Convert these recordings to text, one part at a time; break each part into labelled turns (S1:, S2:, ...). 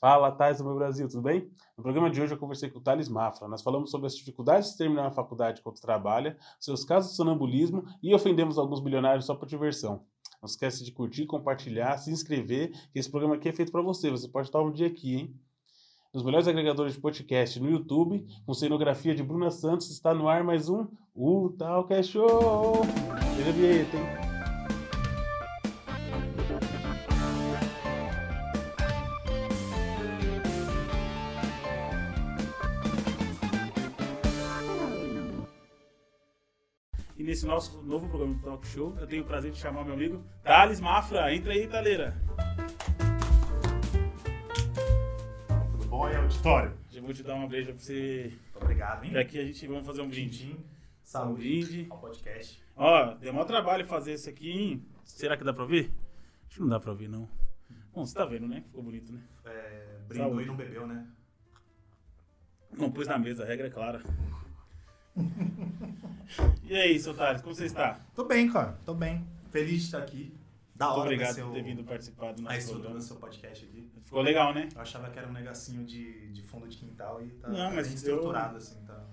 S1: Fala, Thales do meu Brasil, tudo bem? No programa de hoje eu conversei com o Thales Mafra. Nós falamos sobre as dificuldades de terminar a faculdade enquanto trabalha, seus casos de sonambulismo e ofendemos alguns bilionários só por diversão. Não esquece de curtir, compartilhar, se inscrever, que esse programa aqui é feito para você. Você pode estar um dia aqui, hein? Nos melhores agregadores de podcast no YouTube, com cenografia de Bruna Santos, está no ar mais um O Tal Que é Show! Veja a vinheta, hein? E nesse nosso novo programa do Talk Show, eu tenho o prazer de chamar meu amigo Thales Mafra. Entra aí, Taleira.
S2: Tudo bom aí, auditório?
S1: Já vou te dar uma breja pra você.
S2: Muito obrigado,
S1: E
S2: hein?
S1: aqui a gente vamos fazer um brinde.
S2: Brindinho,
S1: Um
S2: saúde
S1: brinde.
S2: ao podcast.
S1: Ó, deu maior trabalho fazer isso aqui, hein? Será que dá pra ver? Acho que não dá pra ver, não. Bom, você tá vendo, né? Ficou bonito, né?
S2: É, brindou
S1: Saúde.
S2: e não bebeu, né?
S1: Não pus na mesa, a regra é clara. e aí, seu Thales, como você está?
S2: Tô bem, cara. Tô bem. Feliz de estar aqui. Da
S1: Muito
S2: hora né,
S1: obrigado
S2: seu,
S1: por ter vindo participar do
S2: a
S1: nosso
S2: estrutura
S1: programa.
S2: do seu podcast aqui.
S1: Ficou legal, né?
S2: Eu achava que era um negocinho de, de fundo de quintal e tá,
S1: Não,
S2: tá
S1: mas
S2: bem
S1: deu-
S2: estruturado, assim, tá.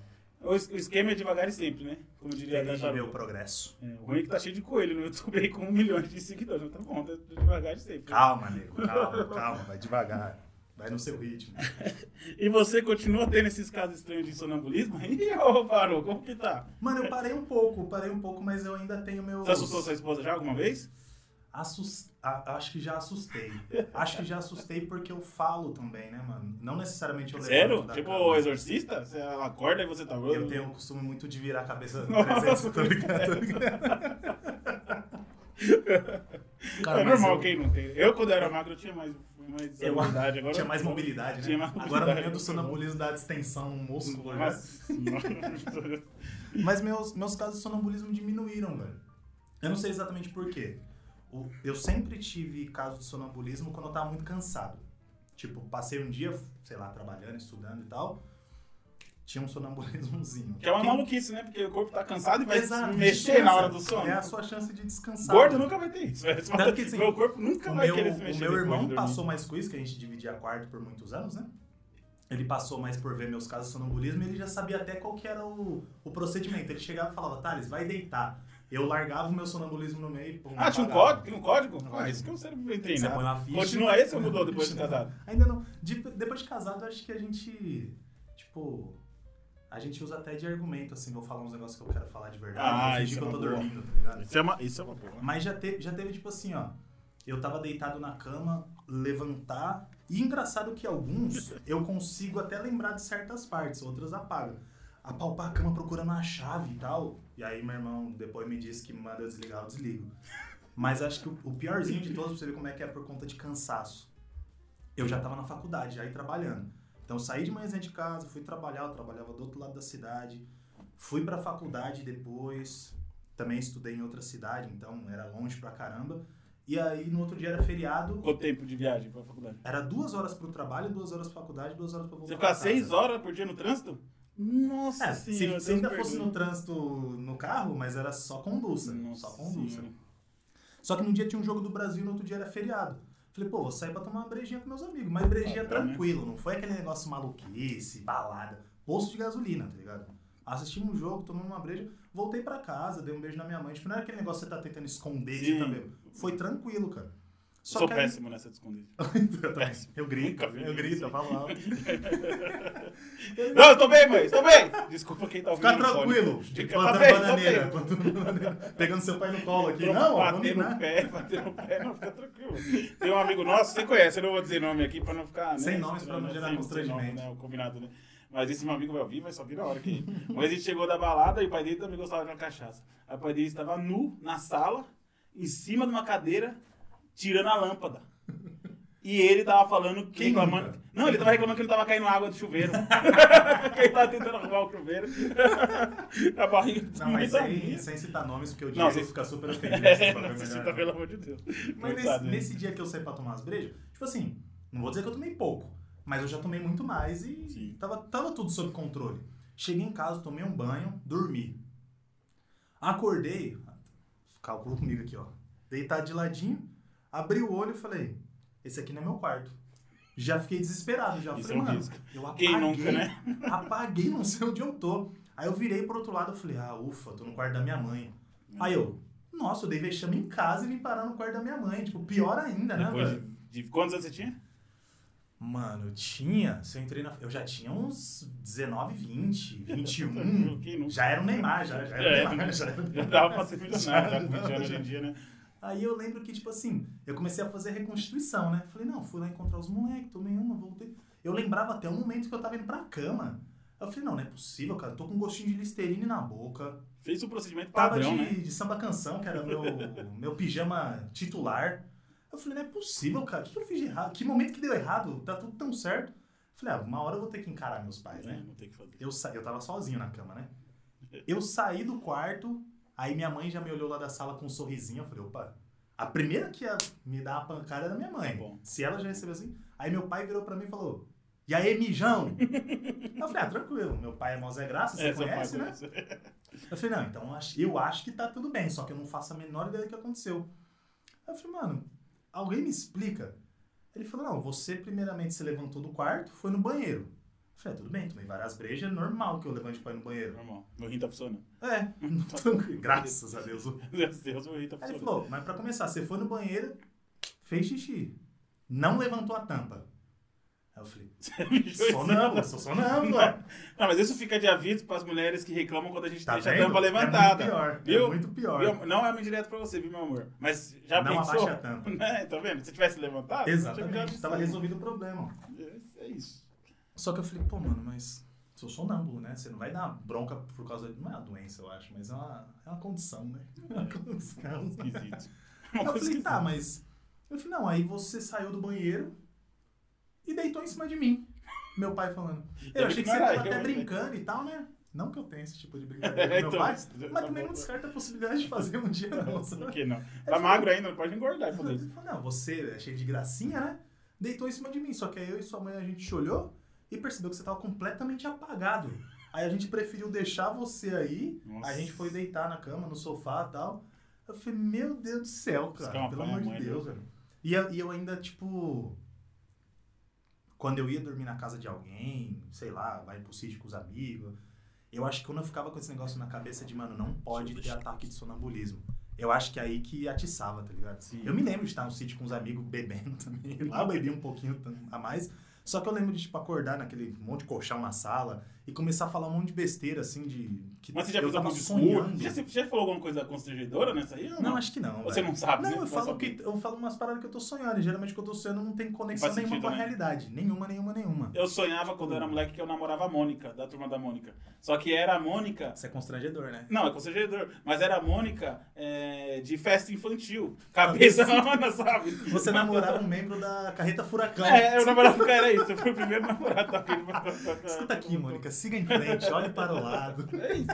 S1: O es- o esquema é devagar e sempre, né? Como diria a
S2: Feliz de
S1: Tataru.
S2: ver o progresso.
S1: É, o ruim é que tá cheio de coelho no YouTube aí com um milhão de seguidores. Mas tá bom, tá devagar de sempre.
S2: Calma, nego. Calma, calma. Vai devagar. Vai no seu ritmo.
S1: E você continua tendo esses casos estranhos de sonambulismo? Ih, ô, parou, como que tá?
S2: Mano, eu parei um pouco, parei um pouco, mas eu ainda tenho meu.
S1: Você assustou sua esposa já alguma vez?
S2: Assus- a- Acho que já assustei. Acho que já assustei porque eu falo também, né, mano? Não necessariamente eu
S1: Sério?
S2: levanto da
S1: Tipo,
S2: cama.
S1: o exorcista? Você ela acorda e você tá...
S2: Eu tenho um o costume muito de virar a cabeça no
S1: Nossa,
S2: 300, tá ligado?
S1: é
S2: mas
S1: normal
S2: eu-
S1: quem não tem. Eu, quando era magro, eu tinha mais, mais
S2: Eu-
S1: habilidade. Agora
S2: Tinha
S1: eu-
S2: mais mobilidade, né?
S1: Tinha mais
S2: Agora no
S1: mobilidade.
S2: meio do sonambulismo da distensão músculo, né?
S1: Mas-
S2: Mas meus, meus casos de sonambulismo diminuíram, velho. Eu não sei exatamente por quê. O- eu sempre tive casos de sonambulismo quando eu tava muito cansado. Tipo, passei um dia, sei lá, trabalhando, estudando e tal. Tinha um sonambulismozinho.
S1: que é uma
S2: Quem-
S1: maluquice, né? Porque o corpo tá cansado e vai
S2: Exato,
S1: se mexer na
S2: descansa.
S1: hora do sono.
S2: É a sua chance de descansar. né?
S1: Gordo nunca vai ter isso. velho.
S2: Tanto que, assim,
S1: meu corpo nunca
S2: o
S1: vai
S2: meu,
S1: querer se
S2: o
S1: mexer.
S2: meu
S1: depois de
S2: irmão
S1: dormir.
S2: passou mais com isso, que a gente dividia quarto por muitos anos, né? Ele passou mais por ver meus casos de sonambulismo e ele já sabia até qual que era o, o procedimento. Ele chegava e falava, Thales, vai deitar. Eu largava o meu sonambulismo no meio e pum,
S1: Ah, tinha um
S2: apagava.
S1: código? Tem um código?
S2: Código.
S1: Ah, isso que eu sempre bem
S2: Você põe
S1: treinado.
S2: na ficha.
S1: Continua esse ou mudou depois de casado?
S2: Ainda não. De- depois de casado, eu acho que a gente. Tipo. A gente usa até de argumento, assim, vou falar uns negócios que eu quero falar de verdade.
S1: Ah,
S2: vou fingir
S1: isso é
S2: que eu
S1: uma
S2: tô
S1: boa.
S2: dormindo, tá ligado?
S1: Isso é uma, isso é uma boa.
S2: Mas já, te- já teve, tipo assim, ó. Eu tava deitado na cama, levantar. E engraçado que alguns eu consigo até lembrar de certas partes, outras apago. Apalpar a cama procurando a chave e tal. E aí meu irmão depois me disse que manda eu desligar, eu desligo. Mas acho que o, o piorzinho de todos, pra você ver como é que é por conta de cansaço. Eu já tava na faculdade, já ia trabalhando. Então eu saí de manhãzinha de casa, fui trabalhar, eu trabalhava do outro lado da cidade. Fui pra faculdade depois, também estudei em outra cidade, então era longe pra caramba. E aí no outro dia era feriado,
S1: Quanto tempo de viagem pra faculdade?
S2: era duas horas pro trabalho, duas horas pra faculdade, duas horas pra voltar.
S1: Você ficar
S2: pra casa.
S1: seis horas por dia no trânsito? Nossa
S2: É, se,
S1: senhora.
S2: se ainda
S1: Deus
S2: fosse no trânsito no carro, mas era só conduça.
S1: perdoe.
S2: só
S1: Nossa
S2: conduça.
S1: senhora.
S2: Só que num dia tinha um jogo do Brasil e no outro dia era feriado. Falei, pô, vou sair pra tomar uma brejinha com meus amigos. Mas brejinha
S1: Ah, tá,
S2: tranquilo, não foi aquele negócio maluquice, balada. Posto de gasolina, tá ligado? Assistimos um jogo, tomamos uma breja, voltei pra casa, dei um beijo na minha mãe. Tipo, não era aquele negócio que você tá tentando esconder,
S1: Sim.
S2: você tá bêbado. Foi tranquilo, cara. Só
S1: Sou
S2: que aí-
S1: péssimo nessa de esconder.
S2: eu, também. eu grito,
S1: Nunca vi assim.
S2: eu grito, eu falo alto.
S1: Não, eu tô bem, mãe, tô bem! Desculpa quem tá ouvindo.
S2: Fica
S1: no fone.
S2: tranquilo.
S1: Fica- tá
S2: plantando
S1: bem, tá
S2: bananeira.
S1: bem.
S2: plantando bananeira. Pegando seu pai no colo aqui.
S1: Tô
S2: Não, né? ó, vamos
S1: bater
S2: minar.
S1: no pé, bater no pé, não, fica tranquilo. Tem um amigo nosso, você conhece, eu não vou dizer nome aqui pra não ficar. né,
S2: Sem nomes pra não
S1: né,
S2: gerar
S1: sem-
S2: constrangimento.
S1: sem nome, né, o combinado, né? Mas esse meu amigo vai ouvir, vai só vir a hora que. Mas a gente chegou da balada e o pai dele também gostava de uma cachaça. Aí o pai dele estava nu na sala, em cima de uma cadeira, tirando a lâmpada. E ele tava falando que
S2: Quem
S1: reclamando.
S2: nunca?
S1: Não, ele tava reclamando que ele tava caindo água do chuveiro. que ele tava tentando arrumar o chuveiro. a barriga do
S2: Não, mas
S1: tamanho
S2: é
S1: da
S2: sem,
S1: minha.
S2: sem citar nomes, porque o
S1: Não,
S2: Diego
S1: sem-
S2: fica super ofendido.
S1: É,
S2: nesse
S1: não
S2: programa,
S1: se
S2: né?
S1: sinta, pelo amor de Deus.
S2: Mas nesse,
S1: Coitado, né?
S2: nesse dia que eu saí pra tomar as brejas, tipo assim, não vou dizer que eu tomei pouco, mas eu já tomei muito mais e
S1: Sim.
S2: tava, tava tudo sob controle. Cheguei em casa, tomei um banho, dormi. Acordei, calcula comigo aqui, ó. Deitado de ladinho, abri o olho e falei, esse aqui não é meu quarto. Já fiquei desesperado, já
S1: Isso
S2: falei,
S1: é um
S2: mano,
S1: risco.
S2: eu apaguei,
S1: Quem nunca, né?
S2: apaguei, não sei onde eu tô. Aí eu virei pro outro lado e falei, ah, ufa, tô no quarto da minha mãe. Aí eu, nossa, eu dei vexame em casa e vim parar no quarto da minha mãe. Tipo, pior ainda, né,
S1: Depois
S2: velho?
S1: de, de quantos anos você tinha?
S2: Mano, eu tinha, se eu entrei na... Eu já tinha uns 19, 20, 21.
S1: Quem nunca?
S2: já era o Neymar, já, já era o
S1: É,
S2: Neymar, já era o
S1: Já dava pra ser milionário, já com 20 anos
S2: Já.
S1: hoje em dia, né?
S2: Aí eu lembro que, tipo assim, eu comecei a fazer reconstituição, né? Falei, não, fui lá encontrar os moleques, tomei uma, voltei. Eu lembrava até o momento que eu tava indo pra cama. Aí Eu falei, não, não é possível, cara. eu Tô com um gostinho de listerine na boca.
S1: Fez o procedimento
S2: Tava
S1: padrão,
S2: de,
S1: né?
S2: de samba canção, que era meu, meu pijama titular. Eu falei, não é possível, cara. O que que eu fiz de errado? Que momento que deu errado? Tá tudo tão certo. Eu falei, ah, uma hora eu vou ter que encarar meus pais, né?
S1: É, Não tem o que fazer.
S2: Eu, sa... eu tava sozinho na cama, né? Eu saí do quarto, aí minha mãe já me olhou lá da sala com um sorrisinho. Eu falei, opa, a primeira que ia me dar a pancada era minha mãe.
S1: Tá bom.
S2: Se ela já recebeu assim. Aí meu pai virou pra mim e falou, e aí, mijão? eu falei, ah, tranquilo, meu pai é mau Zé Graça, você
S1: É, seu pai
S2: conhece, né?
S1: conhece.
S2: Eu falei, não, então eu acho- eu acho que tá tudo bem, só que eu não faço a menor ideia do que aconteceu. Aí eu falei, mano, alguém me explica? Ele falou, não, você primeiramente se levantou do quarto, foi no banheiro. Eu falei, ah, tudo bem, tomei várias brejas, é normal que eu levante pra ir no banheiro.
S1: Normal. Meu rim tá funcionando.
S2: É, tranquilo, graças a Deus.
S1: Graças a Deus, meu rim tá
S2: Aí ele
S1: funcionando.
S2: falou, mas pra começar, você foi no banheiro, fez xixi, não levantou a tampa. Aí eu falei, só não, eu sou só não, ué.
S1: Não, Ah, mas isso fica de aviso pras mulheres que reclamam quando a gente
S2: Tá
S1: deixa
S2: vendo?
S1: a tampa
S2: É
S1: levantada.
S2: muito pior, é
S1: Viu?
S2: muito pior.
S1: Viu? Não é uma indireta pra você, viu, meu amor? Mas já
S2: não
S1: pensou?
S2: abaixa a tampa.
S1: Né? Tá vendo? Se tivesse levantado, já
S2: Exatamente,
S1: tinha avisado.
S2: tava resolvido o problema.
S1: É isso.
S2: Só que eu falei, pô, mano, mas sou sonâmbulo, né? Você não vai dar bronca por causa. de- Não é uma doença, eu acho, mas é uma, é uma condição, né? É uma condição.
S1: Esquisito.
S2: Eu
S1: Uma coisa
S2: falei,
S1: esquisita.
S2: tá, mas. Eu falei, não, aí você saiu do banheiro e deitou em cima de mim. Meu pai falando. Eu
S1: bem
S2: achei
S1: que
S2: que
S1: não
S2: você
S1: era
S2: tava
S1: eu,
S2: até
S1: né?
S2: brincando e tal, né? Não que eu tenha esse tipo de brincadeira com meu
S1: Então,
S2: pai,
S1: já
S2: mas
S1: tá
S2: também
S1: bom.
S2: não descarta a possibilidade de fazer um dia, não. sabe?
S1: Por que não? Tá magro ainda, não pode engordar e fazer isso.
S2: Ele falou, não, você é cheio de gracinha, né? Deitou em cima de mim. Só que aí eu e sua mãe a gente te olhou e percebeu que você tava completamente apagado. Aí a gente preferiu deixar você aí.
S1: Nossa.
S2: A gente foi deitar na cama, no sofá e tal. Eu falei, meu Deus do céu,
S1: Isso
S2: cara.
S1: que é uma
S2: pelo
S1: pai,
S2: amor de
S1: mãe, né?
S2: Deus, velho. E eu, e eu ainda, tipo. Quando eu ia dormir na casa de alguém, sei lá, vai pro sítio com os amigos. Eu acho que quando eu ficava com esse negócio na cabeça de, mano, não pode ter ataque de sonambulismo. Eu acho que é aí que atiçava, tá ligado?
S1: Sim.
S2: Eu me lembro de estar no sítio com os amigos bebendo também. Lá eu bebi um pouquinho a mais. Só que eu lembro de, tipo, acordar naquele monte de colchão na sala e começar a falar um monte de besteira, assim, de. Que
S1: Mas você já
S2: eu
S1: fez
S2: tava
S1: algum
S2: sonhando.
S1: discurso? Já, você já falou alguma coisa constrangedora nessa aí? ou
S2: Não, acho que não.
S1: Você
S2: velho.
S1: não sabe, né?
S2: Não, eu
S1: Vai
S2: falo,
S1: saber.
S2: que, eu falo umas paradas que eu tô sonhando. E geralmente o que eu tô sonhando não tem conexão
S1: Faz
S2: nenhuma
S1: sentido,
S2: com a
S1: né?
S2: realidade. Nenhuma, nenhuma, nenhuma.
S1: Eu sonhava quando eu
S2: Hum.
S1: era moleque que eu namorava a Mônica, da turma da Mônica. Só que era a Mônica.
S2: Isso é constrangedor, né?
S1: Não, é constrangedor, mas era a Mônica é, de festa infantil. Cabeçona, sabe?
S2: Você namorava um membro da carreta furacão.
S1: É, eu namorava com era isso. Eu fui o primeiro namorado da filha.
S2: Escuta aqui, Mônica. Siga em frente, olhe para o lado.
S1: É isso.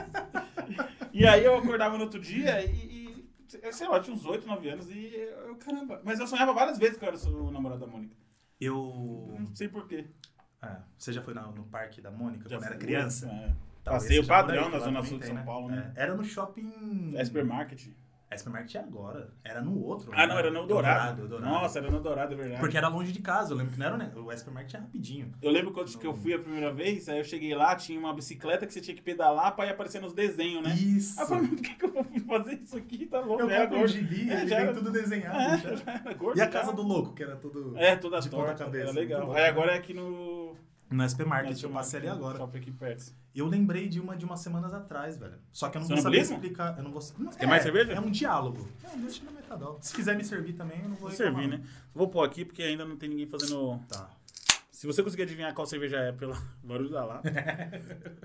S1: E aí eu acordava no outro dia e, e, sei lá, eu tinha uns 8, 9 anos e eu, caramba. Mas eu sonhava várias vezes que eu era o namorado da Mônica.
S2: Eu.
S1: Não sei porquê.
S2: É, você já foi na- no parque da Mônica quando era criança? Talvez
S1: Passeio
S2: seja por aí,
S1: padrão
S2: que
S1: na
S2: lá
S1: Zona
S2: também
S1: Sul de
S2: tem,
S1: São Paulo, né?
S2: É, era no shopping.
S1: É supermarket.
S2: É supermarket é agora. Era no outro. né?
S1: Ah, não, era no Dourado.
S2: É Dourado, Dourado.
S1: Nossa, era no Dourado, é verdade.
S2: Porque era longe de casa, eu lembro que não era o ne- o supermarket é rapidinho.
S1: Eu lembro quando que eu fui a primeira vez, aí eu cheguei lá, tinha uma bicicleta que você tinha que pedalar pra ir aparecer nos desenhos, né?
S2: Isso.
S1: Aí eu falei, por que, que eu vou fazer isso aqui? Tá louco,
S2: Eu
S1: é
S2: compro um
S1: gordo.
S2: gibi,
S1: É,
S2: ele
S1: já
S2: tem
S1: era-
S2: tudo desenhado.
S1: É,
S2: já.
S1: já era gordo,
S2: E a
S1: já.
S2: casa do louco, que era todo
S1: É, toda
S2: de
S1: torta.
S2: ponta cabeça.
S1: Era legal.
S2: Muito
S1: Aí
S2: louco,
S1: agora é aqui no...
S2: no supermarket,
S1: Mas
S2: eu passei ali agora.
S1: Shopping aqui perto.
S2: Eu lembrei de uma de umas semanas atrás, velho. Só que eu não vou saber
S1: Sonambulismo?
S2: explicar. Eu não vou... não,
S1: Quer mais cerveja?
S2: É um diálogo. Não, deixa no metadol. Se quiser me servir também, eu não vou
S1: Vou
S2: reclamar.
S1: servir, né? Vou pôr aqui porque ainda não tem ninguém fazendo.
S2: Tá.
S1: Se você conseguir adivinhar qual cerveja é pelo barulho da lata.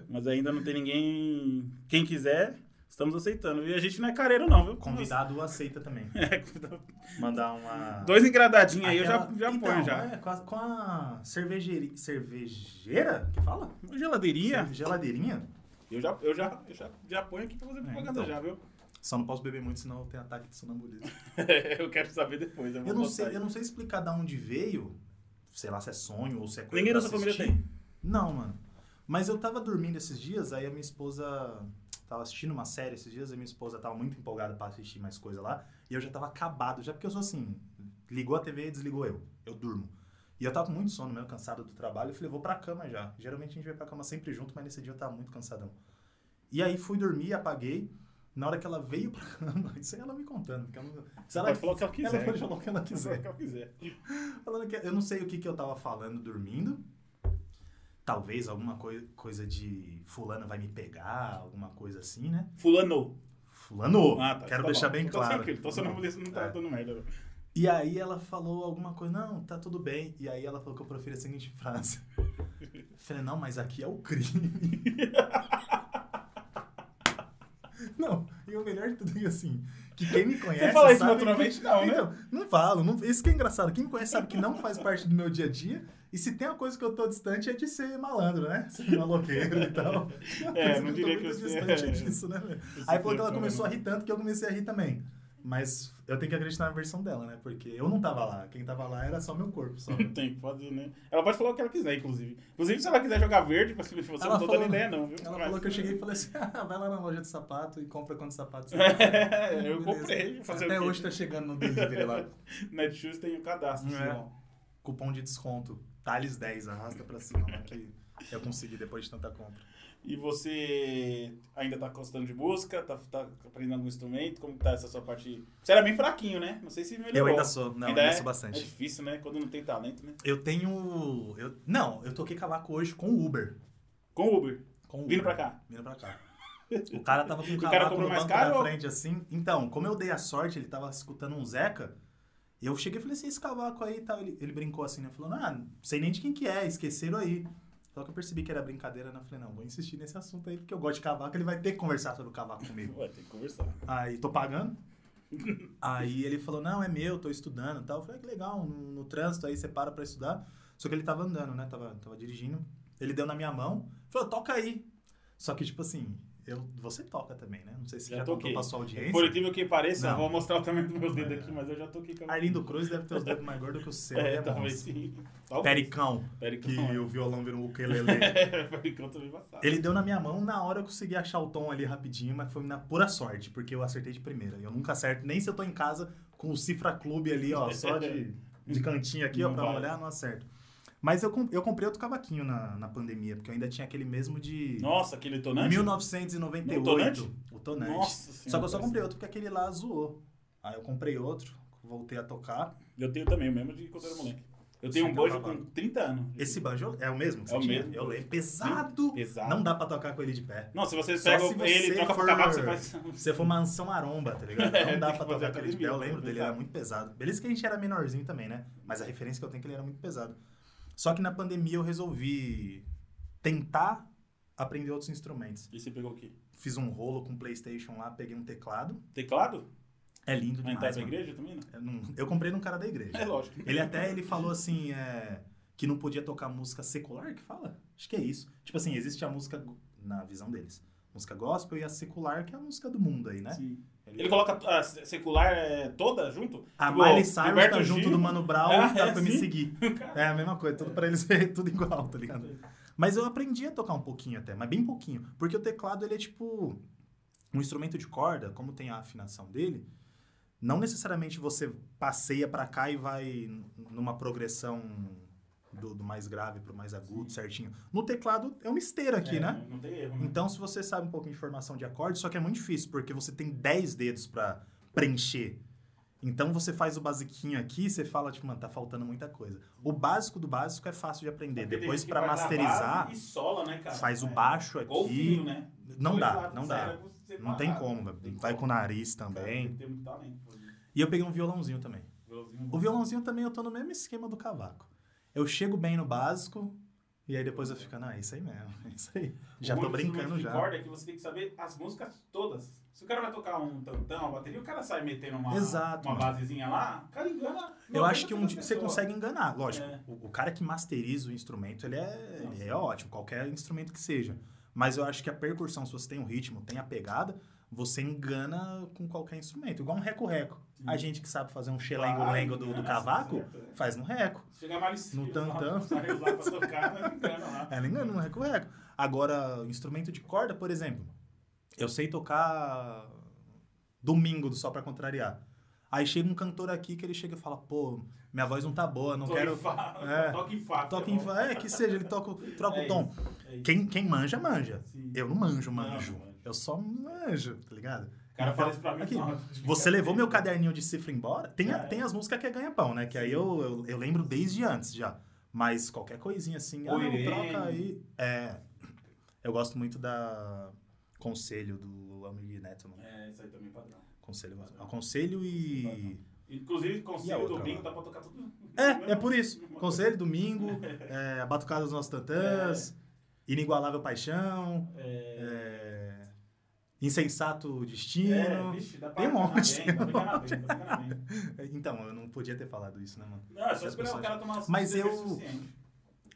S1: Mas ainda não tem ninguém. Quem quiser, estamos aceitando. E a gente não é careiro, não, viu?
S2: Convidado aceita também.
S1: É, convidado.
S2: Mandar uma...
S1: Dois engradadinhos aí,
S2: Aquela-
S1: eu já, já
S2: então,
S1: ponho já.
S2: é, com a, com a cervejeira... Cervejeira? Que fala?
S1: Uma geladeirinha,
S2: Geladeirinha?
S1: eu já, eu já, eu já, já ponho aqui pra fazer propaganda
S2: então.
S1: já, viu?
S2: Só não posso beber muito, senão eu tenho ataque de sonambulismo.
S1: eu quero saber depois. Eu, vou
S2: Eu não,
S1: botar
S2: sei,
S1: aí.
S2: eu não sei explicar da onde veio. Sei lá se é sonho ou se é coisa
S1: Ninguém da
S2: pra
S1: sua família
S2: assistir.
S1: tem.
S2: Não, mano. Mas eu tava dormindo esses dias, aí a minha esposa tava assistindo uma série esses dias, e minha esposa tava muito empolgada pra assistir mais coisa lá, e eu já tava acabado, já porque eu sou assim, ligou a TV, desligou eu, eu durmo. E eu tava com muito sono mesmo, cansado do trabalho. Eu falei, vou pra cama já. Geralmente a gente vai pra cama sempre junto, mas nesse dia eu tava muito cansadão. E aí fui dormir, apaguei. Na hora que ela veio pra cama, isso aí ela me contando. Porque eu não... Se ela,
S1: Ela falou o que ela quiser.
S2: ela falou o que ela
S1: Quiser,
S2: quiser.
S1: que ela quiser.
S2: Falando que eu não sei o que, que eu tava falando dormindo. Talvez alguma coi- coisa de fulano vai me pegar, alguma coisa assim, né?
S1: Fulano.
S2: Fulano,
S1: Ah, tá.
S2: quero
S1: Tá
S2: deixar
S1: bom.
S2: bem
S1: Tá
S2: claro.
S1: tranquilo, Tô sonambulista, não tá
S2: É.
S1: dando merda.
S2: E aí ela falou alguma coisa, não, tá tudo bem. E aí ela falou que eu proferi a seguinte frase. Eu falei, não, mas aqui é o crime. Não, e o melhor de tudo é assim, que quem me conhece
S1: Você fala isso
S2: sabe
S1: naturalmente,
S2: que-
S1: não, né?
S2: Então, não falo, não, isso que é engraçado. Quem me conhece sabe que não faz parte do meu dia a dia. E se tem uma coisa que eu tô distante é de ser malandro, né? Ser maloqueiro e tal. Uma
S1: É,
S2: coisa
S1: não
S2: eu tô
S1: diria que
S2: muito
S1: eu sei-
S2: distante
S1: é.
S2: é disso, né, velho? Aí falou
S1: Então,
S2: que ela começou a rir tanto que eu comecei a rir também. Mas eu tenho que acreditar na versão dela, né? Porque eu não tava lá. Quem tava lá era só meu corpo, só.
S1: Não tem o que fazer, né? Ela pode falar o que ela quiser, inclusive. Inclusive, se ela quiser jogar verde, mas você
S2: Ela
S1: não tô
S2: falou-
S1: dando ideia, não, viu?
S2: Ela
S1: Mas-
S2: falou que eu cheguei e falei assim, ah, vai lá na loja de sapato e compra quantos sapatos você quer."
S1: É, eu
S2: Beleza.
S1: comprei. Fazer
S2: Até
S1: o quê?
S2: hoje tá chegando no delivery lá.
S1: Netshoes tem o cadastro.
S2: É.
S1: senão.
S2: Cupom de desconto. Thales 10, arrasta pra cima lá que eu consegui depois de tanta compra.
S1: E você ainda tá gostando de música? Tá, tá aprendendo algum instrumento? Como que tá essa sua parte? Você era bem fraquinho, né? Não sei se melhorou.
S2: Eu ainda sou, não,
S1: Ainda
S2: ainda
S1: é?
S2: sou
S1: É
S2: bastante.
S1: difícil, né? Quando não tem talento, né?
S2: Eu tenho. Eu, não, eu toquei cavaco hoje com o Uber.
S1: Com o Uber.
S2: Com o Uber.
S1: Vindo pra cá.
S2: Vindo pra cá. O cara tava com o
S1: o cara
S2: cara
S1: comprou
S2: no
S1: mais
S2: banco
S1: caro
S2: da
S1: ou-
S2: frente, assim. Então, como eu dei a sorte, ele tava escutando um Zeca. E eu cheguei e falei assim, esse cavaco aí e tal. Ele, ele brincou assim, né? Falou, ah, não sei nem de quem que é, esqueceram aí. Só que eu percebi que era brincadeira, né? Eu falei, não, vou insistir nesse assunto aí, porque eu gosto de cavaco, ele vai ter que conversar sobre o cavaco comigo.
S1: Ué, tem que conversar.
S2: Aí, tô pagando. Aí ele falou, não, é meu, tô estudando e tal. Eu falei, ah, que legal, no, no trânsito aí você para pra estudar. Só que ele tava andando, né? Tava, tava dirigindo. Ele deu na minha mão, falou, toca aí. Só que, tipo assim, eu, você toca também, né? Não sei se você
S1: Já
S2: já, contou
S1: toquei.
S2: pra sua audiência.
S1: Por incrível que pareça,
S2: Não.
S1: eu vou mostrar o tamanho dos meus
S2: É.
S1: dedos aqui, mas eu já toquei com a
S2: Arlindo Cruz deve ter os dedos mais gordos que o seu.
S1: É,
S2: né,
S1: talvez
S2: moço?
S1: sim. Talvez.
S2: Pericão,
S1: Pericão.
S2: que o violão virou um ukulele.
S1: É, Pericão também passado.
S2: Ele deu na minha mão, na hora eu consegui achar o tom ali rapidinho, mas foi na pura sorte, porque eu acertei de primeira. Eu nunca acerto, nem se eu tô em casa com o Cifra Clube ali, ó, só de, de cantinho aqui, ó,
S1: Não
S2: pra
S1: vai.
S2: olhar, não acerto. Mas eu, com- eu comprei outro cavaquinho na, na pandemia, porque eu ainda tinha aquele mesmo de
S1: Nossa, aquele tonante?
S2: 1998.
S1: O tonante?
S2: O tonante.
S1: Nossa senhora.
S2: só que eu só comprei outro porque aquele lá zoou. Aí eu comprei outro, voltei a tocar.
S1: Eu tenho também, o mesmo de quando era moleque. Eu tenho
S2: Você
S1: um
S2: deu
S1: banjo
S2: trabalho.
S1: com 30 anos.
S2: é Esse banjo é o mesmo? que
S1: É
S2: você
S1: o
S2: tinha?
S1: mesmo.
S2: Eu lembro. Pesado.
S1: Pesado.
S2: Não dá pra tocar com ele de pé.
S1: Não, se você
S2: Só
S1: pega
S2: se
S1: o- ele
S2: você
S1: e troca
S2: for-
S1: pro cavaco, você faz.
S2: Você for mansão maromba, tá ligado?
S1: É,
S2: Não dá
S1: tem
S2: pra
S1: que fazer
S2: tocar aquele de pé.
S1: academia,
S2: Eu lembro dele, era
S1: exato.
S2: muito pesado. Beleza que a gente era menorzinho também, né? Mas a referência que eu tenho é que ele era muito pesado. Só que na pandemia eu resolvi tentar aprender outros instrumentos.
S1: E você pegou o quê?
S2: Fiz um rolo com o PlayStation lá, peguei um teclado.
S1: Teclado?
S2: É lindo
S1: Na entrada
S2: demais.
S1: da
S2: mano.
S1: igreja também, né?
S2: Eu, não- eu comprei num cara da igreja.
S1: É lógico.
S2: Ele até ele falou assim, é, que não podia tocar música secular, que fala? Acho que é isso. Tipo assim, existe a música, go- na visão deles, música gospel e a secular, que é a música do mundo aí, né?
S1: Sim. Ele coloca a secular é, toda junto?
S2: A
S1: Tipo,
S2: Miley Cyrus
S1: Gilberto
S2: tá junto
S1: Gil.
S2: do Mano Brown
S1: Ah,
S2: e tá
S1: é
S2: pra me
S1: assim?
S2: seguir. É a mesma coisa, tudo pra eles é tudo igual, tá ligado? Mas eu aprendi a tocar um pouquinho até, mas bem pouquinho. Porque o teclado, ele é tipo um instrumento de corda, como tem a afinação dele, não necessariamente você passeia pra cá e vai n- numa progressão do, do mais grave pro mais agudo, certinho. No teclado é uma esteira aqui,
S1: É,
S2: né?
S1: Não tem erro, né?
S2: Então, se você sabe um pouquinho de formação de acorde, só que é muito difícil, porque você tem 10 dedos pra preencher. Então, você faz o basiquinho aqui, você fala, tipo, mano, tá faltando muita coisa. O básico do básico é fácil de aprender.
S1: Porque tem
S2: Depois,
S1: gente que
S2: pra
S1: faz na
S2: masterizar,
S1: base E sola, né, cara?
S2: faz o
S1: É.
S2: baixo
S1: Ou fio,
S2: aqui.
S1: né?
S2: Não
S1: Dois
S2: dá,
S1: lados
S2: não
S1: sai,
S2: dá.
S1: vai você
S2: Não
S1: separado.
S2: tem como, velho.
S1: Tem
S2: vai
S1: como.
S2: com o nariz
S1: Cara,
S2: também.
S1: Tem que ter muito talento. pra fazer.
S2: E eu peguei um violãozinho também.
S1: Violãozinho
S2: O violãozinho também eu tô no mesmo esquema do cavaco. Eu chego bem no básico, e aí depois eu fico, não, é isso aí mesmo, é isso aí. Já
S1: O
S2: tô
S1: único instrumento
S2: brincando
S1: de
S2: já.
S1: corda é que você tem que saber as músicas todas. Se o cara vai tocar um tantão, uma bateria, o cara sai metendo uma,
S2: Exato,
S1: uma
S2: mano.
S1: basezinha lá, o cara engana.
S2: Eu acho que um
S1: 90%
S2: dia você
S1: da pessoa.
S2: consegue enganar, lógico.
S1: É.
S2: O, o cara que masteriza o instrumento, ele é, ele é
S1: Nossa.
S2: ótimo, qualquer instrumento que seja. Mas eu acho que a percussão, se você tem o ritmo, tem a pegada, você engana com qualquer instrumento. Igual um reco-reco.
S1: Sim.
S2: A gente que sabe fazer um
S1: Claro,
S2: xelengo-lengo do, do
S1: engana,
S2: cavaco,
S1: certo, é.
S2: faz no reco.
S1: Chega mais
S2: No tantão.
S1: Sai lá pra tocar, mas engana lá.
S2: Ela engana no reco-reco. Agora, instrumento de corda, por exemplo. Eu sei tocar domingo do Só Pra Contrariar. Aí chega um cantor aqui que ele chega e fala, pô, minha voz não tá boa, não
S3: Tô
S2: quero.
S3: em Fá,
S2: É.
S3: Toca em Fá.
S2: Toca
S3: que
S2: em
S3: é bom.
S2: fa- É, que seja, ele toca, o- troca
S3: É
S2: o tom.
S3: isso, é isso.
S2: Quem, quem manja, manja.
S3: Sim.
S2: Eu não manjo, manjo.
S3: Não, manjo.
S2: Eu só manjo, tá ligado?
S3: O cara fala
S2: Então,
S3: isso pra mim.
S2: aqui,
S3: não.
S2: Você levou meu caderninho de cifra embora? Tem, a-
S3: né? É.
S2: tem as músicas que é ganha-pão, né? Que aí eu, eu, eu lembro desde antes já. Mas qualquer coisinha assim, ah,
S3: Ô,
S2: não,
S3: Irene.
S2: troca aí. É. Eu gosto muito da conselho do Almir Neto, mano.
S3: É, isso aí também é padrão.
S2: Conselho, aconselho e.
S3: Inclusive,
S2: E a
S3: conselho
S2: outra,
S3: domingo
S2: lá?
S3: dá pra tocar tudo.
S2: É, é por isso. Conselho, domingo, é, a Batucada dos Nossos Tantãs, Inigualável Paixão,
S3: É,
S2: é, Insensato Destino.
S3: é, vixe, dá pra
S2: Tem um
S3: enganar
S2: monte.
S3: bem, dá pra enganar bem, dá pra enganar bem.
S2: Então, eu não podia ter falado isso, né, mano?
S3: Não, é só esperar
S2: As
S3: o
S2: pessoas-
S3: cara tomar uma
S2: Mas
S3: cerveja
S2: eu-
S3: suficiente.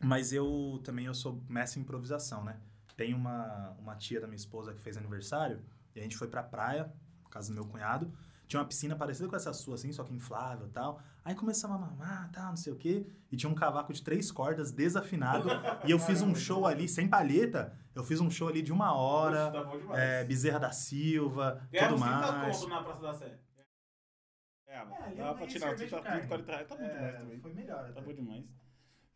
S2: Mas eu também eu sou mestre em improvisação, né? Tem uma, uma tia da minha esposa que fez aniversário e a gente foi pra praia, casa do meu cunhado. Tinha uma piscina parecida com essa sua, assim, só que inflável e tal. Aí começamos a mamar, tal, não sei o quê. E tinha um cavaco de três cordas desafinado. e eu fiz um
S3: Caramba.
S2: show ali, sem palheta, eu fiz um show ali de uma
S3: Puxa,
S2: hora.
S3: tá bom demais.
S2: É, Bezerra da Silva, tudo
S3: Ganhamos 30
S2: mais.
S3: conto na Praça da Sé.
S1: É,
S2: ali
S1: dá
S2: eu
S1: pra
S2: ganhei
S1: tirar
S2: cerveja
S1: 30,
S2: e carne.
S1: 40 reais. Tá bom demais
S2: É,
S1: também.
S2: foi melhor.
S1: Tá
S2: até.
S1: bom demais.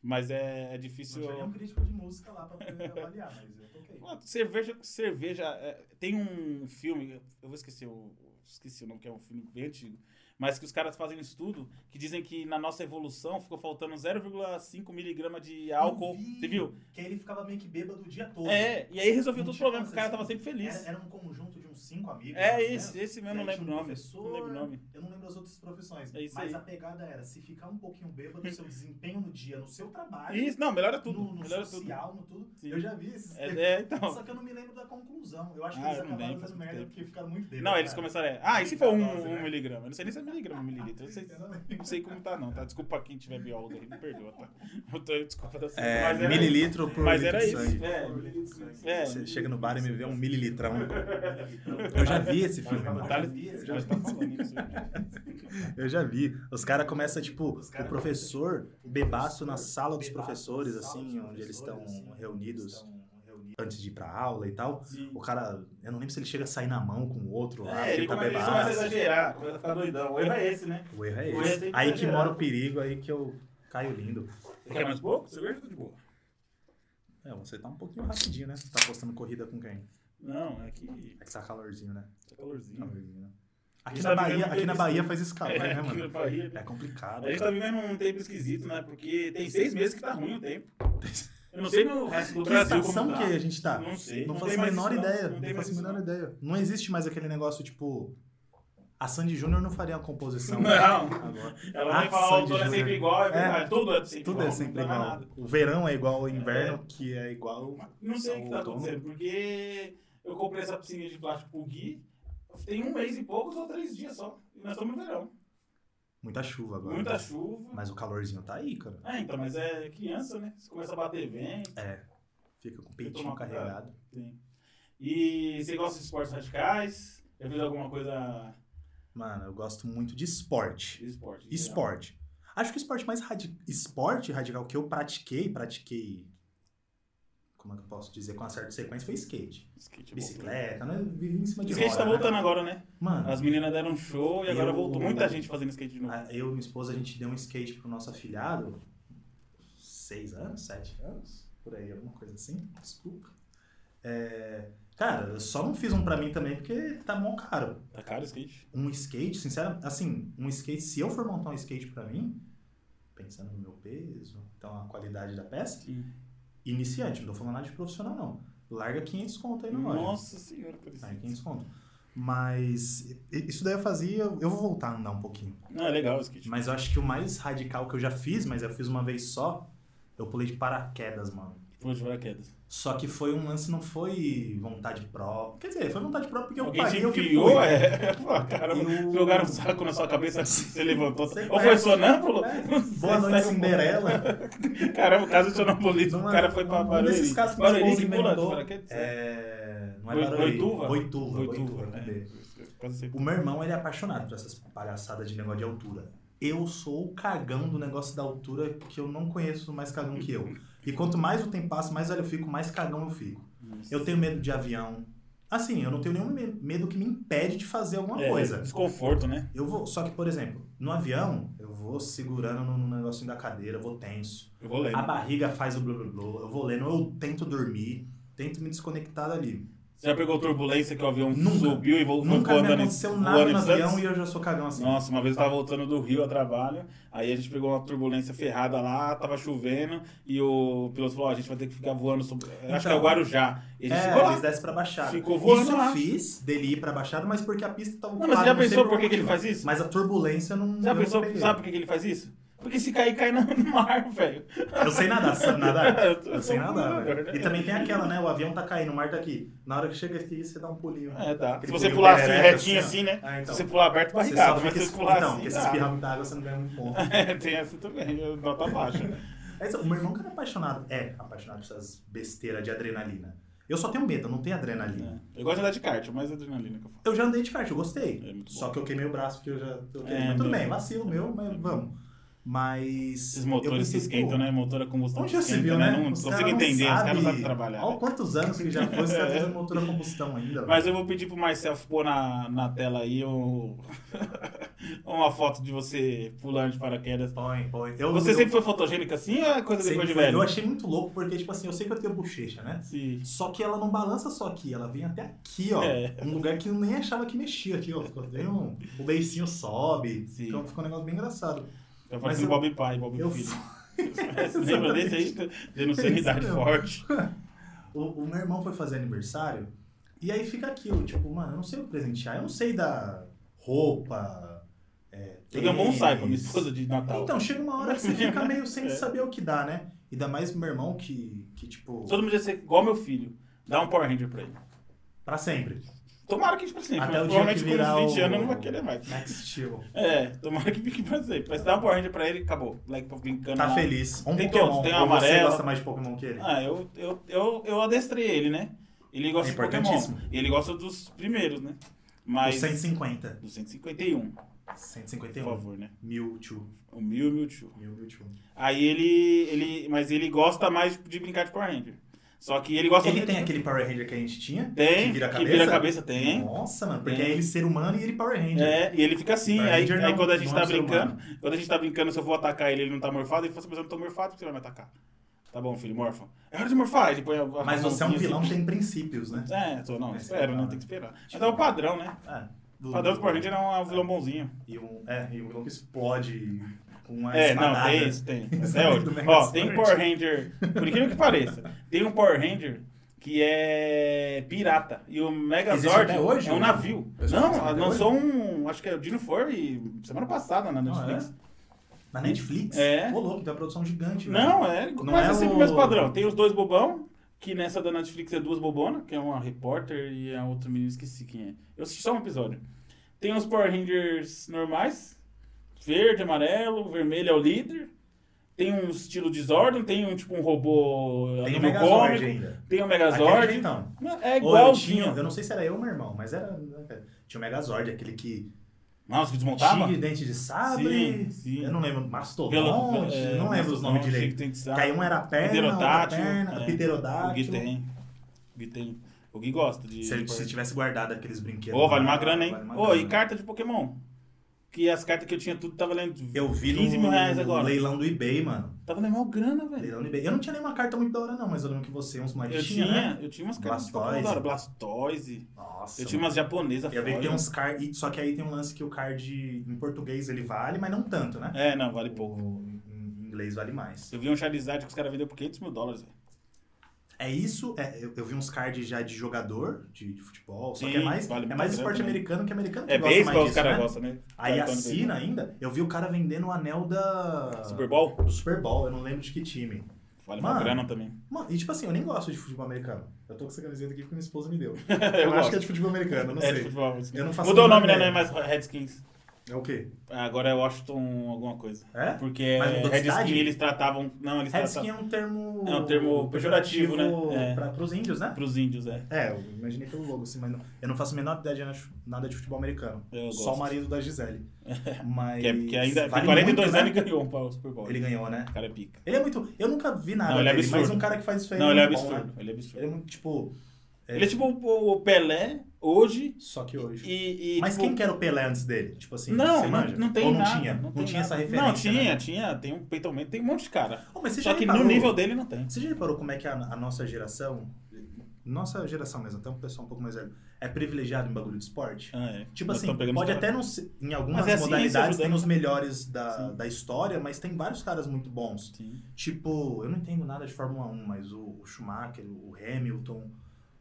S1: Mas é, é difícil.
S2: Eu já li um crítico de música lá pra poder avaliar, mas eu toquei.
S1: Ah, Cerveja, cerveja. é, tem um filme, eu vou esquecer o. Esqueci o nome, que é um filme bem antigo. Mas que os caras fazem um estudo que dizem que na nossa evolução ficou faltando 0,5 miligrama de álcool.
S2: vi.
S1: Você viu?
S2: Que aí ele ficava meio que bêbado o dia todo.
S1: É, e aí resolveu
S2: Não
S1: todos os
S2: tinha
S1: problemas, porque o cara
S2: essa-
S1: tava sempre feliz.
S2: Era, era um conjunto de uns cinco amigos. mais
S1: É
S2: ou
S1: esse,
S2: menos.
S1: esse mesmo,
S2: E
S1: eu
S2: aí
S1: não lembro o
S2: tinha um
S1: nome. Não
S2: professor,
S1: lembro o nome.
S2: Eu não lembro as outras profissões.
S1: É isso
S2: mas
S1: aí.
S2: a pegada era, se ficar um pouquinho bêbado, seu desempenho no dia, no seu trabalho,
S1: Isso, não, melhora
S2: no,
S1: tudo.
S2: no
S1: Melhora tudo.
S2: social, no tudo.
S1: Sim.
S2: Eu já vi esses
S1: É,
S2: tempos.
S1: é, então.
S2: Só que eu não me lembro da conclusão. Eu acho que
S1: Ah,
S2: eles
S1: eu não
S2: acabaram
S1: lembro,
S2: fazendo
S1: faz
S2: merda
S1: tempo.
S2: porque ficaram muito bêbados.
S1: Não, eles
S2: né?
S1: começaram. é, Ah, e se for um,
S2: Dose, né?
S1: um miligrama? Eu não sei nem se é miligrama ou mililitro. Eu não sei,
S2: Eu não
S1: não sei como tá, não, tá? Desculpa quem tiver biólogo aí, me perdoa, tá? Eu tô, desculpa da
S4: É,
S1: mas era
S4: mililitro por
S1: Mas
S4: litro
S1: era
S4: de
S1: isso.
S4: sangue.
S1: É,
S2: né?
S1: é.
S4: Você chega no bar e me vê um mililitrão. Eu já vi esse filme.
S2: Mas-
S4: mano.
S1: Thales, já tá falando isso.
S4: Eu já vi.
S2: Os caras começam, tipo,
S4: Os
S2: o
S1: é
S4: cara
S2: professor bebaço na sala dos
S4: bebaço
S2: professores,
S4: na sala
S2: assim,
S4: dos
S2: onde eles estão
S4: professores, assim, onde eles
S2: reunidos
S4: estão
S2: antes de ir pra aula e tal.
S1: Sim.
S2: O cara, eu não lembro se ele chega a sair na mão com o outro lá,
S1: É,
S2: porque
S1: ele
S2: tá
S1: come- ele
S2: bebaço.
S1: começa a exagerar, começa a ficar doidão. O erro é esse, né?
S2: O erro é
S1: O erro
S2: esse.
S1: tem que
S2: Aí que
S1: exagerar.
S2: mora o perigo, aí que eu caio lindo.
S1: Você quer mais pouco? Você gosta de boa.
S2: É, você tá um pouquinho rapidinho, né? Você tá postando corrida com quem?
S1: Não, é que
S2: É que tá calorzinho, né?
S1: tá calorzinho.
S2: Calorzinho, né?
S1: A
S2: Aqui
S1: gente
S2: na
S1: tá
S2: Bahia,
S1: vivendo
S2: aqui na
S1: bem
S2: Bahia
S1: isso.
S2: faz esse calor,
S1: É, aqui
S2: né,
S1: na
S2: mano?
S1: Bahia, né?
S2: É complicado.
S1: A gente tá vivendo um tempo esquisito, né? Porque tem seis meses que tá ruim o tempo. Eu não sei no resto do
S2: Que
S1: Brasil
S2: estação
S1: como tá.
S2: que a gente tá?
S1: Não sei.
S2: Não,
S1: Não
S2: faço
S1: tem
S2: a
S1: mais
S2: menor
S1: isso, não.
S2: ideia.
S1: Não
S2: Não,
S1: tem
S2: faço a
S1: mais
S2: menor
S1: isso,
S2: ideia. Não existe mais aquele negócio tipo. A Sandy Júnior não faria uma composição.
S1: Não.
S2: Agora.
S1: Ela vai
S2: Ah,
S1: falar, o
S2: Sandy
S1: autor é sempre
S2: Júnior.
S1: igual, é
S2: É.
S1: verdade. Tudo é sempre
S2: Tudo
S1: igual.
S2: é
S1: não
S2: sempre
S1: dá mais
S2: igual.
S1: nada.
S2: O verão é igual ao inverno, que é igual.
S1: Não sei o que tá
S2: Outono.
S1: acontecendo, porque eu comprei essa piscina de plástico pro Gui, tem um mês e pouco, só três dias só. E nós estamos no verão.
S2: Muita chuva agora.
S1: Muita
S2: né?
S1: chuva.
S2: Mas o calorzinho tá aí, cara.
S1: Ah, então, mas é criança, né? Você começa a bater vento.
S2: É. Fica com o
S1: tomar
S2: peitinho
S1: cuidado.
S2: carregado.
S1: Tem. E você gosta de esportes radicais? Já fez alguma coisa
S2: Mano, eu gosto muito de esporte.
S1: de esporte? em geral?
S2: Esporte. Acho que o esporte mais radi... esporte radical que eu pratiquei, pratiquei. Como é que eu posso dizer? Com uma certa sequência, foi skate.
S1: Skate,
S2: Bicicleta, né? Vivi em cima de
S1: Skate tá
S2: roda, né?
S1: voltando agora, né?
S2: Mano,
S1: As meninas deram um show e agora
S2: Eu- Ah, é.
S1: voltou muita gente fazendo skate de novo.
S2: a- eu e minha esposa, a gente deu um skate pro nosso afilhado. Seis anos, sete anos, por aí, alguma coisa assim. Desculpa. É, cara, eu só não fiz um pra mim também porque tá mó caro.
S1: Tá caro o skate?
S2: Um skate, sincero, assim, um skate, se eu for montar um skate pra mim, pensando no meu peso, então a qualidade da peça,
S1: Sim.
S2: iniciante, não tô falando nada de profissional não. Larga 500 conto aí na hora.
S1: Nossa senhora, por isso.
S2: Aí 500 conto. Mas i- isso daí eu fazia, eu vou voltar a andar um pouquinho.
S1: Não, é legal o skate.
S2: Mas eu acho que o mais radical que eu já fiz, mas eu fiz uma vez só, eu pulei de paraquedas, mano.
S1: Pô, de paraquedas.
S2: Só que foi um lance, não foi vontade própria. Quer dizer, foi vontade própria porque eu
S1: Alguém te
S2: parei, eu que
S1: enfiou,
S2: fui.
S1: é. Pô, Caramba,
S2: Eu-
S1: jogaram um saco na sua cabeça, você levantou.
S2: Sei
S1: Ou
S2: lá.
S1: foi sonâmbulo?
S2: É.
S1: Você
S2: Boa noite,
S1: saiu
S2: Cinderela.
S1: voando. Caramba, o caso de sonambulismo,
S2: Não
S1: o
S2: é-
S1: cara foi pra
S2: não- um
S1: Barueri.
S2: desses casos que
S1: Barueri
S2: Bozo
S1: que pula de
S2: inventou.
S1: paraquedas?
S2: É... Não é
S1: Boi-
S2: Barueri.
S1: Boituva?
S2: Boituva.
S1: Boituva,
S2: Boituva,
S1: né? Quase certeza.
S2: O meu irmão, ele é apaixonado por essas palhaçadas de negócio de altura. Eu sou o cagão do negócio da altura que eu não conheço mais cagão que eu. E quanto mais o tempo passa, mais velho eu fico, mais cagão eu fico. Eu tenho medo de avião, Assim, eu não tenho nenhum me- medo que me impede de fazer alguma
S1: É,
S2: coisa.
S1: Desconforto, né?
S2: Eu vou, só que, por exemplo, no avião, eu vou segurando no, no negocinho da cadeira, eu vou tenso.
S1: Eu vou ler.
S2: A barriga faz o blá blá blá, eu vou lendo, eu tento dormir, tento me desconectar dali.
S1: Você já pegou turbulência que o avião
S2: Nunca.
S1: subiu e voltou
S2: Nunca me
S1: andando em-
S2: aconteceu
S1: voando
S2: nada
S1: em
S2: no
S1: Santos?
S2: avião e eu já sou cagão assim.
S1: Nossa, uma vez eu tava voltando do Rio a trabalho, aí a gente pegou uma turbulência ferrada lá, tava chovendo, e o piloto falou, ó, a gente vai ter que ficar voando sobre... Acho que é o Guarujá. E a gente
S2: Então, É,
S1: ficou lá.
S2: eles descem pra Baixada.
S1: Ficou voando
S2: Isso
S1: lá.
S2: eu fiz, dele ir pra Baixada, mas porque a pista tava
S1: Não, mas você já pensou por que, que ele faz isso?
S2: Mas a turbulência não...
S1: Já
S2: eu não
S1: pensou,
S2: peguei.
S1: sabe por que, que ele faz isso? Porque se cair, cai no no mar, velho.
S2: Eu sei nadar, você sabe nadar?
S1: Eu tô-
S2: Eu sei nadar.
S1: eu tô-
S2: velho. E também tem aquela, né? O avião tá caindo, o mar tá aqui. Na hora que chega aqui, você dá um pulinho.
S1: É, dá. Se
S2: Aquele
S1: você
S2: pulinho
S1: pular assim,
S2: perereca,
S1: retinho
S2: ó.
S1: assim, né?
S2: Ah, então.
S1: Se você pular aberto,
S2: Você
S1: barrigado.
S2: só
S1: Mas
S2: fica
S1: se você
S2: es...
S1: pular
S2: Então,
S1: assim,
S2: porque se
S1: dá.
S2: espirrar muita água, você não ganha muito ponto.
S1: É, tem essa também, nota baixa.
S2: Mas o meu irmão que era apaixonado, é apaixonado por essas besteiras de adrenalina. Eu só tenho medo, eu não tenho adrenalina.
S1: É. Eu gosto de andar de kart, é mais adrenalina que eu falo.
S2: Eu já andei de kart, eu gostei.
S1: É muito bom.
S2: Só que eu queimei o braço porque eu já. Eu
S1: É,
S2: tenho. mas tudo
S1: meu.
S2: bem, vacilo meu, mas vamos. Mas.
S1: Esses
S2: eu
S1: motores se
S2: pensei,
S1: esquentam,
S2: pô,
S1: né? Motor a combustão
S2: Onde
S1: se
S2: já se
S1: esquenta,
S2: viu, né?
S1: Não
S2: Os
S1: consigo
S2: caras não
S1: entender, os caras não
S2: sabem.
S1: sabem trabalhar.
S2: Olha quantos anos que já foi, os caras
S1: É.
S2: fazendo motor a combustão ainda.
S1: Mas eu vou pedir pro Marcel pôr na, na tela aí um- uma foto de você pulando de paraquedas.
S2: Põe, põe. Eu,
S1: Você
S2: eu,
S1: sempre foi fotogênica assim ou é coisa depois
S2: sempre
S1: de
S2: fui. Eu
S1: velho?
S2: achei muito louco, porque, tipo assim, eu sei que eu tenho bochecha, né?
S1: Sim.
S2: Só que ela não balança só aqui, ela vem até aqui, ó.
S1: É.
S2: Um lugar que eu nem achava que mexia aqui, ó. Ficou- Tem um, o beicinho sobe.
S1: Sim.
S2: Então ficou um negócio bem engraçado.
S1: Tá
S2: Mas
S1: parecendo
S2: eu-
S1: Bob Pai, Bob
S2: eu-
S1: Filho. Você lembra desse aí? Denunciando
S2: Isso
S1: idade
S2: mesmo.
S1: forte.
S2: O, o meu irmão foi fazer aniversário e aí fica aquilo, tipo, mano, eu não sei o que presentear, eu não sei dar roupa. É,
S1: Eu dei um bonsai pra minha
S2: tênis.
S1: esposa de Natal.
S2: Então, chega uma hora que você fica meio sem
S1: É.
S2: saber o que dá, né? Ainda mais meu irmão que, que tipo,
S1: Todo mundo ia ser igual meu filho. Dá um Power Ranger pra ele.
S2: pra sempre.
S1: Tomara que fique pra sempre.
S2: Até
S1: mas
S2: o dia que
S1: provavelmente
S2: virar
S1: com uns 20
S2: o...
S1: anos não vai querer mais.
S2: Next Steel.
S1: É, tomara que fique pra sempre. Mas dá um Power Ranger pra ele e acabou. Black brincando
S2: Tá
S1: lá.
S2: feliz. Um
S1: Tem
S2: Pokémon.
S1: todos, tem
S2: Ou Você
S1: amarelo.
S2: gosta mais de Pokémon que ele?
S1: Ah, eu, eu, eu, eu adestrei ele, né? Ele gosta
S2: É
S1: de Pokémon.
S2: importantíssimo.
S1: Ele gosta dos primeiros, né?
S2: O
S1: Mas.
S2: 150.
S1: Do 151, por
S2: 151.
S1: favor, né?
S2: Mewtwo.
S1: O Mil e o Mewtwo.
S2: Mew, Mewtwo.
S1: Aí ele, ele. Mas ele gosta mais de brincar de Power Ranger. Só que ele gosta
S2: Ele
S1: de-
S2: tem aquele Power Ranger que a gente tinha?
S1: Tem,
S2: que vira a
S1: Que vira
S2: cabeça?
S1: cabeça, tem.
S2: Nossa, mano. Porque
S1: Tem.
S2: é ele ser humano e ele Power Ranger.
S1: É, e ele fica assim.
S2: Power
S1: Aí,
S2: Ranger
S1: aí
S2: não-
S1: quando a gente
S2: não
S1: tá
S2: é ser
S1: brincando, quando a gente tá brincando, se eu vou atacar ele, ele não tá morfado, ele fala assim, mas eu não tô morfado, por que você vai me atacar? Tá bom, filho, morfa. É hora de morfar. Ele põe a, a
S2: Mas você é um
S1: mãozinha
S2: vilão
S1: assim.
S2: que tem princípios, né?
S1: É, tô, não,
S2: Mas
S1: espero,
S2: é,
S1: né?
S2: não,
S1: Tem que
S2: né?
S1: esperar. Mas é o padrão, né?
S2: É.
S1: O
S2: Do-
S1: padrão do Power Ranger é um é um vilão bonzinho.
S2: E um, é, e um vilão que explode com uma
S1: É, não,
S2: espadada.
S1: tem isso, tem.
S2: Essa
S1: Até
S2: é
S1: hoje.
S2: do Mega
S1: tipo, Ó, tem
S2: Sword.
S1: Power Ranger, por incrível que pareça, tem um Power Ranger que é pirata. E o
S2: Existe
S1: Megazord
S2: até hoje,
S1: é um
S2: o-
S1: navio.
S2: o pessoal faz
S1: Não,
S2: até
S1: lançou um. Acho que é o Dino Fury semana passada na Netflix.
S2: Na Netflix?
S1: É.
S2: Ô, louco, tem uma produção gigante. velho.
S1: Não, é.
S2: Não
S1: mas é,
S2: é
S1: sempre o
S2: o-
S1: mesmo padrão. Tem os dois bobão, que nessa da Netflix é duas bobonas, que é uma repórter e a outra menina, esqueci quem é. Eu assisti só um episódio. Tem os Power Rangers normais, verde, amarelo, vermelho é o líder. Tem um estilo desordem, tem um tipo um robô
S2: Tem o
S1: anime
S2: Megazord
S1: cômico,
S2: ainda.
S1: tem o
S2: Aquele né?
S1: Megazord.
S2: jeitão.
S1: É
S2: Ô, eu
S1: igualzinho.
S2: tinha- Eu não sei se era eu ou meu irmão, mas era. né, Tinha o Megazord, aquele que
S1: Nossa, que desmontava?
S2: tigre, dente de sabre.
S1: Sim, sim.
S2: Eu não lembro, Mastodonte.
S1: Velo- é,
S2: não lembro os nomes
S1: Mastodonte,
S2: direito.
S1: tem que ser-
S2: Que aí um era a perna,
S1: Pterodátil,
S2: Pterodátil, perna,
S1: é. O Gui
S2: Pterodátil.
S1: tem. O Gui tem. O Gui gosta de.
S2: Se, se tivesse guardado aqueles brinquedos.
S1: é. Ô, vale uma grana, hein?
S2: é Vale uma
S1: Ô,
S2: grana.
S1: e carta de Pokémon? Que as cartas que eu tinha tudo tá valendo
S2: Eu vi
S1: 15
S2: no
S1: mil reais agora.
S2: leilão do eBay, mano.
S1: Tá valendo maior grana, velho.
S2: Leilão do eBay. Eu não tinha nenhuma carta muito da hora, não, mas eu lembro que você, uns
S1: Eu
S2: moleques
S1: tinha,
S2: tinha, né?
S1: eu tinha umas cartas de
S2: Blastoise.
S1: Pokémon da hora. Blastoise.
S2: Nossa.
S1: Eu tinha umas japonesas.
S2: Eu vi que
S1: foda.
S2: tem uns cards. Só que aí tem um lance que o card em português ele vale, mas não tanto, né?
S1: É, não, vale pouco.
S2: O- Em inglês vale mais.
S1: Eu vi um Charizard que os caras venderam por 500 mil dólares, velho.
S2: É isso, é, eu, eu vi uns cards já de jogador, de, de futebol, só
S1: Sim,
S2: que é mais,
S1: vale
S2: é
S1: muito
S2: mais
S1: a grana
S2: esporte
S1: também.
S2: americano que americano que
S1: É
S2: gosta mais
S1: beisebol,
S2: disso,
S1: os caras
S2: né?
S1: gostam, né?
S2: Aí
S1: Cartão de
S2: assina ainda, eu vi o cara vendendo o anel da...
S1: beisebol. Super Bowl?
S2: Do Super Bowl, eu não lembro de que time.
S1: Vale uma
S2: Mano.
S1: grana também.
S2: Mano, e tipo assim, eu nem gosto de futebol americano. Eu tô com essa camiseta aqui porque minha esposa me deu.
S1: eu
S2: Eu acho
S1: gosto.
S2: que é de futebol americano, eu não
S1: é de
S2: sei.
S1: futebol. assim.
S2: Eu não faço
S1: Mudou o nome, né?
S2: ideia.
S1: Não é mais Redskins.
S2: É o quê?
S1: Agora é Washington alguma coisa.
S2: É?
S1: Porque é
S2: Mas mudou de
S1: Redskins
S2: cidade?
S1: eles tratavam... Não, eles
S2: Redskin
S1: tratavam
S2: é um termo...
S1: tá, É um termo pejorativo, né? É.
S2: Pra, pros índios, né?
S1: pros índios, é.
S2: É, eu imaginei pelo logo, assim, mas não- eu não faço a menor ideia de nada- nada de futebol americano.
S1: Eu
S2: Só
S1: gosto.
S2: o marido da Gisele. Mas.
S1: Que, é, que ainda tem
S2: vale
S1: 42
S2: muito, né?
S1: anos e ganhou um pau Super Bowl.
S2: Ele ganhou, né?
S1: O cara é pica.
S2: Ele é muito. Eu nunca vi nada
S1: Não, ele é
S2: dele, mas
S1: absurdo.
S2: um cara que faz isso aí.
S1: Não,
S2: é
S1: ele é
S2: muito bom, né?
S1: absurdo. Ele é
S2: Ele é
S1: absurdo.
S2: muito, tipo.
S1: Ele é tipo o o Pelé hoje
S2: Só que hoje.
S1: e. e,
S2: Mas
S1: tipo,
S2: quem que era o Pelé antes dele? Tipo assim,
S1: Não,
S2: você
S1: não,
S2: manja?
S1: não tem
S2: Ou não
S1: nada,
S2: tinha? Não,
S1: tem
S2: tinha essa
S1: nada.
S2: referência,
S1: Não, tinha,
S2: né?
S1: tinha. Tem um Peyton Manning, tem um monte de cara.
S2: Oh, mas você
S1: Só
S2: já
S1: que no
S2: reparou-
S1: nível dele não tem.
S2: Você já reparou como é que a, a nossa geração, nossa geração mesmo, até um pessoal um pouco mais velho, é privilegiado em bagulho de esporte?
S1: Ah, é.
S2: Tipo
S1: Nós
S2: assim,
S1: tamo pegando
S2: pode
S1: os caras.
S2: até não ser. Em algumas
S1: Mas é a ciência
S2: modalidades
S1: ajudando.
S2: tem os melhores da,
S1: Sim.
S2: da história, mas tem vários caras muito bons.
S1: Sim.
S2: Tipo, eu não entendo nada de Fórmula 1, mas o, o Schumacher, o Hamilton,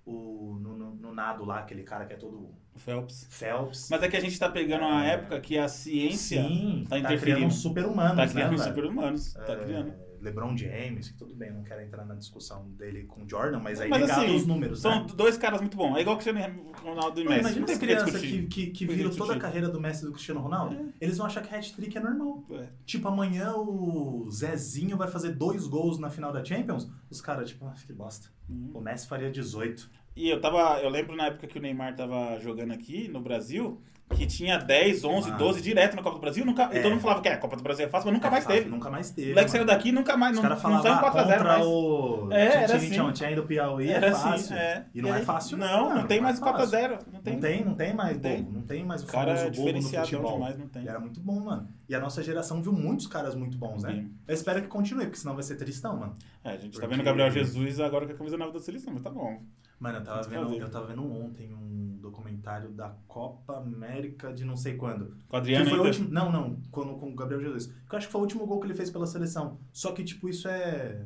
S2: o no, no- no nado lá, aquele cara que é todo
S1: O Phelps.
S2: Phelps.
S1: Mas é que a gente tá pegando uma época que a ciência
S2: Sim,
S1: tá
S2: tá,
S1: interferindo.
S2: criando um super-humano,
S1: tá
S2: né,
S1: criando
S2: velho?
S1: super-humanos. Tá
S2: É,
S1: criando.
S2: LeBron James, que tudo bem, não quero entrar na discussão dele com o Jordan, mas aí
S1: Mas,
S2: ligado
S1: assim,
S2: os números,
S1: São
S2: né?
S1: dois caras muito bons. É igual Cristiano Ronaldo e
S2: Mano,
S1: Messi.
S2: imagina
S1: Não
S2: ter
S1: se tipo assim, queria
S2: criança que,
S1: discutir.
S2: que, que
S1: Não queria
S2: viram toda a
S1: discutir.
S2: carreira do Messi e do Cristiano Ronaldo. Eles vão achar que hat-trick é normal.
S1: É.
S2: Tipo, amanhã o Zezinho vai fazer dois gols na final da Champions. Os caras, tipo, ah, que bosta.
S1: Hum.
S2: O Messi faria 18.
S1: E eu tava. Eu lembro na época que o Neymar tava jogando aqui no Brasil, que tinha 10, 11,
S2: Ah.
S1: 12 direto na Copa do Brasil. Nunca,
S2: É.
S1: E todo mundo falava que é, a Copa do Brasil é fácil, mas nunca
S2: É
S1: mais
S2: fácil,
S1: teve.
S2: Nunca mais
S1: O
S2: teve.
S1: moleque
S2: mano.
S1: saiu daqui e nunca mais. Não,
S2: Os caras
S1: não
S2: falavam
S1: saiu
S2: ah,
S1: 4x0
S2: contra
S1: mais.
S2: o
S1: É, era
S2: time
S1: assim.
S2: Tchan Tchan do Piauí
S1: Era
S2: é fácil.
S1: assim, é.
S2: E não é
S1: aí-
S2: fácil, não,
S1: Não,
S2: cara,
S1: não tem
S2: não é
S1: mais
S2: fácil.
S1: 4x0. Não tem.
S2: Não tem, não tem mais
S1: Não tem.
S2: bobo, não tem mais
S1: O
S2: o
S1: cara é
S2: famoso bobo no
S1: diferenciado
S2: futebol.
S1: demais, né? não tem.
S2: Ele era muito bom, mano. E a nossa geração viu muitos caras muito bons, né? Eu espero que continue, porque senão vai ser tristão, mano.
S1: É, a gente tá
S2: Porque-
S1: vendo o Gabriel Jesus agora com a camisa nova da seleção, mas tá bom.
S2: Mano, eu tava,
S1: Tem que
S2: vendo,
S1: fazer.
S2: eu tava vendo ontem um documentário da Copa América de não sei quando.
S1: Com o
S2: Que
S1: Adriano
S2: foi o
S1: ainda.
S2: último, não, não, quando, com o Gabriel Jesus. Que eu acho que foi o último gol que ele fez pela seleção. Só que, tipo, isso é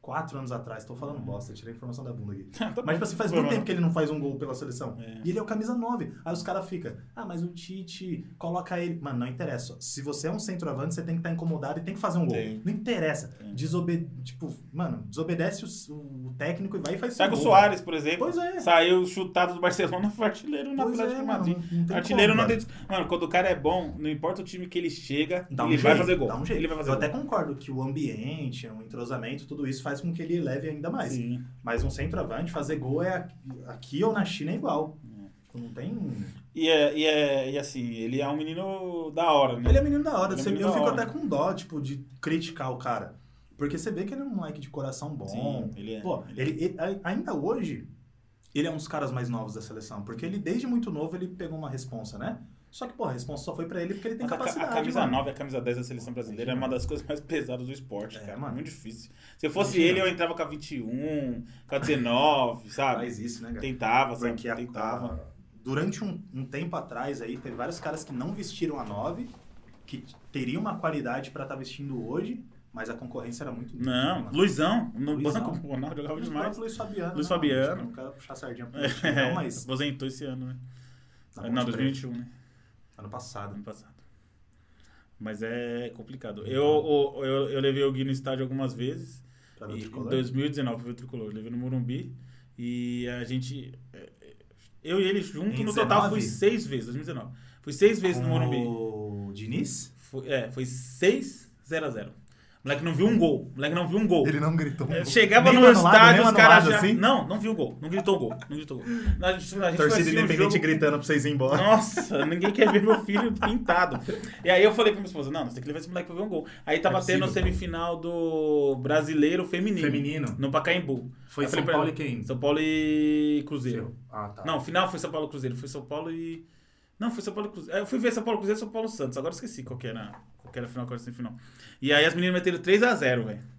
S2: quatro anos atrás. Tô falando bosta, tirei a informação da bunda aqui.
S1: Hum. Tá bom.
S2: Mas, tipo assim, faz
S1: Foi,
S2: muito
S1: mano.
S2: tempo que ele não faz um gol pela seleção.
S1: É.
S2: E ele é o camisa 9. Aí os caras ficam, ah, mas o Tite coloca ele. Mano, não interessa. Se você é um centroavante, você tem que estar incomodado e tem que fazer um gol.
S1: Tem.
S2: Não interessa.
S1: Tem.
S2: Desobe... Tipo, mano, desobedece o, o técnico e vai e faz
S1: Sai
S2: seu
S1: com o
S2: gol,
S1: Soares, por
S2: velho.
S1: exemplo.
S2: Pois é.
S1: Saiu chutado do Barcelona, foi artilheiro na
S2: Pois
S1: Atlético
S2: é,
S1: de
S2: mano,
S1: Madrid.
S2: não tem
S1: Artilheiro
S2: como,
S1: não tem.
S2: velho.
S1: Mano, quando o cara é bom, não importa o time que ele chega,
S2: Dá um
S1: ele
S2: jeito,
S1: vai fazer gol.
S2: dá um jeito.
S1: Ele vai fazer
S2: Eu
S1: gol.
S2: até concordo que o ambiente, o entrosamento, tudo isso faz com que ele eleve ainda mais.
S1: Sim.
S2: Mas um centroavante fazer gol é aqui, aqui ou na China é igual. Não tem.
S1: E, é, e, é, e assim, ele é um menino da hora, né?
S2: Ele é menino da hora.
S1: Ele é
S2: você-
S1: menino
S2: eu
S1: da
S2: fico
S1: hora.
S2: até com dó, tipo, de criticar o cara. Porque você vê que ele é um moleque de coração bom.
S1: Sim, ele é.
S2: Pô, ele, ele- a- ainda hoje, ele é um dos caras mais novos da seleção. Porque ele, desde muito novo, ele pegou uma responsa, né? Só que, pô, a responsa só foi pra ele porque ele tem
S1: Mas a ca-
S2: capacidade.
S1: a camisa
S2: mano.
S1: 9 e a camisa 10 da seleção brasileira é uma das coisas mais pesadas do esporte,
S2: É,
S1: cara.
S2: mano.
S1: Muito difícil. Se eu fosse
S2: Imagina.
S1: ele, eu entrava com a 21, com a 19, sabe?
S2: Faz isso, né, cara?
S1: Tentava, sabe?
S2: Porque a,
S1: Tentava.
S2: a- durante um, um tempo atrás aí, teve vários caras que não vestiram a 9, que t- teriam uma qualidade pra estar vestindo hoje, mas a concorrência era muito
S1: Não,
S2: mano.
S1: Luizão, no
S2: Luizão.
S1: banco, o Ronaldo jogava
S2: Mas o
S1: demais.
S2: próprio Luiz Fabiano.
S1: Luiz
S2: né, mano?
S1: Fabiano.
S2: Não quero puxar a sardinha pra gente,
S1: É,
S2: não, mas.
S1: aposentou esse ano, né?
S2: na
S1: Não,
S2: Ponte Preta,
S1: 2021, né?
S2: Ano passado.
S1: Ano passado. Mas é complicado.
S2: tá-
S1: Eu, eu, eu, eu levei o Gui no estádio algumas vezes.
S2: Pra ver o
S1: E, em
S2: Tá tricolor.
S1: 2019 foi o tricolor. Eu levei no Morumbi. E a gente. é, Eu e ele junto,
S2: Em
S1: no total,
S2: 19?
S1: fui seis vezes, 2019. Fui seis vezes no
S2: Com
S1: Morumbi.
S2: O Diniz?
S1: Foi, é, foi 6 0 a 0 O moleque não viu um gol. O moleque não viu um gol.
S2: Ele não gritou.
S1: Eu Chegava
S2: Nem
S1: no
S2: anulado,
S1: estádio,
S2: nem
S1: os caras
S2: anulado,
S1: já.
S2: assim?
S1: Não, não viu o gol. Não gritou gol. Não gritou gol. A gente, a gente foi
S2: Torcida
S1: assistir o
S2: independente
S1: um jogo-
S2: gritando pra vocês ir embora.
S1: Nossa, ninguém quer ver meu filho pintado. E aí eu falei pra minha esposa, não, nós temos que levar esse moleque pra ver um gol. Aí tava
S2: É
S1: tendo
S2: possível.
S1: a semifinal do brasileiro feminino.
S2: Feminino.
S1: No Pacaembu.
S2: Foi
S1: Eu falei
S2: São
S1: pra
S2: Paulo e
S1: ela,
S2: quem?
S1: São Paulo e Cruzeiro.
S2: Seu. Ah, tá.
S1: Não, final foi São Paulo e Cruzeiro. Foi São Paulo e... Não, foi São Paulo e Cruzeiro. Eu fui ver São Paulo e Cruzeiro e São Paulo e Santos. Agora eu esqueci qual que era, qual que era a final, qual era a semifinal. E aí as meninas meteram 3x0, velho.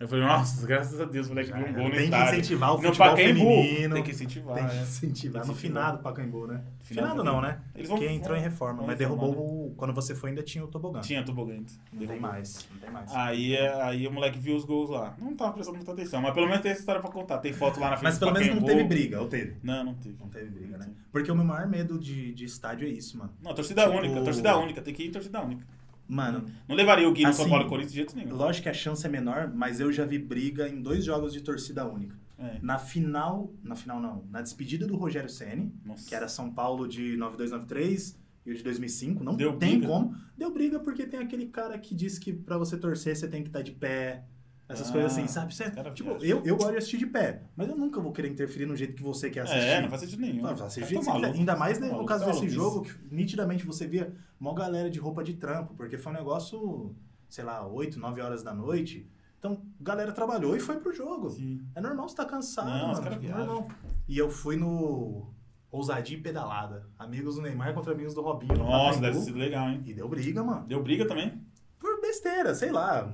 S1: Eu falei, nossa, graças a Deus, o moleque
S2: Já
S1: viu um
S2: era.
S1: gol no
S2: Tem que
S1: estádio.
S2: incentivar o
S1: No
S2: futebol
S1: Pacaembu.
S2: feminino.
S1: Tem que incentivar,
S2: Tem que
S1: né?
S2: incentivar.
S1: Tem
S2: No
S1: que
S2: finado do Pacaembu, né?
S1: Finado
S2: Finado não, né?
S1: Eles vão-
S2: Porque entrou em
S1: vão-
S2: reforma,
S1: vão
S2: mas
S1: reformar,
S2: derrubou o... Quando você foi ainda tinha o tobogã.
S1: Tinha tobogante.
S2: Não tem mais, não tem mais.
S1: Aí, aí o moleque viu os gols lá. Não tava prestando muita atenção, mas pelo menos tem essa história pra contar. Tem foto lá na frente
S2: mas
S1: do
S2: pelo menos não
S1: Pacaembu.
S2: teve briga, ou teve?
S1: Não, não teve.
S2: Não teve briga, né? Porque o meu maior medo de, de estádio é isso, mano.
S1: Não, torcida
S2: Tipo-
S1: única, torcida é única, tem que ir em torcida única.
S2: Mano,
S1: Não levaria o Gui no São
S2: Assim,
S1: Paulo e Corinthians de jeito nenhum.
S2: lógico que a chance é menor, mas eu já vi briga em dois jogos de torcida única.
S1: É,
S2: Na final, na final não, na despedida do Rogério Ceni,
S1: nossa.
S2: que era São Paulo de 9293 e o de 2005, não
S1: Deu
S2: tem
S1: briga?
S2: como. Deu briga porque tem aquele cara que diz que pra você torcer você tem que estar de pé. Essas
S1: Ah,
S2: coisas assim, sabe? Você-
S1: cara
S2: tipo,
S1: viaja.
S2: eu, eu gosto de assistir de pé, mas eu nunca vou querer interferir no jeito que você quer assistir.
S1: É, não faz sentido nenhum.
S2: Ah, você
S1: Cara,
S2: vê-
S1: tá maluco,
S2: ainda mais
S1: tá
S2: né, no
S1: maluco,
S2: caso
S1: tá
S2: desse
S1: maluco
S2: jogo, que nitidamente você via mó galera de roupa de trampo, porque foi um negócio, sei lá, 8, 9 horas da noite, Então, a galera trabalhou e foi pro jogo.
S1: Sim.
S2: É normal você tá cansado,
S1: Não, os
S2: mano.
S1: caras
S2: tipo,
S1: viajam.
S2: normal. E eu fui no Ousadia e Pedalada. Amigos do Neymar contra amigos do Robinho. no
S1: Nossa,
S2: Pacaembu.
S1: deve ter sido legal, hein?
S2: E deu briga, mano.
S1: Deu briga também?
S2: Por besteira, sei lá.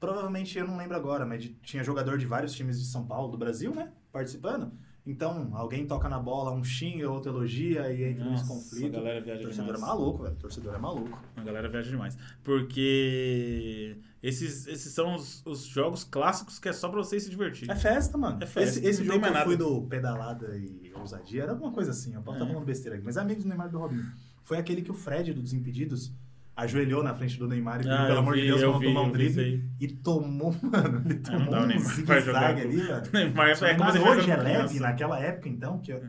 S2: Provavelmente eu não lembro agora, mas de- tinha jogador de vários times de São Paulo, do Brasil, né? Participando. Então, alguém toca na bola, um xinga, outro elogia, e entra nesse
S1: a
S2: conflito.
S1: galera viaja
S2: Torcedor é
S1: demais.
S2: maluco, velho. Torcedor é maluco.
S1: A galera viaja demais. Porque esses, esses são os, os jogos clássicos que é só pra vocês se divertir.
S2: É festa, mano.
S1: É festa,
S2: Esse, esse
S1: não tem
S2: jogo
S1: mais
S2: que eu
S1: nada.
S2: fui do Pedalada e Ousadia era alguma coisa assim. Eu posso
S1: É.
S2: estar falando besteira aqui, mas amigos do Neymar e do Robinho. Foi aquele que o Fred do Desimpedidos ajoelhou na frente do Neymar e pediu,
S1: Ah,
S2: pelo
S1: eu
S2: amor de
S1: vi,
S2: Deus, pra
S1: eu
S2: não
S1: vi,
S2: tomar um
S1: eu vi isso
S2: drible.
S1: aí.
S2: E tomou, mano. Ele
S1: Ah, não
S2: tomou
S1: dá, o
S2: um
S1: Neymar vai jogar
S2: zigue-zague
S1: com-
S2: ali, velho.
S1: Neymar é como
S2: Mas
S1: se
S2: hoje
S1: fosse
S2: é
S1: uma
S2: leve,
S1: criança. É.
S2: naquela época, então, que eu...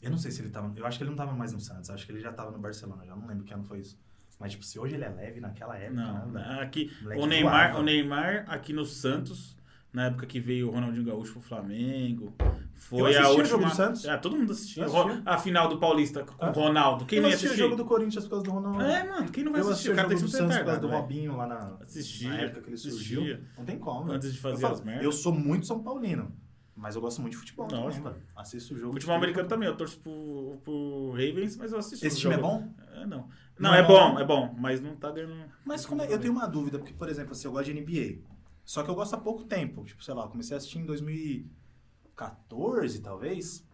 S2: Eu não sei se ele tava... Eu acho que ele não tava mais no Santos. Acho que ele já tava no Barcelona. Já não lembro que ano foi isso. Mas, tipo, se hoje ele é leve naquela época...
S1: Não,
S2: né, velho?
S1: aqui,
S2: Moleque
S1: o, Neymar, o
S2: voava.
S1: Neymar aqui no Santos, na época que veio o Ronaldinho Gaúcho pro Flamengo, foi
S2: Eu
S1: a
S2: assistia o
S1: última.
S2: jogo do Santos.
S1: Ah, todo mundo assistia.
S2: Eu assistia.
S1: A final do Paulista com o
S2: Ah.
S1: Ronaldo. Quem
S2: eu
S1: não
S2: não
S1: ia
S2: assisti o
S1: assistir?
S2: jogo do Corinthians por causa do Ronaldo.
S1: É, mano, quem não vai
S2: eu
S1: assistir?
S2: assisti
S1: O
S2: o
S1: cara
S2: jogo
S1: tem
S2: do
S1: que ser
S2: Santos por causa
S1: retardado.
S2: do
S1: velho.
S2: Robinho lá na,
S1: Assistia,
S2: na época que ele surgiu.
S1: assistia.
S2: Não tem como.
S1: Antes de
S2: velho.
S1: fazer
S2: eu, falo,
S1: as merdas.
S2: eu sou muito São Paulino, mas eu gosto muito de futebol também,
S1: Lógico.
S2: mano. Assisto o jogo. de
S1: Futebol
S2: tudo.
S1: americano também, eu torço pro, pro Ravens, mas eu assisto.
S2: Esse
S1: o
S2: time é
S1: jogo.
S2: bom?
S1: É, não. Não,
S2: Não, né?
S1: é
S2: não.
S1: bom, é bom, mas não tá ganhando.
S2: Mas como é, eu tenho uma dúvida, porque, por exemplo, assim, eu gosto de NBA. Só que eu gosto há pouco tempo. Tipo, sei lá, eu comecei a assistir em 2014, talvez.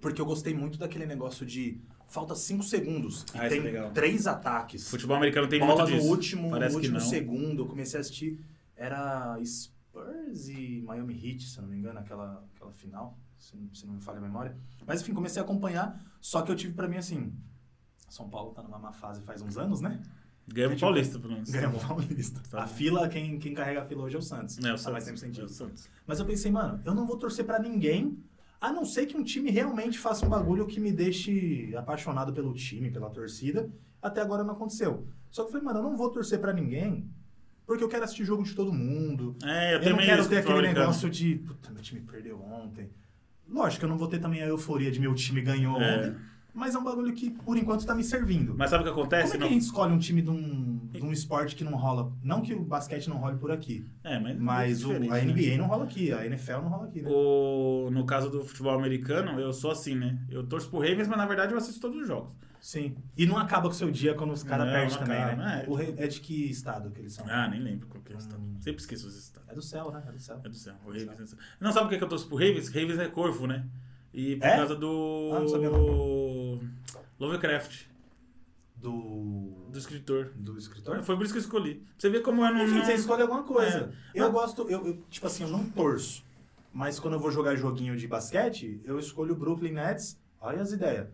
S2: Porque eu gostei muito daquele negócio de falta 5 segundos. E
S1: Ah, isso é
S2: tem
S1: legal.
S2: três ataques.
S1: Futebol americano tem
S2: bola
S1: muito disso.
S2: no último, no
S1: Parece que
S2: último
S1: não.
S2: segundo. Eu comecei a assistir. Era Spurs e Miami Heat, se eu não me engano, aquela, aquela final. Se, não- se não me falha a memória. Mas enfim, comecei a acompanhar. Só que eu tive pra mim assim. São Paulo tá numa má fase faz uns anos, né?
S1: Ganhamos o Paulista, pelo menos.
S2: Ganhamos o Paulista.
S1: Tá
S2: a
S1: bom.
S2: fila, quem, quem carrega a fila hoje é o Santos.
S1: É, o
S2: Tá
S1: Santos.
S2: mais tempo
S1: É o
S2: sentido.
S1: Santos.
S2: Mas eu pensei, mano, eu não vou torcer pra ninguém, a não ser que um time realmente faça um bagulho que me deixe apaixonado pelo time, pela torcida. Até agora não aconteceu. Só que eu falei, mano, eu não vou torcer pra ninguém, porque eu quero assistir jogo de todo mundo.
S1: É, eu,
S2: Eu, não
S1: também
S2: quero
S1: isso,
S2: ter
S1: futebol
S2: aquele
S1: americano.
S2: negócio de, puta, meu time perdeu ontem. Lógico, eu não vou ter também a euforia de meu time ganhou
S1: É.
S2: ontem. Mas é um bagulho que, por enquanto, tá me servindo.
S1: Mas sabe o que
S2: Como
S1: acontece?
S2: é que a gente escolhe um time de um, de um esporte que não rola? Não que o basquete não role por aqui,
S1: não... É, mas,
S2: mas o,
S1: é diferente,
S2: a
S1: né?
S2: NBA não rola aqui, a NFL não rola aqui, né?
S1: O- no caso do futebol americano, eu sou assim, né? Eu torço pro Ravens, mas na verdade eu assisto todos os jogos.
S2: Sim. E não acaba com o seu dia quando os caras
S1: Não,
S2: perdem
S1: não
S2: também,
S1: acaba,
S2: né?
S1: né?
S2: O rei- é de que estado que eles são?
S1: Ah, nem lembro qual que é o estado.
S2: Hum.
S1: Sempre esqueço os estados.
S2: É do céu, né? É do céu.
S1: Meu Deus do céu, o Ravens. é do céu. Não sabe por que que eu torço pro Ravens? Ravens é corvo, né? E por
S2: É?
S1: causa do.
S2: Ah, não sabia
S1: Lovecraft,
S2: Do...
S1: do escritor.
S2: Do escritor?
S1: Foi por isso que eu escolhi. Pra Você vê como é no.
S2: Enfim, você escolhe alguma coisa.
S1: É.
S2: Eu gosto, eu, eu, tipo assim, eu não torço. Mas quando eu vou jogar joguinho de basquete, eu escolho o Brooklyn Nets. Olha as ideias.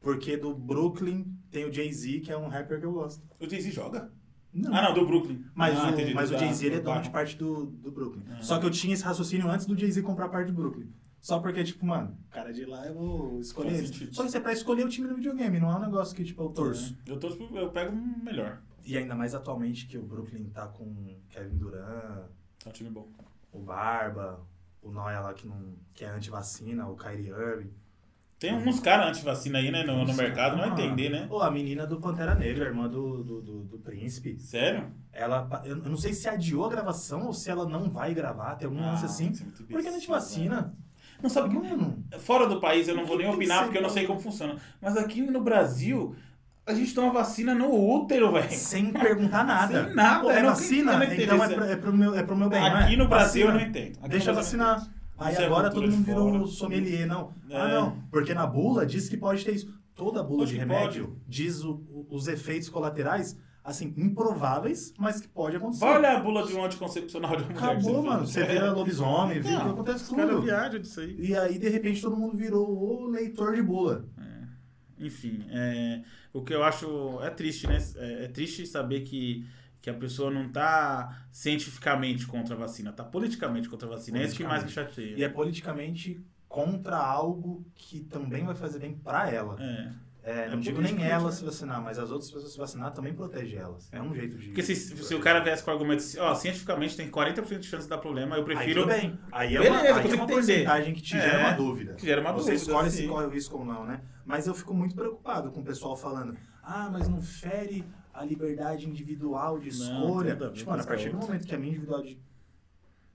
S2: Porque do Brooklyn tem o Jay-Z, que é um rapper que eu gosto.
S4: O Jay-Z joga?
S2: Não.
S1: Ah, não, do Brooklyn.
S2: Mas,
S1: Ah,
S2: o,
S1: entendi,
S2: mas
S1: do-
S2: o Jay-Z
S1: do- Ah.
S2: ele é
S1: do-
S2: dono de parte do, do Brooklyn. Só que eu tinha esse raciocínio antes do Jay-Z comprar parte do Brooklyn. Só porque, tipo, mano, cara de lá eu vou escolher
S1: Faz
S2: esse.
S1: sentido.
S2: Só que isso é pra escolher o time do videogame, não é um negócio que, tipo, eu torço.
S1: Eu torço, pro- eu pego um melhor.
S2: E ainda mais atualmente que o Brooklyn tá com Kevin Durant,
S1: É um time bom.
S2: o Barba, o Noia lá que, não, que é antivacina, o Kyrie Irving.
S1: Tem uns caras antivacina aí, né? No, no
S2: Uhum. Nossa, Ah.
S1: mercado, não vai
S2: mano.
S1: entender, né?
S2: Ou a menina do Pantera Negra, a irmã do, do, do, do Príncipe.
S1: Sério?
S2: Ela, pa- eu eu não sei se adiou a gravação ou se ela não vai gravar, tem algum lance assim.
S1: isso é muito
S2: Porque não
S1: imbecil,
S2: te vacina.
S1: velho. Não sabe
S2: Mano,
S1: Fora do país eu não vou nem
S2: Tem que
S1: opinar
S2: ser,
S1: porque eu não
S2: mano.
S1: sei como funciona. Mas aqui no Brasil, a gente toma vacina no útero, velho.
S2: sem perguntar nada.
S1: Sem nada,
S2: Pô,
S1: eu
S2: é
S1: não- eu não
S2: vacina,
S1: entendi
S2: então é
S1: isso.
S2: pro, é pro meu, é pro meu bem. não é?
S1: Aqui no Brasil eu
S2: Vacina.
S1: não entendo. Aqui
S2: Deixa
S1: no Brasil eu não
S2: vacinar. Aí
S1: Isso é
S2: agora
S1: cultura
S2: todo mundo
S1: de fora.
S2: virou sommelier, não. Ah,
S1: É.
S2: não. Porque na bula diz que pode ter isso. Toda bula
S1: Pode
S2: de
S1: que
S2: remédio diz o- o- os efeitos colaterais, assim, improváveis, mas que pode
S1: entendo.
S2: acontecer.
S1: Vai olhar a bula de um anticoncepcional de uma mulher. que
S2: Acabou,
S1: vê.
S2: mano. Você vira lobisomem, vira
S1: Não,
S2: acontece
S1: Os caras
S2: tudo.
S1: viajam disso aí.
S2: E aí, de repente, todo mundo virou o leitor de bula.
S1: Enfim, é, o que eu acho é triste, né? É, é triste saber que, que a pessoa não tá cientificamente contra a vacina, tá politicamente contra a vacina. É isso que mais me chateia.
S2: E é politicamente contra algo que também vai fazer bem pra ela.
S1: É.
S2: É, não
S1: É
S2: digo nem
S1: politicamente,
S2: ela
S1: né?
S2: se vacinar, mas as outras pessoas se vacinar também protege elas. É um jeito de.
S1: Porque se, se o cara viesse com argumento assim, ó, cientificamente tem 40% de chance de dar problema, eu
S2: Aí tudo
S1: prefiro.
S2: bem. Aí é
S1: Beleza,
S2: uma, aí é
S1: consigo
S2: uma
S1: entender.
S2: porcentagem que te gera
S1: É,
S2: uma dúvida.
S1: que gera uma
S2: Você
S1: dúvida, assim.
S2: escolhe se
S1: sim.
S2: corre o risco ou não, né? Mas eu fico muito preocupado com o pessoal falando: ah, mas não fere a liberdade individual
S1: Não,
S2: de
S1: tem
S2: escolha.
S1: nada a ver
S2: tipo,
S1: com
S2: mano, a
S1: essa
S2: partir do
S1: outra.
S2: momento que a minha individual de-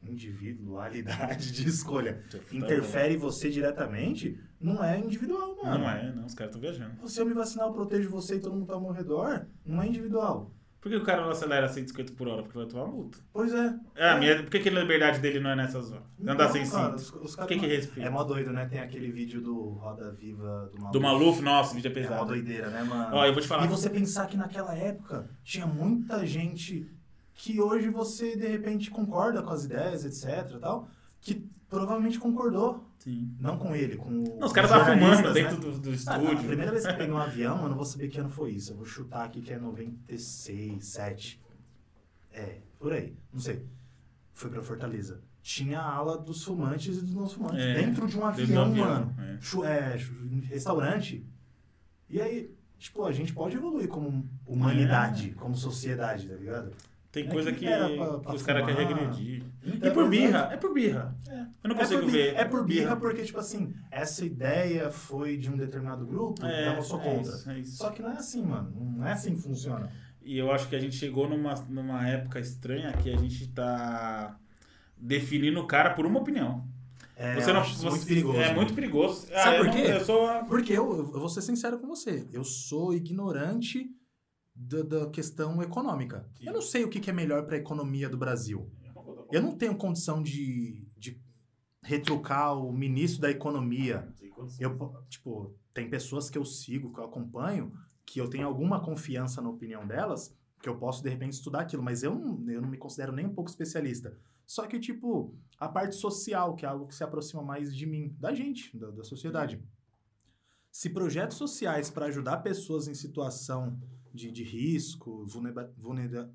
S5: individualidade de escolha
S1: Tá Então,
S5: interfere em você diretamente, não é individual, mano.
S1: Não é, não. Os caras estão viajando.
S5: Se eu me vacinar, eu protejo você e todo mundo tá ao meu redor, não é individual.
S1: Por que o cara não acelera 150 por hora? Porque vai tomar multa.
S5: Pois é.
S1: É, a minha, por que, que a liberdade dele não é nessas horas? Não, andar sem
S5: Então, cara,
S1: cinto.
S5: os- os
S1: Por
S5: caras-
S1: que, que respeita?
S5: É mó doido, né? Tem aquele vídeo do Roda Viva do Maluf.
S1: Do Maluf, nossa, o vídeo é
S5: É uma
S1: pesado.
S5: doideira, né, mano?
S1: Ó, eu vou te falar.
S5: E você pensar que naquela época tinha muita gente que hoje você, de repente, concorda com as ideias, etc, e tal, que provavelmente concordou.
S1: Sim.
S5: Não com ele, com o-
S1: Não, os
S5: com
S1: caras estavam
S5: jornalistas,
S1: fumando
S5: né?
S1: dentro do, do
S5: Ah, a
S1: estúdio. né?
S5: primeira vez que eu peguei um avião, eu não vou saber que ano foi isso. Eu vou chutar aqui que é 96, 7. É, por aí. Não sei. Fui pra Fortaleza. Tinha a ala dos fumantes e dos não fumantes.
S1: É,
S5: dentro de um
S1: dentro
S5: avião,
S1: do avião,
S5: mano.
S1: é.
S5: Chu- é, chu- restaurante. E aí, tipo, a gente pode evoluir como
S1: É.
S5: humanidade, como sociedade, tá ligado?
S1: Tem
S5: É
S1: coisa
S5: que
S1: que,
S5: era pra- pra
S1: que os caras querem
S5: fumar.
S1: regredir.
S5: Então,
S1: E por
S5: é
S1: birra, é por birra. Eu não
S5: É
S1: consigo
S5: por, birra,
S1: ver.
S5: é por birra porque, tipo assim, essa ideia foi de um determinado grupo,
S1: É,
S5: então eu sou
S1: é
S5: contra.
S1: isso, é isso.
S5: Só que não é assim, mano. Não é assim que funciona.
S1: E eu acho que a gente chegou numa, numa época estranha que a gente tá definindo o cara por uma opinião.
S5: É,
S1: você não,
S5: acho isso
S1: você-
S5: muito perigoso. né?
S1: É muito perigoso.
S2: Sabe
S1: eu
S2: por
S1: não-
S2: quê?
S1: eu sou a-
S2: Porque eu, eu vou ser sincero com você, eu sou ignorante da, da questão econômica. Eu não sei o que, que é melhor para a economia do Brasil. Eu não tenho condição de, de retrucar o ministro da economia. Eu, po- tipo, tem pessoas que eu sigo, que eu acompanho, que eu tenho alguma confiança na opinião delas, que eu posso, de repente, estudar aquilo, mas eu não, eu não me considero nem um pouco especialista. Só que, tipo, a parte social, que é algo que se aproxima mais de mim, da gente, da, da sociedade. Se projetos sociais para ajudar pessoas em situação de, de risco, vulnera- vulnera-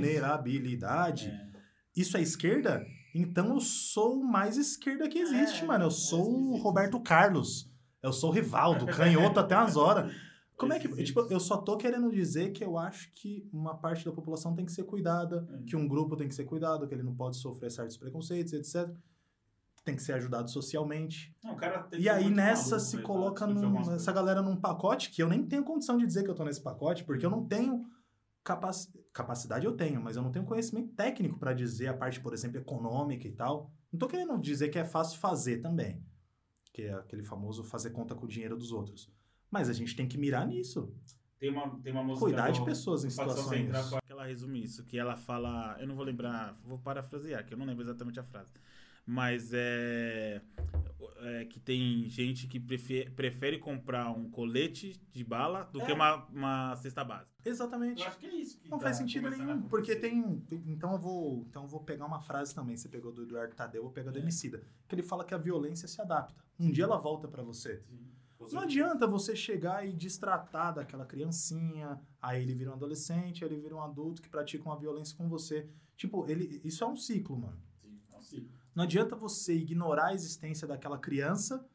S2: vulnerabilidade,
S1: É.
S2: isso é esquerda? Então eu sou o mais esquerda que existe,
S1: É,
S2: mano. Eu
S1: é
S2: sou o
S1: esquisito.
S2: Roberto Carlos. Eu sou o Rivaldo, canhoto até umas horas. Como é que.
S1: esquisito.
S2: Tipo, eu só tô querendo dizer que eu acho que uma parte da população tem que ser cuidada,
S1: É.
S2: que um grupo tem que ser cuidado, que ele não pode sofrer certos preconceitos, etc. Tem que ser ajudado socialmente.
S1: Não, o cara tem que
S2: E
S1: ser
S2: aí
S1: muito
S2: nessa
S1: maluco,
S2: se
S1: né,
S2: coloca
S1: pra discutir
S2: num,
S1: algumas
S2: essa galera num pacote que eu nem tenho condição de dizer que eu tô nesse pacote, porque eu
S1: Uhum.
S2: não tenho capac- capacidade eu tenho, mas eu não tenho conhecimento técnico pra dizer a parte, por exemplo, econômica e tal. Não tô querendo dizer que é fácil fazer também, que é aquele famoso fazer conta com o dinheiro dos outros. Mas a gente tem que mirar nisso,
S1: Tem uma, tem uma é música
S2: cuidar de
S1: do-
S2: pessoas em
S1: Facção
S2: situações.
S1: Central, que ela resume isso, que ela fala, eu não vou lembrar, vou parafrasear, que eu não lembro exatamente a frase, mas é, é que tem gente que prefe- prefere comprar um colete de bala do que uma, uma cesta básica.
S2: Exatamente.
S1: É. acho que é isso.
S2: Não faz sentido nenhum, porque tem. tem- Então eu vou. Então eu vou pegar uma frase também. Você pegou do Eduardo Tadeu, eu vou pegar do Emicida. Que ele fala que a violência se adapta. Um dia ela volta pra você. Não adianta você chegar e destratar daquela criancinha, aí ele vira um adolescente, aí ele vira um adulto que pratica uma violência com você. Tipo, ele, isso é um ciclo, mano. Não adianta você ignorar a existência daquela criança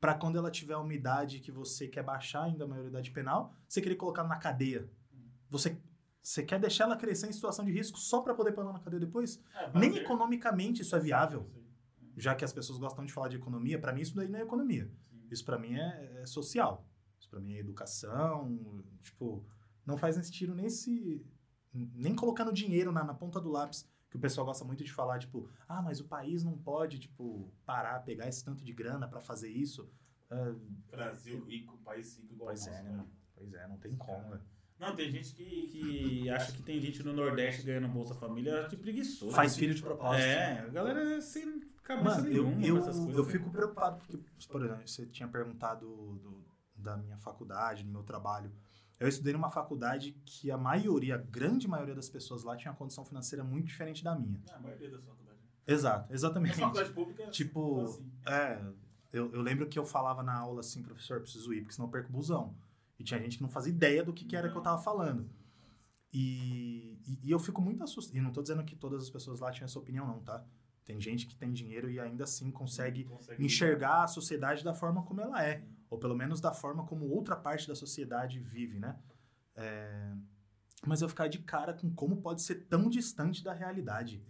S2: pra quando ela tiver uma idade que você quer baixar ainda a maioridade penal, você querer colocar na cadeia. Você, você quer deixar ela crescer em situação de risco só pra poder pôr ela na cadeia depois?
S1: É,
S2: Nem economicamente isso é viável. Já que as pessoas gostam de falar de economia, pra mim isso daí não é economia. Isso pra mim é, é social. Isso pra mim é educação. Tipo, não faz sentido nem se. nem colocando dinheiro na, na ponta do lápis. Que o pessoal gosta muito de falar, tipo, ah, mas o país não pode, tipo, parar, pegar esse tanto de grana pra fazer isso. Ah,
S1: Brasil rico, país rico igual
S2: pois é, né, mano? Pois é, não tem como, né?
S1: Não, tem gente que, que acha que tem gente no Nordeste ganhando Bolsa Família, eu acho que preguiçoso.
S2: Faz filho de propósito.
S1: É, a galera é sem cabeça
S2: Mano, eu,
S1: nenhuma
S2: eu,
S1: pra essas coisas.
S2: eu
S1: né?
S2: fico preocupado, porque, por exemplo, você tinha perguntado do- da minha faculdade, do meu trabalho. Eu estudei numa faculdade que a maioria, a grande maioria das pessoas lá tinha uma condição financeira muito diferente da minha.
S1: Ah, A maioria das faculdades.
S2: Exato,
S1: A
S2: exatamente.
S1: faculdade pública.
S2: Tipo,
S1: assim.
S2: É, eu, eu lembro que eu falava na aula assim, professor, eu preciso ir, porque senão eu perco o busão. E tinha gente que não fazia ideia do que, que era que eu tava falando. E, e, e eu fico muito assustado. E não tô dizendo que todas as pessoas lá tinham essa opinião, não, tá? Tem gente que tem dinheiro e ainda assim consegue enxergar a sociedade da forma como ela é, ou pelo menos da forma como outra parte da sociedade vive, né? É, Mas eu ficar de cara com como pode ser tão distante da realidade.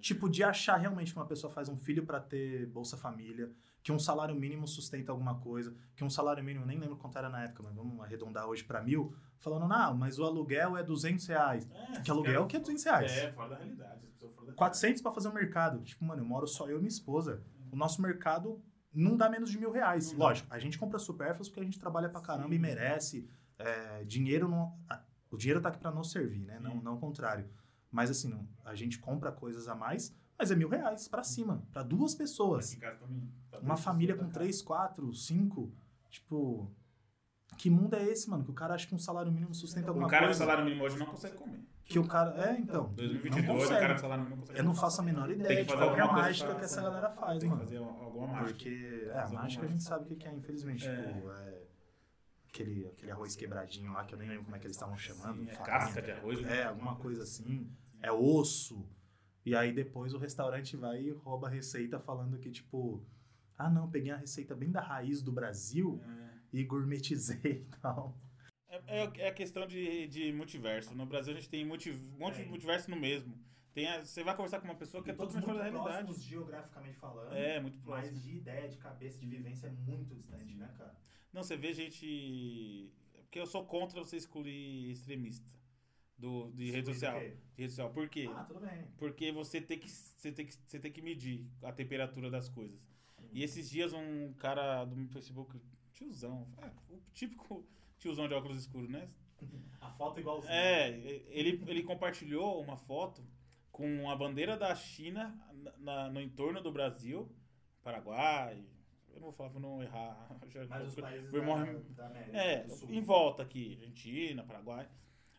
S2: Tipo, de achar realmente que uma pessoa faz um filho pra ter Bolsa Família, que um salário mínimo sustenta alguma coisa, que um salário mínimo, nem lembro quanto era na época, mas vamos arredondar hoje pra mil, falando, ah, mas o aluguel é 200 reais.
S1: É,
S2: que aluguel
S1: cara,
S2: que é 200 reais.
S1: É, fora da realidade. as pessoas fora da
S2: 400 pra fazer o mercado. Tipo, mano, eu moro só eu e minha esposa. O nosso mercado não dá menos de mil reais.
S1: Não dá.
S2: Lógico, a gente compra supérfluos porque a gente trabalha pra caramba
S1: Sim.
S2: e merece. É, dinheiro não. a- o dinheiro tá aqui pra nos servir, né? Não,
S1: Sim.
S2: não o contrário. Mas assim, não- a gente compra coisas a mais, mas é mil reais pra cima, pra duas
S1: realidade.
S2: pessoas.
S1: Aqui em casa também. Tá
S2: Uma
S1: tudo
S2: família
S1: isso,
S2: com
S1: tá
S2: três, quatro, cinco. Tipo. Que mundo é esse, mano? Que o cara acha que um salário mínimo sustenta
S1: caro.
S2: alguma
S1: O cara com
S2: coisa.
S1: salário mínimo hoje não consegue comer.
S2: Que o cara. É, então. não
S1: 2022, o
S2: consegue.
S1: cara com salário mínimo não consegue
S2: Eu não faço a menor
S1: Tem
S2: ideia
S1: que
S2: de
S1: fazer
S2: qual que é a
S1: alguma coisa
S2: mágica
S1: pra-
S2: que essa galera faz,
S1: Tem que
S2: mano.
S1: fazer alguma mágica.
S2: Porque é, a
S1: Fazer
S2: mágica a
S1: alguma
S2: gente sabe o que que é, infelizmente.
S1: É.
S2: Tipo, é aquele, aquele arroz quebradinho lá, que eu nem lembro como é que eles estavam chamando.
S1: Sim, é
S2: farinha.
S1: casca de arroz. né?
S2: É, alguma coisa assim. É osso. E aí depois o restaurante vai e rouba a receita falando que, tipo, ah não, peguei a receita bem da raiz do Brasil e gourmetizei e tal.
S1: É, é, é questão de, de multiverso. No Brasil a gente tem multi, um monte de multiverso no mesmo. Tem a- você vai conversar com uma pessoa que é
S6: É. todos
S1: totalmente
S6: muito
S1: fora da realidade.
S6: próximos geograficamente falando,
S1: É, muito próximo.
S6: mas de ideia, de cabeça, de vivência é muito distante, né, cara?
S1: Não, você vê gente. é Porque eu sou contra você excluir extremista do, de rede social.
S6: Porque-
S1: De rede social. Por quê?
S6: Ah, tudo bem.
S1: Porque você tem, que, você, tem que, você tem que medir a temperatura das coisas. E esses dias um cara do meu Facebook, tiozão, é, o típico tiozão de óculos escuros, né?
S6: A foto igualzinha.
S1: É, ele, ele compartilhou uma foto com a bandeira da China na- na- no entorno do Brasil, Paraguai, eu não vou falar pra não errar. já-
S6: Mas os países
S1: meu
S6: da,
S1: irmão-
S6: da América
S1: é,
S6: do Sul.
S1: em volta aqui, Argentina, Paraguai,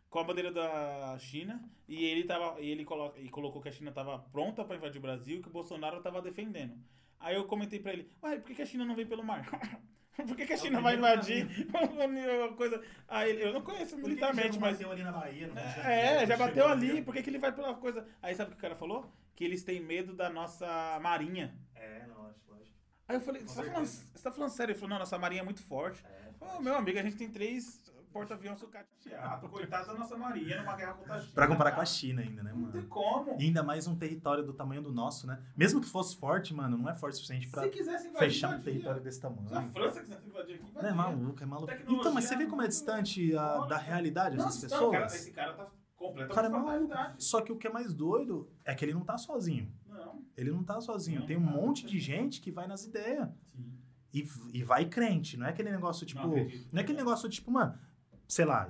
S1: com a bandeira da China, e ele tava, e ele colo- e colocou que a China estava pronta para invadir o Brasil, e que o Bolsonaro estava defendendo. Aí eu comentei para ele: "Ué, por que, que a China não vem pelo mar?" Por que, que a
S6: É o
S1: China vai
S6: primeiro
S1: invadir uma coisa? Aí ele, eu não conheço
S6: Por que que
S1: militarmente,
S6: já não
S1: mas
S6: bateu ali na Bahia, no Rio de
S1: é,
S6: Janeiro,
S1: já
S6: chegou
S1: bateu
S6: no
S1: ali,
S6: Rio?
S1: por que, que ele vai pela coisa? Aí sabe o que o cara falou? Que eles têm medo da nossa marinha.
S6: É, não, acho lógico.
S1: Aí eu falei,
S6: Com
S1: você tá,
S2: é
S1: falando,
S6: certeza.
S1: você tá falando sério? Ele falou, não, nossa marinha é muito forte.
S6: É,
S1: Ô, meu amigo, a gente tem três porta-avião sucateado, coitado da nossa marinha numa guerra contra a China.
S2: Pra comparar com a China ainda, né,
S1: Não
S2: mano?
S1: tem como.
S2: E ainda mais um território do tamanho do nosso, né? Mesmo que fosse forte, mano, não é forte o suficiente pra
S1: Se quisesse invadir,
S2: fechar um
S1: invadia.
S2: território desse
S1: Se a
S2: tamanho.
S1: França quisesse invadir aqui,
S2: Não é
S1: invadia.
S2: maluco, é maluco.
S1: Tecnologia
S2: Então, mas você vê
S1: não-
S2: como é distante a- da realidade
S1: Não,
S2: dessas
S1: então, cara,
S2: pessoas?
S1: esse cara tá completamente
S2: Cara,
S1: fora
S2: é
S1: da
S2: maluco.
S1: realidade.
S2: Só que o que é mais doido é que ele não tá sozinho.
S1: Não,
S2: Ele não tá sozinho.
S1: Não,
S2: Tem um
S1: não tá.
S2: monte de gente que vai nas ideias.
S1: sim.
S2: E, e vai crente. Não é aquele negócio tipo.
S1: não acredito.
S2: Não é aquele negócio tipo, mano, sei lá.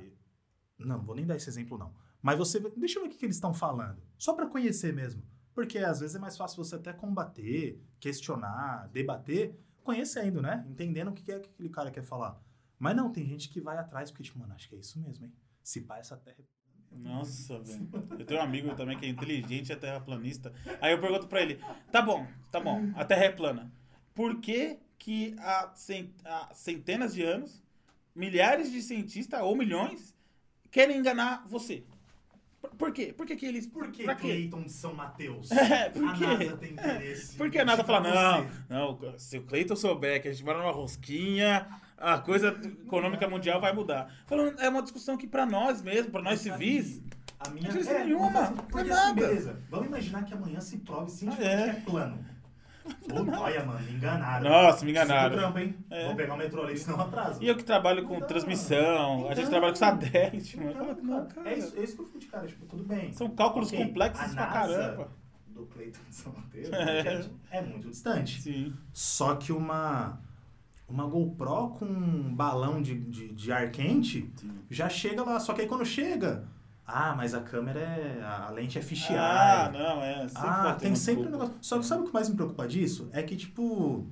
S2: Não, vou nem dar esse exemplo, não. Mas você. vê- Deixa eu ver o que que eles estão falando. Só pra conhecer mesmo. Porque às vezes é mais fácil você até combater, questionar, debater, conhecendo, né? Entendendo o que que é que aquele cara quer falar. Mas não, tem gente que vai atrás, porque, tipo, mano, acho que é isso mesmo, hein? Se pá, essa terra. é-
S1: Nossa, velho. Eu tenho um amigo também que é inteligente, é terraplanista. Aí eu pergunto pra ele: tá bom, tá bom, a terra é plana. Por que, que há, cen- há centenas de anos, milhares de cientistas ou milhões querem enganar você? Por- Por quê? Por que, que eles.
S6: Por que
S1: pra quê?
S6: Cleiton de São Mateus?
S1: É, por
S6: a
S1: quê?
S6: NASA tem interesse.
S1: Por que a NASA
S6: Tipo,
S1: fala, não,
S6: você-
S1: não, se o Cleiton souber que a gente mora numa rosquinha, a coisa econômica mundial vai mudar. Falando, é uma discussão que pra nós mesmo, pra nós
S6: Mas sabe
S1: civis,
S6: A minha
S1: Não existe
S6: é,
S1: nenhuma,
S6: mas assim,
S1: não
S6: Porque
S1: é
S6: assim,
S1: nada.
S6: beleza. Vamos imaginar que amanhã se prove cientificamente
S1: Ah, é.
S6: que é plano. Ô, dóia, mano, me enganaram.
S1: Nossa, me enganaram.
S6: Preciso do trampo, hein?
S1: É.
S6: Vou pegar o metrô ali, senão atraso.
S1: E eu que trabalho com
S6: Então,
S1: transmissão, a gente
S6: então,
S1: trabalha com satélite, mano.
S6: Então,
S1: Não,
S6: cara,
S1: cara,
S6: é, isso, é isso que eu fico de cara, tipo, tudo bem.
S1: São cálculos
S6: Ok,
S1: complexos
S6: a
S1: pra
S6: NASA
S1: caramba.
S6: Do Cleiton de São Mateus,
S1: É.
S6: gente, é muito distante.
S1: Sim.
S2: Só que uma. Uma GoPro com um balão de, de, de ar quente já chega lá. Só que aí quando chega. Ah, mas a câmera é. A a lente é fisheye.
S1: Ah, não, é. sempre
S2: Ah,
S1: vai ter
S2: tem
S1: uma
S2: sempre um
S1: desculpa.
S2: negócio. Só que sabe o que mais me preocupa disso? É que, tipo,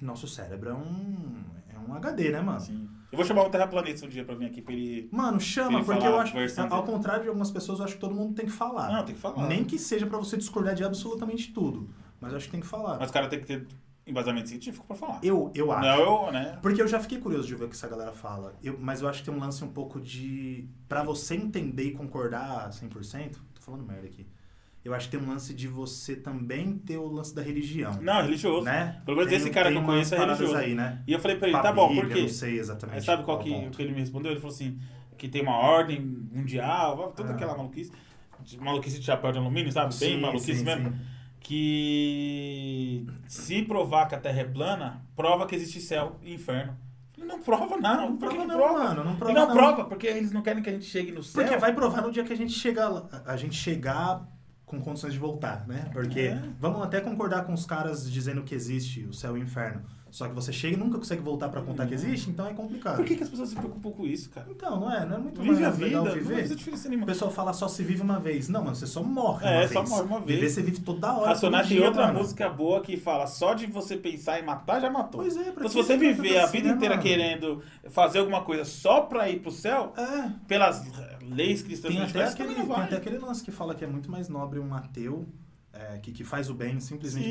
S2: nosso cérebro é um, é um HD, né, mano?
S1: Sim. Eu vou chamar um terraplanista um dia pra vir aqui pra ele.
S2: Mano, chama,
S1: Ele
S2: porque
S1: falar
S2: eu
S1: a
S2: acho.
S1: versão
S2: Ao
S1: dele.
S2: contrário de algumas pessoas, eu acho que todo mundo tem que falar.
S1: Não, tem que falar.
S2: Ah, Nem que seja pra você discordar de absolutamente tudo. Mas eu acho que tem que falar.
S1: Mas o cara tem que ter embasamento científico pra falar.
S2: Eu, eu acho.
S1: Não, eu, né?
S2: Porque eu já fiquei curioso de ver o que essa galera fala. Eu- mas eu acho que tem um lance um pouco de. Pra você entender e concordar 100%, tô falando merda aqui. Eu acho que tem um lance de você também ter o lance da religião.
S1: Não, é religioso.
S2: né?
S1: Pelo menos
S2: Tem-
S1: esse cara
S2: tem
S1: que eu
S2: umas
S1: conheço é
S2: paradas
S1: religioso.
S2: aí, né?
S1: E eu falei pra ele,
S2: Com a
S1: tá bom,
S2: Bíblia,
S1: por quê?
S2: Não sei exatamente.
S1: Aí sabe qual que, o
S2: ponto.
S1: que ele me respondeu? Ele falou assim, que tem uma ordem mundial, toda aquela maluquice. de- Maluquice de chapéu de alumínio, sabe? tá Bem
S2: Ah. Sim,
S1: maluquice
S2: sim,
S1: mesmo.
S2: sim.
S1: que se provar que a Terra é plana, prova que existe céu e inferno. Falei, Não prova, não.
S2: Não
S1: Por que
S2: prova
S1: que
S2: não,
S1: prova?
S2: mano. Não prova
S1: E
S2: não.
S1: não, prova, porque eles não querem que a gente chegue no céu.
S2: Porque vai provar no dia que a gente chegar lá- a gente chegar com condições de voltar, né? Porque
S1: É.
S2: vamos até concordar com os caras dizendo que existe o céu e o inferno. Só que você chega e nunca consegue voltar pra contar que existe, então é complicado.
S1: Por que, que as pessoas se preocupam com isso, cara?
S2: Então, não é? Não é muito
S1: Vive a
S2: mais
S1: vida,
S2: legal
S1: não
S2: viver?
S1: faz diferença
S2: O
S1: nenhuma.
S2: pessoal é fala só se vive uma vez. Não, mano, você só morre
S1: É,
S2: uma
S1: só
S2: vez.
S1: morre uma vez.
S2: Viver você vive toda hora.
S1: A Sonata
S2: todo
S1: tem
S2: dia,
S1: outra
S2: mano.
S1: música boa que fala só de você pensar em matar, já matou.
S2: Pois é, pra
S1: Então, se
S2: que
S1: você
S2: ficar
S1: viver a
S2: assim,
S1: vida
S2: né,
S1: inteira
S2: mano?
S1: querendo fazer alguma coisa só pra ir pro céu,
S2: É,
S1: pelas leis cristãs
S2: tem
S1: que a gente
S2: até,
S1: faz,
S2: aquele,
S1: também não
S2: tem
S1: vai.
S2: até aquele lance que fala que é muito mais nobre um ateu é, que, que faz o bem simplesmente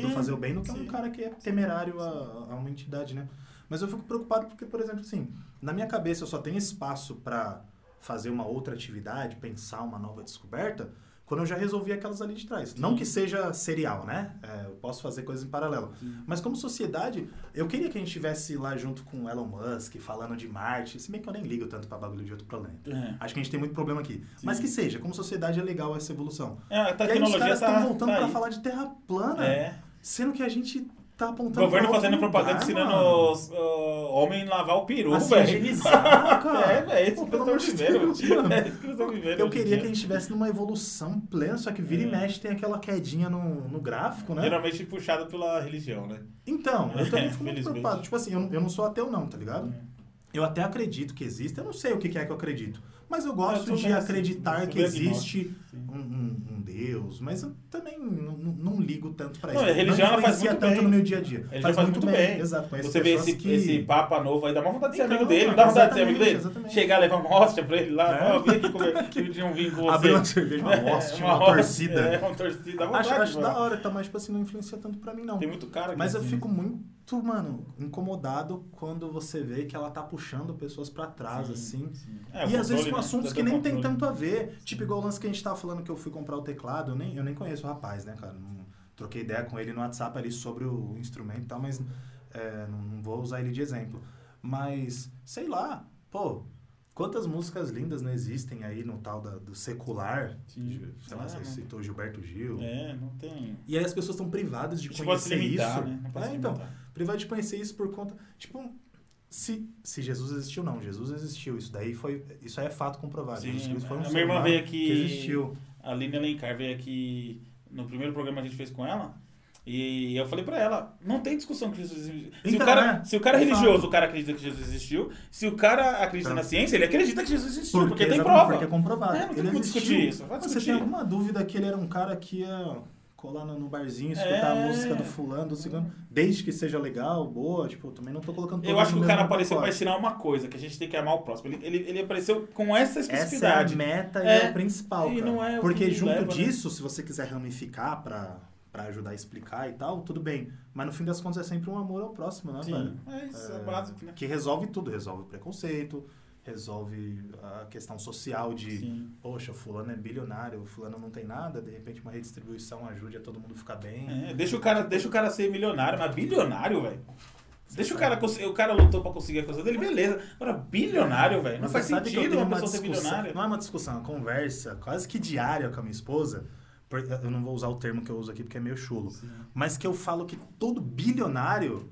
S1: Sim,
S2: por fazer o bem do que um
S1: sim.
S2: cara que é temerário a, a uma entidade, né? Mas eu fico preocupado porque, por exemplo, assim, na minha cabeça eu só tenho espaço pra fazer uma outra atividade, pensar uma nova descoberta, quando eu já resolvi aquelas ali de trás. Não que seja serial, né? É, eu posso fazer coisas em paralelo. Mas como sociedade, eu queria que a gente estivesse lá junto com o Elon Musk, falando de Marte, se bem que eu nem ligo tanto pra bagulho de outro planeta.
S1: É.
S2: Acho que a gente tem muito problema aqui. Mas que seja, como sociedade é legal essa evolução.
S1: É, a
S2: e aí os
S1: tecnologia
S2: caras
S1: tá,
S2: voltando
S1: tá
S2: pra
S1: aí.
S2: falar de terra plana,
S1: É.
S2: sendo que a gente tá
S1: O
S2: apontando.
S1: governo
S2: pra outro
S1: fazendo propaganda
S2: lugar,
S1: ensinando
S2: mano.
S1: os, ó, homem lavar o peru,
S2: A se
S1: velho.
S2: higienizar, cara.
S1: É, velho, é isso
S2: Pô,
S1: que eu
S2: pelo
S1: tô
S2: amor de
S1: vivendo.
S2: Deus, mano.
S1: É isso que eu tô vivendo. hoje
S2: Eu
S1: em
S2: queria que a
S1: dia.
S2: gente estivesse numa evolução plena, só que
S1: É.
S2: vira e mexe tem aquela quedinha no, no gráfico, né?
S1: Geralmente puxado pela religião, né?
S2: Então, eu também
S1: É,
S2: fico muito
S1: felizmente.
S2: preocupado. Tipo assim, eu, não- eu não sou ateu não, tá ligado? Eu até acredito que existe, eu não sei o que que é que eu acredito. Mas eu
S1: Eu
S2: gosto
S1: sou
S2: de
S1: meio assim,
S2: acreditar
S1: sou
S2: que
S1: meio
S2: existe um, um- um Deus, mas eu também não, não- não ligo tanto pra
S1: Não,
S2: isso.
S1: a religião, ela faz
S2: influencia
S1: muito
S2: tanto
S1: bem.
S2: no meu dia a dia.
S1: religião faz muito bem.
S2: Exato. conheço
S1: Você vê
S2: pessoas
S1: esse,
S2: que-
S1: esse papa novo aí, dá uma vontade de ser
S2: Então,
S1: amigo dele, não dá vontade de ser amigo
S2: exatamente,
S1: dele?
S2: exatamente.
S1: Chegar, levar uma hóstia pra ele lá,
S2: É.
S1: ó, vem aqui comer, que eu tinha um vinho com você.
S2: Abrir uma cerveja, uma hóstia, uma,
S1: hóstia,
S2: torcida.
S1: É, uma torcida, dá vontade,
S2: acho acho
S1: mano.
S2: da hora, tá? Mas, tipo assim, não influencia tanto pra mim, não.
S1: Tem muito cara que
S2: Mas eu
S1: assim,
S2: fico muito, mano, incomodado quando você vê que ela tá puxando pessoas pra trás, assim.
S1: é,
S2: e às vezes
S1: controle,
S2: com
S1: né?
S2: assuntos
S1: Já
S2: que
S1: tem
S2: nem tem
S1: controle.
S2: tanto a ver. Tipo, igual o lance que a gente tava falando que eu fui comprar o teclado, eu nem, eu nem conheço o rapaz, né, cara? Não- troquei ideia com ele no WhatsApp ali sobre o instrumento e tal, mas é, não, não vou usar ele de exemplo. Mas, sei lá, pô, quantas músicas lindas não existem aí no tal da- do secular?
S1: Sim.
S2: Sei lá,
S1: Ah,
S2: você
S1: não.
S2: citou Gilberto Gil.
S1: É, não tem...
S2: E aí as pessoas estão privadas de
S1: A gente pode se
S2: conhecer
S1: limitar,
S2: isso.
S1: né? Não pode
S2: É,
S1: se
S2: então,
S1: limitar.
S2: privado de conhecer isso por conta. Tipo, se, se Jesus existiu, não. Jesus existiu. Isso daí foi. Isso aí é fato comprovado.
S1: Sim,
S2: Jesus Cristo foi um
S1: a minha
S2: ser
S1: irmã
S2: humano
S1: veio
S2: que
S1: aqui-
S2: existiu.
S1: A Aline Alencar veio aqui no primeiro programa que a gente fez com ela. E eu falei pra ela, não tem discussão que Jesus existiu. Se, o,
S2: Então,
S1: cara,
S2: é.
S1: se o cara é
S2: Exato.
S1: religioso, o cara acredita que Jesus existiu. Se o cara acredita na
S2: Então.
S1: ciência, ele acredita que Jesus existiu, porque, tem
S2: exatamente,
S1: prova.
S2: Porque é comprovado.
S1: É, não tem
S2: ele
S1: como
S2: existiu.
S1: discutir isso, vai
S2: Mas Você
S1: discutir.
S2: tem alguma dúvida que ele era um cara que ia colar no, no barzinho, escutar
S1: É.
S2: a música do fulano, do cigano, desde que seja legal, boa, tipo, eu também não tô colocando todo
S1: Eu acho que
S2: mundo
S1: o
S2: é no
S1: cara
S2: mesmo
S1: apareceu pra
S2: pacote.
S1: ensinar uma coisa, que a gente tem que amar o próximo. Ele, ele, ele apareceu com essa
S2: Essa é a
S1: especificidade.
S2: meta e
S1: É.
S2: é o principal,
S1: E
S2: cara.
S1: não é o
S2: Porque
S1: que
S2: junto
S1: leva, né?
S2: disso, se você quiser ramificar pra, pra ajudar a explicar e tal, tudo bem. Mas no fim das contas é sempre um amor ao próximo, né, velho?
S1: Sim, é isso, é, básico, né?
S2: Que resolve tudo. Resolve o preconceito, resolve a questão social de,
S1: Sim.
S2: poxa, fulano é bilionário, fulano não tem nada, de repente uma redistribuição ajude a todo mundo ficar bem.
S1: É, deixa, o cara, deixa o cara ser milionário, mas bilionário, velho. Deixa o cara conseguir. O cara lutou pra conseguir a coisa dele, beleza. Agora, bilionário, velho. Não
S2: Mas
S1: É, faz
S2: você sabe que eu
S1: sentido
S2: tenho
S1: uma pessoa ser
S2: discussão-
S1: bilionária.
S2: Não é uma discussão, é uma conversa quase que diária com a minha esposa. por- Eu não vou usar o termo que eu uso aqui porque é meio chulo. Mas que eu falo que todo bilionário,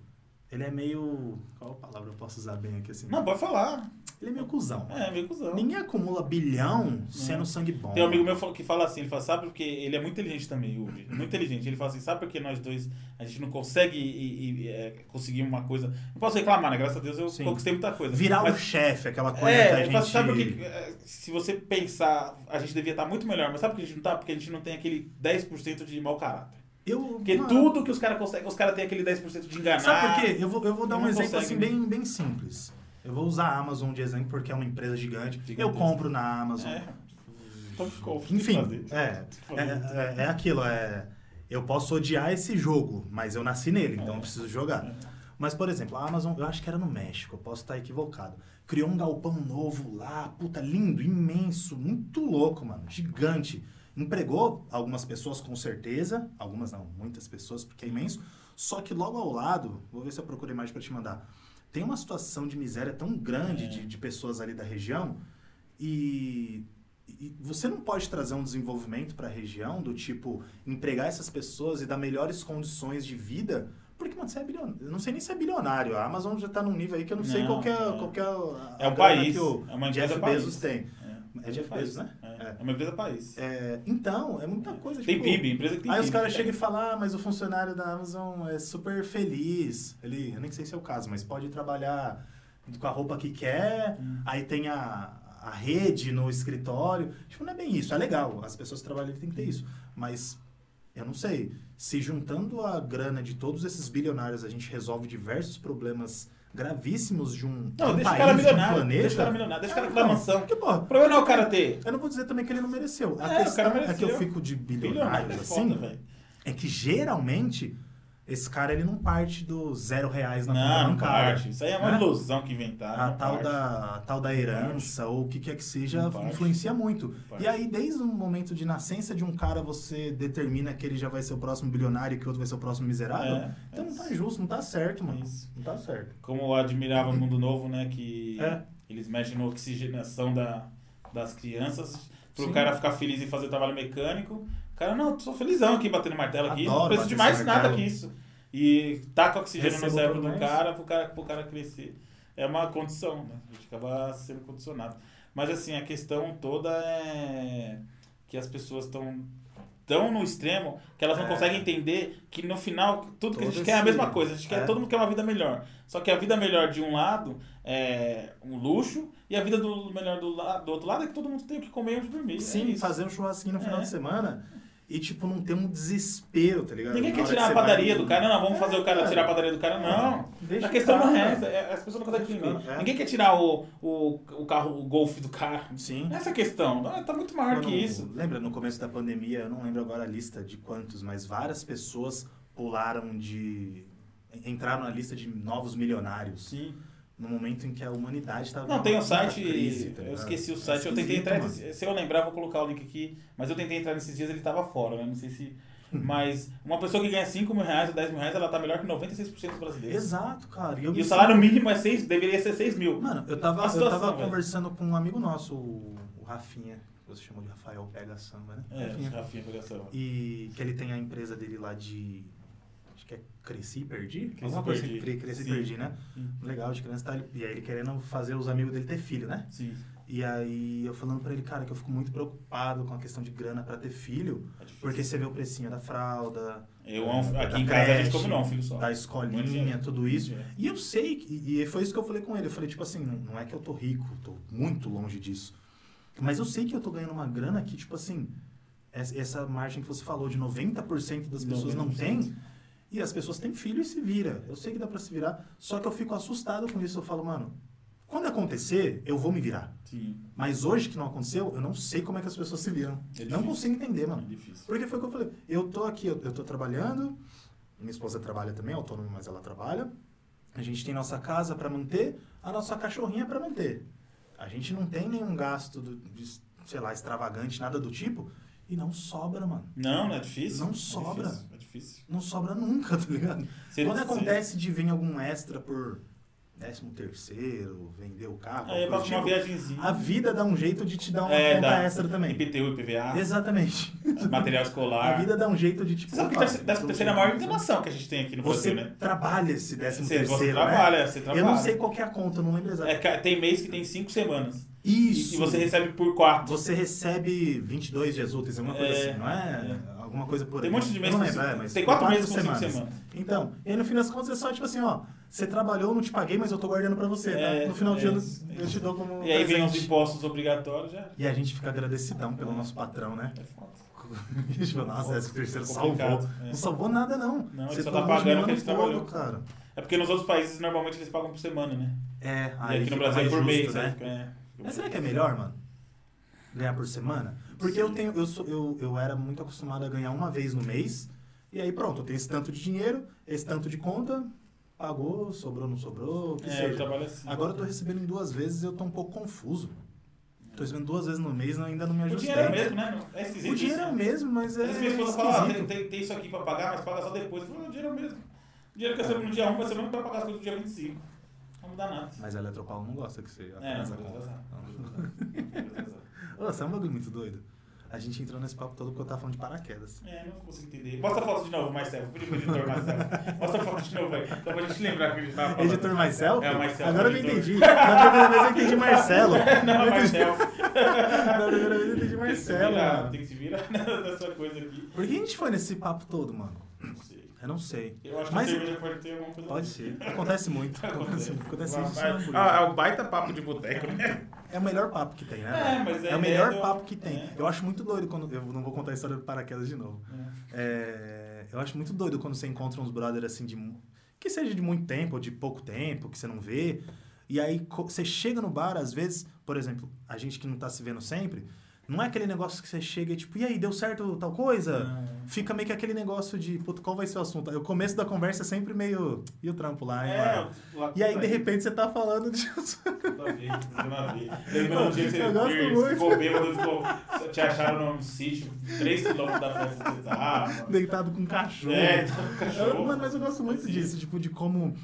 S2: ele é meio. Qual palavra eu posso usar bem aqui assim?
S1: Não, pode falar.
S2: Ele é meio cuzão.
S1: É, meio cuzão.
S2: Ninguém acumula bilhão sendo sangue bom.
S1: Tem um amigo meu fala- que fala assim, ele fala, sabe porque ele é muito inteligente também, Yuri, muito inteligente. Ele fala assim, sabe porque nós dois, a gente não consegue e- e- e, é, conseguir uma coisa. Não posso reclamar, né? Graças a Deus eu
S2: Sim.
S1: conquistei muita coisa.
S2: Virar o
S1: Mas-
S2: chefe, aquela coisa
S1: é,
S2: que a
S1: ele fala, sabe
S2: gente.
S1: porque é, se você pensar, a gente devia estar muito melhor, mas sabe por que a gente não tá? Porque a gente não tem aquele 10% de mau caráter.
S2: Eu,
S1: Porque
S2: mano,
S1: tudo que os caras conseguem, os caras têm aquele 10% de enganar.
S2: Sabe por quê? Eu vou, eu vou dar
S1: Ele
S2: um
S1: não
S2: exemplo
S1: consegue,
S2: assim
S1: né?
S2: bem, bem simples. Eu vou usar a Amazon de exemplo porque é uma empresa gigante. Eu
S1: Gigantesca.
S2: compro na Amazon.
S1: É. Então, ficou,
S2: Enfim,
S1: fazer.
S2: é,
S1: fazer.
S2: é, é, é aquilo, é. Eu posso odiar esse jogo, mas eu nasci nele, então eu preciso jogar. Mas, por exemplo, a Amazon, eu acho que era no México, eu posso estar equivocado. Criou um galpão novo lá, puta, lindo, imenso, muito louco, mano, gigante. Empregou algumas pessoas com certeza, algumas não, muitas pessoas, porque é imenso. Só que logo ao lado, vou ver se eu procuro a imagem pra te mandar. Tem uma situação de miséria tão grande
S1: É.
S2: de, de pessoas ali da região e, e você não pode trazer um desenvolvimento para a região do tipo empregar essas pessoas e dar melhores condições de vida, porque mano, você é bilionário. Eu não sei nem se é bilionário. A Amazon já tá num nível aí que eu não, sei
S1: Não,
S2: qual que é,
S1: é.
S2: qual que é a- a
S1: É um
S2: grana
S1: país,
S2: que o
S1: é uma empresa
S2: Jeff
S1: país.
S2: Bezos tem. É Jeff
S1: país,
S2: Bezos, né?
S1: É. É uma empresa país.
S2: É, então, é muita coisa.
S1: Tem
S2: tipo,
S1: PIB, empresa que tem
S2: Aí
S1: PIB.
S2: os caras chegam e falam, ah, mas o funcionário da Amazon é super feliz. Ele, eu nem sei se é o caso, mas pode trabalhar com a roupa que quer,
S1: Hum.
S2: aí tem a, a rede no escritório. Tipo, não é bem isso, é legal. As pessoas que trabalham ali têm que ter isso. Mas eu não sei. Se juntando a grana de todos esses bilionários, a gente resolve diversos problemas gravíssimos de um, de
S1: Não,
S2: um
S1: deixa o
S2: país,
S1: cara
S2: de um
S1: milionário.
S2: planeta.
S1: Deixa o cara milionário, deixa o
S2: É,
S1: cara com a
S2: então,
S1: mansão.
S2: Que porra,
S1: O problema não é o cara ter.
S2: eu não vou dizer também que ele não mereceu. A
S1: É, o
S2: questão
S1: cara mereceu.
S2: é que eu fico de
S1: Bilionário
S2: bilionários,
S1: é
S2: assim,
S1: foda, velho.
S2: é que geralmente esse cara ele não parte do zero reais na conta
S1: Não, não
S2: bancária.
S1: parte. Isso aí é uma
S2: Né?
S1: ilusão que inventaram.
S2: A
S1: não
S2: tal,
S1: parte.
S2: da, a tal da herança ou o que quer que seja
S1: Não parte.
S2: influencia muito.
S1: parte.
S2: E aí, desde o momento de nascença de um cara, você determina que ele já vai ser o próximo bilionário e que o outro vai ser o próximo miserável.
S1: É,
S2: então
S1: é
S2: não tá
S1: isso. É
S2: justo, não tá certo, mano.
S1: Isso.
S2: Não tá certo.
S1: Como eu admirava o Mundo Novo, né? Que
S2: É.
S1: eles mexem na oxigenação da, das crianças. Pro
S2: Sim.
S1: cara ficar feliz e fazer o trabalho mecânico. O cara, não, tô felizão aqui batendo martelo aqui. não
S2: Adoro
S1: preciso de
S2: bater
S1: mais
S2: esse
S1: nada
S2: martelo.
S1: que isso. E taca oxigênio
S2: Recebo
S1: no cérebro do
S2: problemas.
S1: cara pro, cara pro cara crescer. É uma condição, né? A gente acaba sendo condicionado. Mas assim, a questão toda é que as pessoas estão tão no extremo que elas não
S2: É.
S1: conseguem entender que no final tudo que a
S2: Todo
S1: gente quer é a
S2: esse-
S1: mesma coisa. A gente quer,
S2: é.
S1: todo mundo quer uma vida melhor. Só que a vida melhor de um lado é um luxo e a vida do melhor do, la- do outro lado é que todo mundo tem o que comer e onde dormir. é
S2: Sim,
S1: isso.
S2: fazer um churrasquinho no final
S1: É.
S2: de semana e, tipo, não ter um desespero, tá ligado?
S1: Ninguém
S2: Na
S1: quer
S2: hora
S1: tirar
S2: que
S1: a
S2: você
S1: padaria
S2: vai-
S1: do cara. Não, vamos fazer o cara
S2: cara.
S1: tirar a padaria do cara. Não.
S2: Deixa
S1: a questão
S2: o cara,
S1: não é essa. é- As pessoas não conseguem
S2: Deixa o
S1: entender.
S2: cara, é.
S1: Ninguém quer tirar o, o, o carro, o golfe do carro.
S2: Sim.
S1: Essa é a questão. Não, Tá muito maior
S2: Eu
S1: que
S2: não-
S1: isso.
S2: Lembra no começo da pandemia, eu não lembro agora a lista de quantos, mas várias pessoas pularam de. entraram na lista de novos milionários.
S1: Sim.
S2: No momento em que a humanidade estava.
S1: Não, tem um site. eu
S2: ligado?
S1: esqueci o
S2: É
S1: site. eu tentei
S2: esquisito,
S1: entrar.
S2: mano.
S1: Se eu lembrar, vou colocar o link aqui. Mas eu tentei entrar nesses dias ele tava fora, né? Não sei se.
S2: Hum.
S1: Mas uma pessoa que ganha 5 mil reais ou 10 mil reais, ela tá melhor que 96% dos brasileiros.
S2: Exato, cara. eu
S1: E
S2: me
S1: o salário mínimo é 6, deveria ser 6 mil.
S2: Mano, eu tava,
S1: A situação, é
S2: eu tava
S1: velho.
S2: conversando com um amigo nosso, o o Rafinha, que você chamou de Rafael Pega Samba, né?
S1: É, Rafinha, pega essa.
S2: E que ele tem a empresa dele lá de. Acho que é Cresci e Perdi?
S1: Cresci
S2: Alguma
S1: e
S2: coisa
S1: Perdi.
S2: assim, Cre- Cresci e
S1: Sim. Uhum.
S2: Perdi, né?
S1: Sim.
S2: Legal, de criança tá. ali- E aí ele querendo fazer os amigos dele ter filho, né?
S1: Sim,
S2: E aí eu falando pra ele, cara, que eu fico muito preocupado com a questão de grana pra ter filho,
S1: é difícil.
S2: porque é, você vê o precinho da fralda,
S1: Eu amo.
S2: Da
S1: Aqui em casa a gente
S2: creche,
S1: come não, filho só.
S2: da
S1: Muito dinheiro.
S2: escolinha, tá tudo isso.
S1: É.
S2: E eu sei, que- e e foi isso que eu falei com ele. Eu falei, tipo assim, não não é que eu tô rico, tô muito longe disso. Mas eu sei que eu tô ganhando uma grana que, tipo assim, es- essa margem que você falou de 90% das pessoas não
S1: 90%.
S2: tem. E as pessoas têm filho e se vira. Eu sei que dá pra se virar. Só que eu fico assustado com isso. Eu falo, mano, quando acontecer, eu vou me virar.
S1: Sim,
S2: Mas hoje que não aconteceu, eu não sei como é que as pessoas se viram.
S1: É difícil.
S2: não consigo entender,
S1: é
S2: mano.
S1: difícil.
S2: Porque foi o que eu falei. Eu tô aqui, eu, eu tô trabalhando, minha esposa trabalha também, é autônoma, mas ela trabalha. A gente tem nossa casa pra manter, a nossa cachorrinha pra manter. A gente não tem nenhum gasto, do, de, sei lá, extravagante, nada do tipo. E não sobra, mano.
S1: Não, não é difícil.
S2: Não
S1: É
S2: sobra.
S1: difícil, É difícil.
S2: Não sobra nunca, tá ligado?
S1: Você-
S2: Quando
S1: você-
S2: acontece de vir algum extra por 13 terceiro, vender o carro,
S1: Aí eu
S2: alguma
S1: faço
S2: coisa
S1: uma
S2: do tipo,
S1: viagemzinha.
S2: a vida dá um jeito de te dar uma
S1: É,
S2: conta
S1: dá.
S2: extra também.
S1: IPTU, IPVA,
S2: Exatamente.
S1: material escolar.
S2: A vida dá um jeito de tipo.
S1: Você sabe que
S2: opa,
S1: deve terceira é a maior internação que a gente tem aqui no
S2: Você
S1: Brasil, né?
S2: trabalha esse décimo
S1: Você,
S2: terceiro,
S1: você
S2: né?
S1: trabalha, você trabalha.
S2: Eu não sei qual que é a conta, eu não lembro exato.
S1: É, ca- tem mês que tem cinco semanas. E-
S2: Isso.
S1: E você recebe por quatro.
S2: Você recebe 22 dias úteis, alguma coisa
S1: É.
S2: assim, não é? Alguma coisa por
S1: Tem
S2: aí.
S1: um monte de mês
S2: Eu não
S1: com
S2: lembro,
S1: cinco-
S2: é, mas
S1: Tem quatro
S2: quatro
S1: meses com cinco semanas.
S2: Então, e aí no fim das contas é só tipo assim, ó, você trabalhou, eu não te paguei, mas eu tô guardando pra você,
S1: É,
S2: tá? No final
S1: é
S2: do dia
S1: isso, é
S2: eu, eu
S1: isso.
S2: te dou como
S1: E aí vem os
S2: presente.
S1: impostos obrigatórios, já
S2: E a gente fica agradecidão pelo nosso patrão, né?
S1: é foda.
S2: A gente fala, nossa, décimo terceiro
S1: Complicado,
S2: salvou.
S1: é.
S2: Não salvou nada, não.
S1: Não, ele
S2: Você
S1: só tá
S2: tomou
S1: pagando o
S2: de
S1: que
S2: mano
S1: a gente
S2: todo,
S1: trabalhou.
S2: cara.
S1: É porque nos outros países normalmente eles pagam por semana, né?
S2: É,
S1: e
S2: aí
S1: aqui no
S2: fica
S1: Brasil é
S2: mais
S1: por
S2: justo,
S1: mês,
S2: né?
S1: aí fica- é.
S2: Mas será que é melhor, mano? Ganhar por semana? Porque eu tenho. Eu, sou, eu, eu era muito acostumado a ganhar uma vez no mês. E aí pronto, eu tenho esse tanto de dinheiro, esse tanto de conta, pagou, sobrou, não sobrou, o que
S1: É, eu
S2: seja.
S1: trabalho assim.
S2: Agora eu tô recebendo em duas vezes e eu tô um pouco confuso. Tô recebendo duas vezes no mês e ainda não me
S1: O
S2: ajustei.
S1: dinheiro é o mesmo, né? É esquisito.
S2: O dinheiro é o
S1: isso.
S2: mesmo, mas é.
S1: Às vezes minha esposa fala, ah, tem,
S2: esquisito.
S1: tem, tem isso aqui pra pagar, mas paga só depois. Eu falo, não, o dinheiro é o mesmo. O dinheiro que eu recebo no dia 1 vai ser o mesmo pra pagar tá as coisas do dia 25. Não muda nada.
S2: Mas a Eletropaulo não gosta que você
S1: É, não
S2: atrasa a
S1: vou
S2: conta.
S1: atrasar. Não vou atrasar.
S2: Nossa, é um bagulho muito doido. A gente entrou nesse papo todo porque eu tava falando de paraquedas.
S1: É, não consigo entender. Mostra a foto de novo, Marcelo. Pedi pro editor Marcelo. Mostra a foto de novo aí. Só pra gente lembrar que a gente tava falando.
S2: Editor Marcelo?
S1: É, o Marcelo.
S2: Agora eu não
S1: editor.
S2: entendi. Na primeira vez eu entendi Marcelo.
S1: Não, é Marcelo.
S2: Na primeira vez eu entendi Marcelo, mano.
S1: Tem que se virar, tem que se virar nessa coisa aqui.
S2: Por que a gente foi nesse papo todo, mano?
S1: Não sei.
S2: Eu não sei.
S1: Eu acho que
S2: Mas-
S1: a cerveja pode ter alguma coisa.
S2: Pode ser. Acontece muito.
S1: Acontece.
S2: Acontece muito. Acontece
S7: Lá
S2: muito.
S7: vai.
S2: isso não é
S1: um
S7: Ah, é o baita papo de boteco, né?
S2: bonito. É o melhor papo que tem, né? velho?
S1: É, mas é.
S2: É o melhor
S1: do-
S2: papo que tem.
S1: é.
S2: Eu acho muito doido quando. Eu não vou contar a história do paraquedas de novo. É, eu acho muito doido quando você encontra uns brother assim de. mu- Que seja de muito tempo ou de pouco tempo, que você não vê. E aí co- você chega no bar, às vezes, por exemplo, a gente que não tá se vendo sempre, não é aquele negócio que você chega e tipo, e aí, deu certo tal coisa?
S1: É.
S2: Fica meio que aquele negócio de, puto, qual vai ser o assunto? Aí o começo da conversa é sempre meio. E o trampo lá, hein,
S1: É,
S2: mano?"
S1: lá-
S2: E aí, de repente, você tá falando de.
S1: Nada a ver, nada a ver. Lembra um dia que
S2: Eu gosto
S1: você
S2: muito.
S1: ficou bêbado, ficou, te acharam num sítio, 3km da festa que você tava.
S2: Deitado com um cachorro.
S1: É, então,
S2: Eu-
S1: cachorro.
S2: mano, mas eu gosto muito
S1: Assim.
S2: disso, tipo, de como.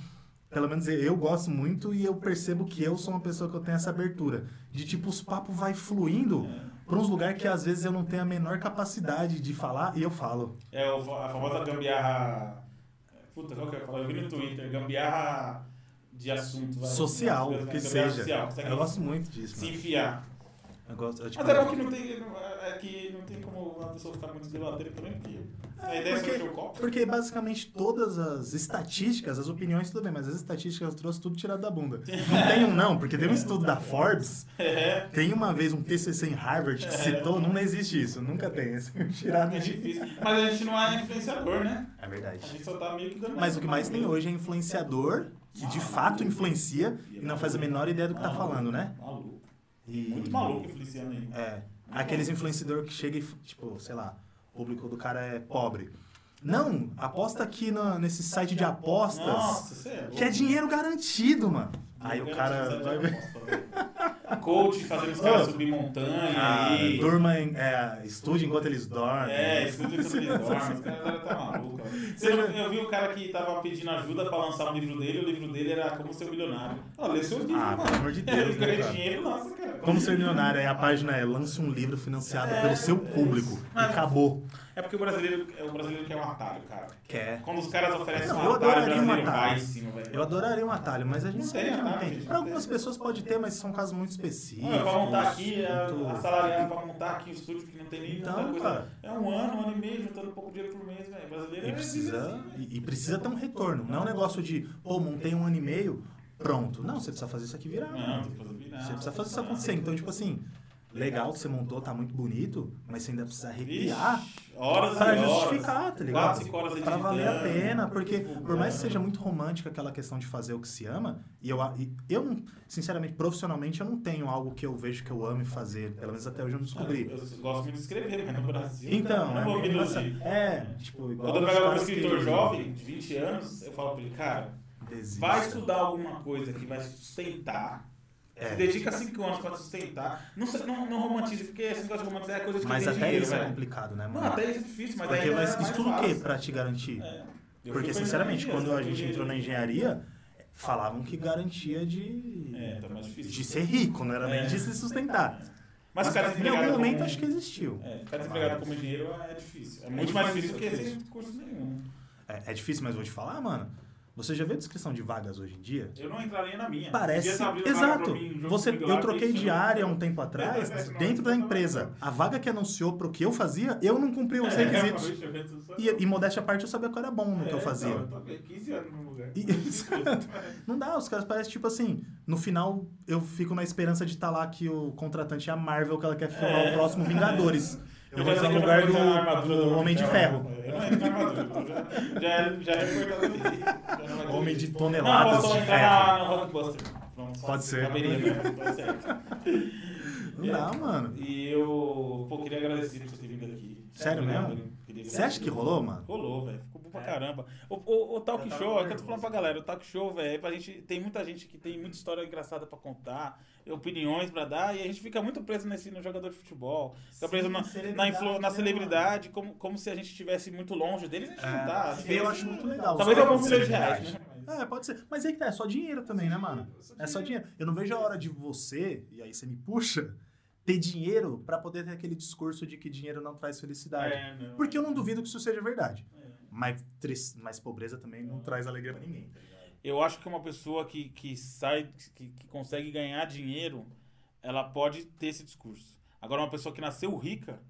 S2: Pelo menos eu gosto muito e eu percebo que eu sou uma pessoa que eu tenho essa abertura. De tipo, os papos vai fluindo
S1: É.
S2: pra uns lugares que às vezes eu não tenho a menor capacidade de falar e eu falo.
S1: É o fa- a famosa gambiarra. Puta, qual que é? Eu vi no Twitter, gambiarra de assunto. vai.
S2: Social,
S1: Gambiarra
S2: que seja.
S1: social, consegue
S2: Eu gosto muito disso.
S1: Se
S2: mano.
S1: enfiar.
S2: Eu gosto, eu, tipo,
S1: Mas é algo que não tem. não- É que não tem como uma pessoa ficar muito geladeira também, porque. A ideia é só
S2: porque-
S1: encher o copo.
S2: Porque basicamente todas as estatísticas, as opiniões, tudo bem, mas as estatísticas eu trouxe tudo tirado da bunda. Não tem um não, porque tem
S1: É.
S2: um estudo da Forbes, tem uma vez um TCC em Harvard que citou, não existe isso, nunca tem, é sempre tirado
S1: É
S2: de...
S1: difícil. Mas a gente não é influenciador, né?
S2: É
S1: A
S2: verdade.
S1: gente só tá meio que dando.
S2: Mas o que mais tem hoje é influenciador, que de fato influencia e não faz a menor ideia do que tá falando, né?
S1: Maluco.
S2: E-
S1: Muito maluco influenciando aí.
S2: É. Aqueles influenciadores que chegam e, tipo, sei lá, o público do cara é pobre. Não, aposta aqui na- nesse site de apostas.
S1: Nossa, você é louco.
S2: Que é dinheiro garantido, mano. Aí
S1: Eu
S2: o
S1: quero
S2: cara
S1: precisar de
S2: vai ver.
S1: aposta. Coach fazendo os caras subir montanha
S2: Ah,
S1: aí.
S2: durma em, é, estude enquanto eles dormem.
S1: É, estuda isso dorme. Os caras tá maluco. ó. Você não- Eu vi o cara que tava pedindo ajuda pra lançar um livro dele, o livro dele era Como Ser Milionário. Ah, lê seu livro,
S2: Ah,
S1: mano.
S2: pelo amor de Deus,
S1: É,
S2: né,
S1: ganha
S2: cara?
S1: dinheiro, nossa, cara.
S2: Como ser milionário, aí a página é lance um livro financiado
S1: É,
S2: pelo seu
S1: é
S2: público.
S1: isso.
S2: E acabou.
S1: É porque o brasileiro, o brasileiro quer um atalho, cara.
S2: Quer.
S1: Quando os caras oferecem
S2: Não,
S1: um
S2: eu
S1: atalho, o
S2: adoraria um
S1: brasileiro vai
S2: atalho.
S1: em cima, velho.
S2: Eu adoraria um atalho, mas a gente
S1: Não
S2: sabe
S1: tem tá?
S2: que não
S1: atalho,
S2: tem.
S1: gente.
S2: Pra algumas pessoas pode ter, mas são casos muito específicos.
S1: Olha, Ah, pra montar aqui, a,
S2: muito-
S1: a salariada pra montar aqui o estúdio, que não tem nem tanta
S2: Então,
S1: coisa.
S2: cara.
S1: É um ano, um ano e meio, juntando pouco dinheiro por mês, velho. O brasileiro
S2: E
S1: é
S2: precisa,
S1: assim,
S2: e, e precisa ter um retorno. Não é um negócio de, pô, montei um ano e meio, pronto. Não, você precisa fazer isso aqui virar.
S1: Não,
S2: mano.
S1: tem que fazer virar.
S2: Você precisa fazer isso acontecer. Então, tipo assim, legal que você montou, tá muito bonito, mas você ainda precisa arrepiar
S1: Vixe, horas
S2: pra
S1: e horas.
S2: justificar, tá ligado?
S1: Quatro, cinco horas
S2: pra valer a
S1: editando.
S2: pena, porque por
S1: é.
S2: mais que seja muito romântica aquela questão de fazer o que se ama, e eu, a- e eu não- sinceramente, profissionalmente, eu não tenho algo que eu vejo que eu ame fazer. Pelo menos até hoje eu não descobri.
S1: É, Eu gosto muito de escrever, mas no Brasil.
S2: Então,
S1: eu não vou me iludir.
S2: é, é, tipo, igual
S1: Quando eu
S2: os
S1: pegava um
S2: caras que-
S1: escritor jovem, de 20 anos, eu falo pra ele, cara,
S2: Desista.
S1: vai estudar alguma coisa que vai sustentar.
S2: É.
S1: Se dedica 5 anos pra sustentar. Não, se- não, não romantiza, porque esse negócio de romantizar é coisa de quem
S2: Mas
S1: tem
S2: até
S1: dinheiro,
S2: isso é
S1: velho.
S2: complicado, né,
S1: Não,
S2: mano?
S1: até isso é difícil, mas
S2: Porque
S1: ainda
S2: mas
S1: é mais
S2: estuda o
S1: fácil.
S2: quê pra te garantir?
S1: É. Eu
S2: Porque,
S1: fui pra
S2: sinceramente,
S1: engenharia,
S2: quando a gente
S1: eu
S2: entrou na engenharia, falavam que garantia de,
S1: É, tá mais difícil.
S2: de ser rico, não era
S1: É.
S2: nem de se sustentar.
S1: Mas, cara,
S2: em algum
S1: desempregado
S2: momento
S1: como-
S2: acho que existiu.
S1: É, ficar desempregado como engenheiro é difícil. É muito mais difícil do que sem curso nenhum.
S2: É, é difícil, mas vou te falar, mano. Você já viu a descrição de vagas hoje em dia?
S1: Eu não entraria na minha.
S2: Parece.
S1: Podia abrir a vaga pra
S2: Exato.
S1: mim, junto
S2: Você,
S1: comigo lá,
S2: eu troquei
S1: que
S2: de área um tempo atrás,
S1: É, é, é,
S2: dentro
S1: não,
S2: da
S1: não,
S2: empresa. A vaga que anunciou pro que eu fazia, eu não cumpri
S1: É,
S2: os requisitos. E, e modéstia à parte, eu sabia que eu era bom no que eu fazia.
S1: Eu toquei 15 anos no lugar.
S2: E- Não dá, os caras parecem tipo assim. No final, eu fico na esperança de estar lá que o contratante é a Marvel, que ela quer filmar o próximo Vingadores. Eu vou
S1: já sei
S2: entrar no
S1: que
S2: lugar
S1: É. eu vou entrar na
S2: do,
S1: armadura
S2: do Homem de Ferro.
S1: Eu não entro na armadura. eu Já, já, já é cortado dele. Já não vai
S2: Homem
S1: ter
S2: de
S1: jeito. Não,
S2: toneladas
S1: eu posso
S2: de
S1: entrar na- no Rockbuster. Pronto,
S2: Pode ser.
S1: Caberia, né? Tá certo.
S2: Não dá, mano.
S1: E eu, pô, queria agradecer por você ter vindo aqui.
S2: Sério
S1: Obrigado,
S2: mesmo?
S1: hein? Queria
S2: Você acha que
S1: agradecer.
S2: rolou, É. mano?
S1: Rolou, velho. Ficou bom pra caramba. O, o, o Talk Show, é que eu tô falando pra galera, o Talk Show, velho, é pra gente. Tem muita gente que tem muita história engraçada pra contar, opiniões pra dar, e a gente fica muito preso nesse, no jogador de futebol. Fica
S8: Sim,
S1: Tá preso na, na,
S8: celebridade,
S1: influ, na
S8: né,
S1: celebridade, como, como se a gente estivesse muito longe deles, a gente não tá. Às
S2: É, Eu
S1: vezes-
S2: acho muito legal.
S1: Talvez
S2: Os
S1: alguns milhões
S2: caras-
S1: de reais, né?
S2: É, pode ser. Mas aí que tá, é só dinheiro também, né, mano? É só dinheiro. Eu não vejo a hora de você, e aí você me puxa,
S9: ter dinheiro para poder ter aquele discurso de que dinheiro não traz felicidade.
S1: É, não,
S9: Porque
S1: é.
S9: eu não duvido que isso seja verdade.
S1: É.
S9: Mas, tris- mas pobreza também não traz alegria pra ninguém. tá ligado?
S1: Eu acho que uma pessoa que, que sai, que, que consegue ganhar dinheiro, ela pode ter esse discurso. Agora, uma pessoa que nasceu rica,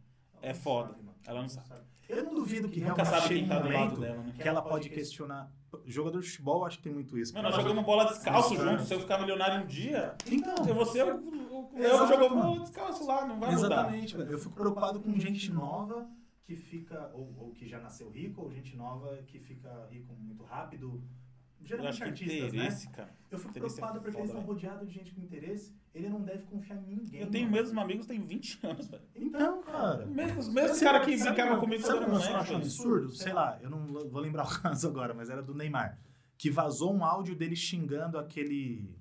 S1: É foda. ela não sabe.
S9: Eu não duvido que
S1: Nunca
S9: realmente
S1: sabe
S9: chegue
S1: quem tá
S9: um
S1: do lado
S9: momento
S1: dela, né?
S9: que ela pode questionar. Jogador de futebol, acho que tem muito isso.
S1: Mano, nós
S9: Cara,
S1: jogamos bola descalço
S9: Nossa.
S1: junto. Se eu ficar milionário um dia,
S9: Então,
S1: eu vou ser o- o o Léo
S9: Exato,
S1: jogou
S9: mano.
S1: bola descalço lá, não vai mudar.
S9: exatamente, velho. Eu fico preocupado com gente nova.
S10: que fica, ou, ou que já nasceu rico, ou gente nova que fica rico muito rápido.
S1: Eu acho
S10: Geralmente
S1: que
S10: artistas, né?
S1: interesse, cara.
S10: Eu fico
S1: interesse é
S10: preocupado porque eles
S1: foda,
S10: estão rodeados de gente com interesse, ele não deve confiar em ninguém.
S1: Eu tenho
S10: mano.
S1: mesmos amigos, tem 20 anos, velho.
S10: Então,
S9: cara.
S1: Mesmo- Os mesmos caras que brincavam comigo quando eu
S9: Sabe
S1: era
S9: o que eu acho
S1: moleque.
S9: um
S1: velho.
S9: absurdo? Sei lá, eu não vou lembrar o caso agora, mas era do Neymar. Que vazou um áudio dele xingando aquele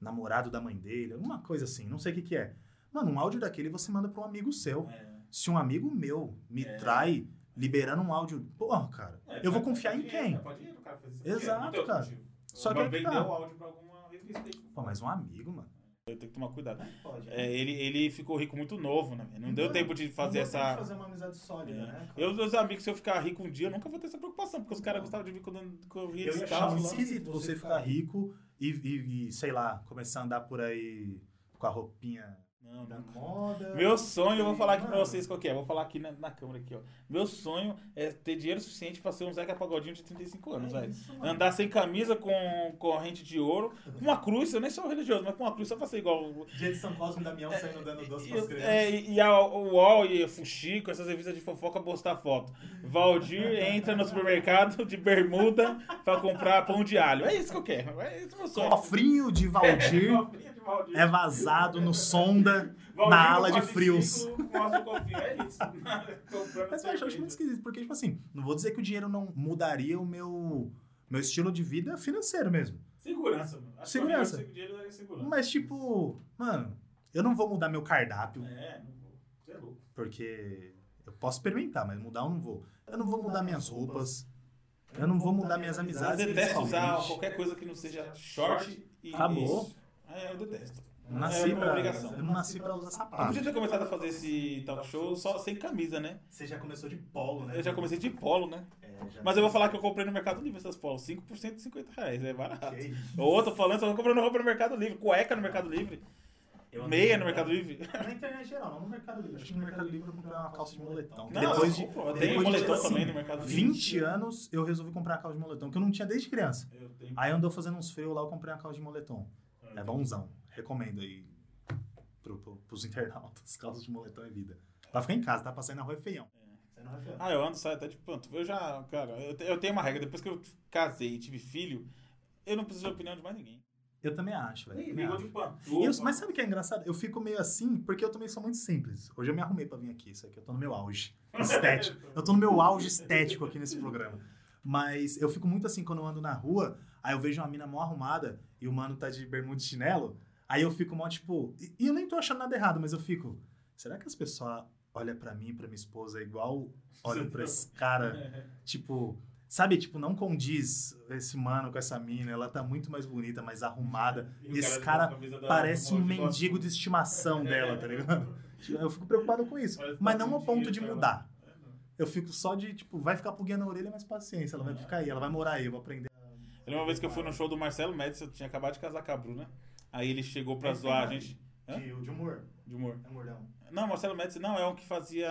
S9: namorado da mãe dele, alguma coisa assim, não sei o que que é. Mano, um áudio daquele você manda pra um amigo seu.
S1: É.
S9: Se um amigo meu me trai liberando um áudio, porra, cara, eu vou confiar em quem?
S3: Pode ir, o cara fez isso. Então, tipo,
S9: Exato,
S3: Não tem outro
S9: cara.
S3: motivo.
S9: Só que
S3: Vai
S9: aí que
S3: vender
S9: tá.
S3: o áudio pra alguma revista aí.
S9: Pô, mas um amigo, mano.
S1: Eu tenho que tomar cuidado.
S10: pode.
S1: É, ele, ele ficou rico muito novo, né? Não deu
S10: Não,
S1: tempo de fazer
S10: Não dá pra
S1: essa. É.
S10: fazer uma amizade sólida, né? cara?
S1: Eu, meus amigos, se eu ficar rico um dia, eu nunca vou ter essa preocupação, porque os caras gostavam de mim quando quando eu ia
S10: Eu ia
S9: Acho
S1: descalço
S10: chamar
S1: lá.
S9: é esquisito você ficar rico e, e- e, sei lá, começar a andar por aí com a roupinha.
S1: Não,
S10: Da
S1: nunca.
S10: moda.
S1: Meu sonho, eu vou falar aqui pra
S10: Mano.
S1: vocês qual que é. Vou falar aqui na, na câmera aqui, ó. Meu sonho é ter dinheiro suficiente pra ser um Zeca Pagodinho de 35 anos,
S10: É
S1: velho.
S10: isso, mano.
S1: Andar sem camisa, com corrente de ouro, com uma cruz, eu nem sou religioso, mas com uma cruz só pra ser igual. o-
S10: Dia de São Cosme e Damião saindo dando doce
S1: E-
S10: pras crianças.
S1: é, e e a o UOL e a Fuxico, essas revistas de fofoca, postar foto. Valdir entra no supermercado de bermuda pra comprar pão de alho. É isso que eu quero. É isso que eu sou.
S9: Cofrinho de Valdir é vazado no sonda na ala de frios.
S1: É isso.
S9: Mas eu acho eu acho muito esquisito, porque, tipo assim, não vou dizer que o dinheiro não mudaria o meu, meu estilo de vida financeiro mesmo.
S1: Segurança, mano.
S9: Acho que o melhor Segurança.
S1: dinheiro é segurança.
S9: Mas, tipo, mano, eu não vou mudar meu cardápio,
S1: É, não vou. Você é louco.
S9: porque eu posso experimentar, mas mudar eu não vou. Eu não vou mudar minhas roupas. Eu não vou mudar minhas
S1: Eu
S9: amizades.
S1: detesto usar
S9: principalmente.
S1: qualquer coisa que não seja short e
S9: Acabou.
S1: isso. É, eu detesto.
S9: Eu Nasci
S1: é uma
S9: pra,
S1: obrigação.
S9: eu não nasci pra usar
S1: Eu
S9: sapato.
S1: podia ter começado a fazer esse talk show só sem camisa, né?
S10: Você já começou de polo, né?
S1: Eu
S9: Uhum.
S1: já comecei de polo, né?
S10: É, já-
S1: Mas eu vou falar que eu comprei no Mercado Livre essas polos. 5% de 50 reais, é barato.
S10: Ok.
S9: Uhum.
S1: Ou tô falando, só tô comprando roupa no Mercado Livre. Cueca no Mercado Livre.
S10: Eu andei
S1: Meia no Mercado Livre.
S10: Na internet geral, não no Mercado Livre.
S9: Acho que no Mercado Livre eu comprei uma calça de moletom.
S1: Não,
S9: Depois de
S1: eu compro, eu
S9: depois
S1: tenho
S9: de,
S1: moletom
S9: assim,
S1: também no Mercado Livre.
S9: 20 anos eu resolvi comprar a calça de moletom, que eu não tinha desde criança.
S1: Eu tenho.
S9: Aí andou fazendo uns frios lá, eu comprei uma calça de moletom.
S1: Ah,
S9: É bonzão. Recomendo aí pro, pro, pros internautas. Calça de moletom é vida. Pra ficar em casa, tá? Pra sair na rua é feião.
S10: Você não vai falar.
S1: Ah, eu ando, saio até de panto. Eu já, cara, eu, te- eu tenho uma regra. Depois que eu casei e tive filho, eu não preciso de opinião de mais ninguém.
S9: Eu também acho, velho. também
S1: Ligou
S9: acho.
S1: de panto.
S9: E eu- mas sabe o que é engraçado? Eu fico meio assim porque eu também sou muito simples. Hoje eu me arrumei pra vir aqui, isso aqui eu tô no meu auge estético. Eu tô no meu auge estético aqui nesse programa. Mas eu fico muito assim quando eu ando na rua, aí eu vejo uma mina mó arrumada e o mano tá de bermuda e chinelo, aí eu fico mó tipo. E, e eu nem tô achando nada errado, mas eu fico. Será que as pessoas olham pra mim, pra minha esposa, igual olham pra esse
S1: É.
S9: cara? Tipo. Sabe, tipo, não condiz esse mano com essa mina. Ela tá muito mais bonita, mais arrumada.
S1: E o
S9: esse
S1: com a
S9: cara
S1: camisa da-
S9: Parece um
S1: do Mogi
S9: mendigo
S1: Guaçu.
S9: de
S1: É.
S9: estimação dela, tá ligado? Eu fico preocupado com isso.
S1: Parece que
S9: Mas
S1: tá
S9: não ao
S1: com
S9: ponto
S1: dinheiro É,
S9: de
S1: pra lá.
S9: mudar. Eu fico só de, tipo, vai ficar pulguinha na orelha, mas paciência,
S1: É.
S9: ela vai ficar aí, ela vai morar aí, eu vou aprender.
S1: Eu lembro uma vez que eu fui no show do Marcelo Médici, eu tinha acabado de casar com a Bruna. Aí ele chegou pra zoar a gente. Hã?
S10: De, de humor.
S1: De humor.
S10: É mordão.
S1: Não, Marcelo Médici não, é um que fazia.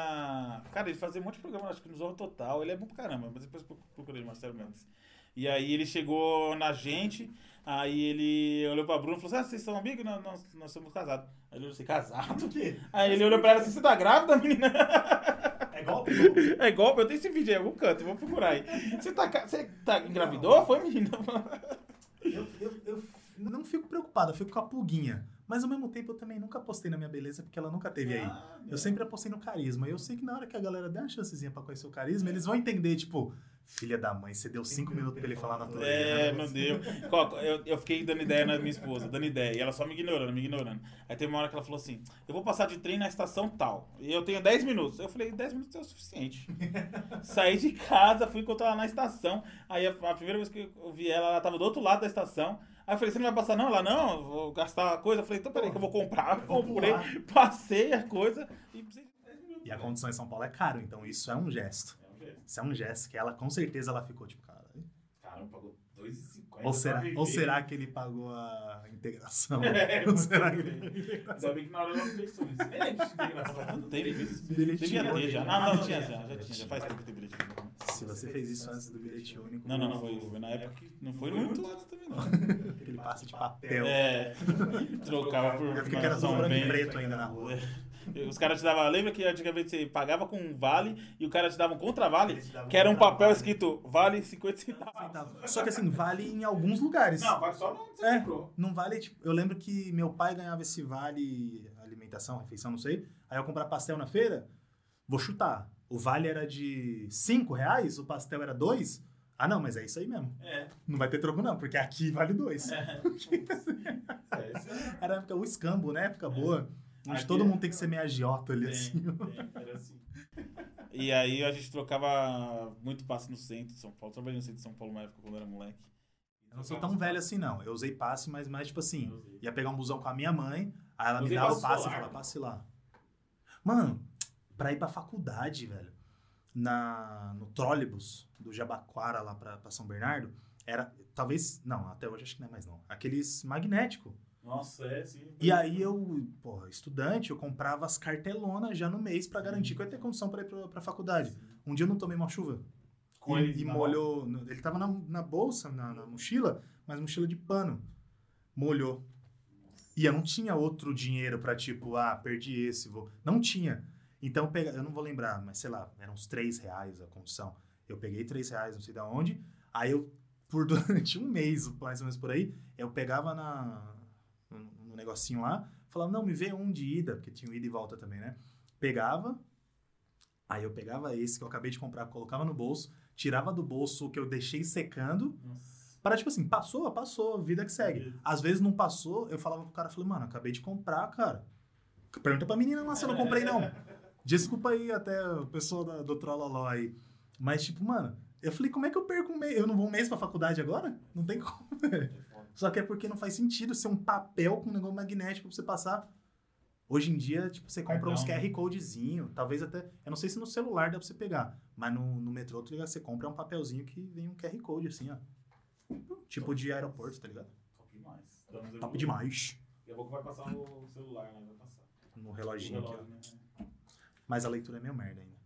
S1: Cara, ele fazia um monte de programa, acho que no Zorro Total. Ele é bom pra caramba, mas depois proc- procurei Marcelo Médici. E aí ele chegou na gente, aí ele olhou pra Bruna e falou assim: Ah, vocês são amigos? Não, nós, nós somos casados. Aí ele olhou assim: Casado?
S10: Ah, quê?
S1: Aí ele olhou pra ela assim: Você tá grávida, menina?
S10: É golpe?
S1: É golpe, eu tenho esse vídeo aí em algum canto, eu vou procurar aí. Você tá, ca- você tá engravidou? Foi, menina?
S10: eu, eu, eu
S9: Não fico preocupada, fico com a pulguinha. Mas ao mesmo tempo eu também nunca apostei na minha beleza, porque ela nunca teve aí.
S1: Ah,
S9: Eu sempre apostei no carisma. E eu sei que na hora que a galera der uma chancezinha pra conhecer o carisma, eles vão entender, tipo, Filha da mãe, você deu cinco minutos pra ele falar na tua né?"
S1: É, não deu. Coco, eu, eu fiquei dando ideia na minha esposa, dando ideia. E ela só me ignorando, me ignorando. Aí teve uma hora que ela falou assim: Eu vou passar de trem na estação tal. E eu tenho 10 minutos. Eu falei: 10 minutos é o suficiente. Saí de casa, fui encontrar ela na estação. Aí a, a primeira vez que eu vi ela, ela tava do outro lado da estação. Aí eu falei, você não vai passar não? Ela, não, eu vou gastar a coisa. Eu falei, então peraí que eu vou comprar. Eu comprei, passei a coisa e
S9: e a condição em São Paulo é caro, então isso é um gesto. É um gesto. Isso é um gesto que ela, com certeza, ela ficou tipo, cara.
S1: Caramba, pagou 2,50.
S9: Ou será, ou será que ele pagou a integração?
S1: É,
S9: ou
S1: será que ele. Ainda bem que na hora eu não pensou nisso. É, integração. Não teve isso. Devia ter já. Ah, Não, não, tinha já. Já tinha. Já faz tempo que tem bilhete único.
S9: Se você fez isso antes do bilhete único.
S1: Não, não, não. Foi, foi na época que não foi muito lado também, não.
S9: Aquele passe de papel.
S1: É. Trocava por.
S9: Eu fiquei que era só branco e preto ainda na rua.
S1: Os caras te davam. Lembra que antigamente você pagava com um vale e o cara te dava um contra-vale? Que era um papel escrito vale 50 centavos.
S9: Só que assim, vale em alguns lugares.
S1: Não, vale só não você é,
S9: comprou. Não vale, tipo, eu lembro que meu pai ganhava esse vale alimentação, refeição, não sei. Aí eu comprar pastel na feira, vou chutar. O vale era de 5 reais, o pastel era 2. Ah, não, mas é isso aí mesmo.
S1: É.
S9: Não vai ter troco, não, porque aqui vale 2.
S1: É.
S9: era época, o escambo, né?
S1: É.
S9: Época boa. Onde todo mundo tem que ser meio agiota ali,
S1: tem,
S9: assim.
S1: Tem, era assim. E aí a gente trocava muito passe no centro de São Paulo. Eu trabalhei no centro de São Paulo na época quando eu era moleque.
S9: Eu não sou tão velho assim, não. Eu usei passe, mas mais tipo assim, ia pegar um busão com a minha mãe, aí ela me dava o passe e falava, passe lá. Mano, pra ir pra faculdade, velho, na, no trólebus do Jabaquara lá pra, pra São Bernardo, era, talvez, não, até hoje acho que não é mais não, aqueles magnético.
S1: Nossa, é, sim.
S9: E aí eu, pô, estudante, eu comprava as cartelonas já no mês pra garantir que eu ia ter condição pra ir pra, pra faculdade. Um dia eu não tomei uma chuva.
S1: Com
S9: e, e molhou. no- Ele tava na, na bolsa, na, na mochila, mas mochila de pano. Molhou. E eu não tinha outro dinheiro pra tipo, ah, perdi esse, vou. Não tinha. Então eu pega- eu não vou lembrar, mas sei lá, eram uns 3 reais a condição. Eu peguei 3 reais, não sei de onde. Aí eu, por durante um mês, mais ou menos por aí, eu pegava na, no- no negocinho lá, falava, não, me vê um de ida, porque tinha o ida e volta também, né? Pegava, aí eu pegava esse que eu acabei de comprar, colocava no bolso, tirava do bolso o que eu deixei secando,
S1: Nossa.
S9: para, tipo assim, passou, passou, vida que segue. Às vezes não passou, eu falava pro cara, falei, mano, acabei de comprar, cara. Pergunta pra menina lá se eu não comprei, não. Desculpa aí até o pessoal da- do Trololó aí. Mas, tipo, mano, eu falei, como é que eu perco um mês? Eu não vou um mês pra faculdade agora? Não tem como. velho.
S1: né?
S9: Só que é porque não faz sentido ser um papel com um negócio magnético pra você passar. Hoje em dia, tipo, você compra
S1: Cartão,
S9: uns
S1: né?
S9: QR Codezinho, talvez até. Eu não sei se no celular dá pra você pegar, mas no, no metrô, tu liga, você compra um papelzinho que vem um QR Code, assim, ó. Tipo de aeroporto, tá ligado?
S1: Top demais. Então, Estamos
S9: Top demais.
S1: Daqui a pouco vai passar no celular, né? Vai passar.
S9: No
S1: O
S9: reloginho aqui, ó.
S1: relógio, né?
S9: Mas a leitura é meio merda ainda.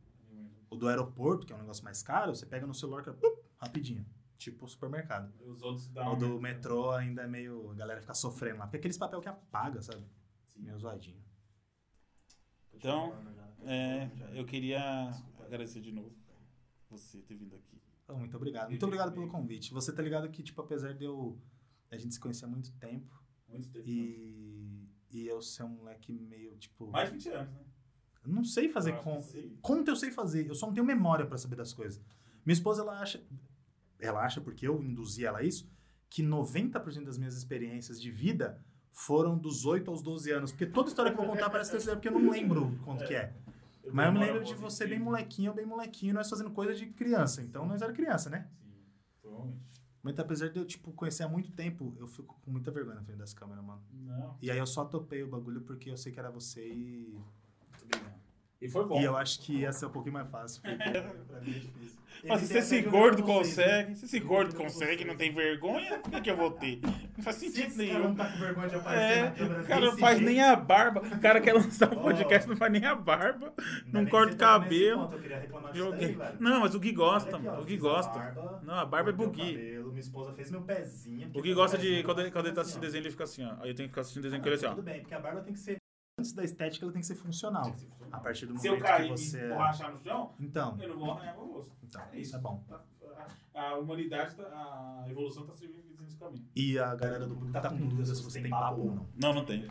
S9: O do aeroporto, que é um negócio mais caro, você pega no celular que é plup, rapidinho. Tipo supermercado.
S1: Os outros né? dá
S9: O
S1: uma-
S9: do metrô ainda é meio. A galera fica sofrendo lá. Porque é aqueles papel que apaga, sabe?
S1: Sim.
S9: Meio zoadinho.
S1: Então, é, eu queria agradecer de novo você ter vindo aqui.
S9: Então, muito obrigado. Muito obrigado pelo convite. Você tá ligado que, tipo, apesar de eu. A gente se conhecer há muito tempo.
S1: Muito tempo. né?
S9: E. E eu ser um moleque meio, tipo.
S1: Mais de 20 anos, né?
S9: Eu não sei fazer
S1: Eu acho que
S9: conta.
S1: sim.
S9: Conta eu sei fazer, eu só não tenho memória pra saber das coisas. Minha esposa, ela acha, ela acha, porque eu induzi ela a isso, que 90% das minhas experiências de vida foram dos 8 aos 12 anos. Porque toda história que eu vou contar parece terceira, porque eu não lembro quanto que é. Mas eu me lembro
S1: um
S9: de você bem molequinho, bem molequinho, nós fazendo coisa de criança. Então nós era criança, né?
S1: Sim, um provavelmente.
S9: Mas apesar de eu, tipo, conhecer há muito tempo, eu fico com muita vergonha na frente das câmeras, mano.
S1: Não,
S9: E aí eu só topei o bagulho porque eu sei que era você e.
S1: muito obrigado. E foi bom.
S9: E eu acho que ia ser um pouquinho mais fácil. porque-
S10: é
S1: Mas se esse gordo
S9: né?
S1: consegue, se esse gordo consegue, não tem vergonha, por que, que eu vou ter? Não faz
S10: Se
S1: sentido
S10: esse cara não
S1: nenhum.
S10: tá com vergonha de aparecer
S1: É,
S10: na câmera
S1: o cara não
S10: desse
S1: faz
S10: jeito,
S1: nem a barba. O cara quer lançar um
S10: Ó.
S1: podcast, não faz nem a barba.
S10: ainda
S1: não
S10: bem que
S1: corta
S10: você
S1: o
S10: tá nesse
S1: cabelo.
S10: ponto, Eu queria reclamar disso
S2: tá
S10: daí,
S1: Joguei.
S10: velho.
S1: Não, mas o Gui gosta,
S10: Olha aqui, ó,
S1: mano. O Gui
S10: fiz a
S1: gosta.
S10: barba,
S1: Não, a barba é
S10: cortei o
S1: bugui.
S10: cabelo, Minha esposa fez meu pezinho.
S1: O Gui gosta de. Quando ele, quando ele tá assistindo desenho, ele fica assim, ó. Aí eu tenho que ficar assistindo desenho com ele assim, ó.
S10: assim, Tudo bem, porque a barba tem que ser.
S9: antes da estética ela tem que ser funcional. A partir do
S1: Se eu
S9: momento
S1: cair
S9: que você
S1: e
S9: é-
S1: borrachar no chão,
S9: Então,
S1: eu não vou arranhar meu rosto.
S9: então,
S1: É
S9: isso
S1: isso.
S9: é bom.
S1: Tá- A, a humanidade, tá, a evolução tá servindo nesse caminho.
S9: E a galera do grupo tá com dúvidas se você tem papo ou não.
S1: Não, não tem.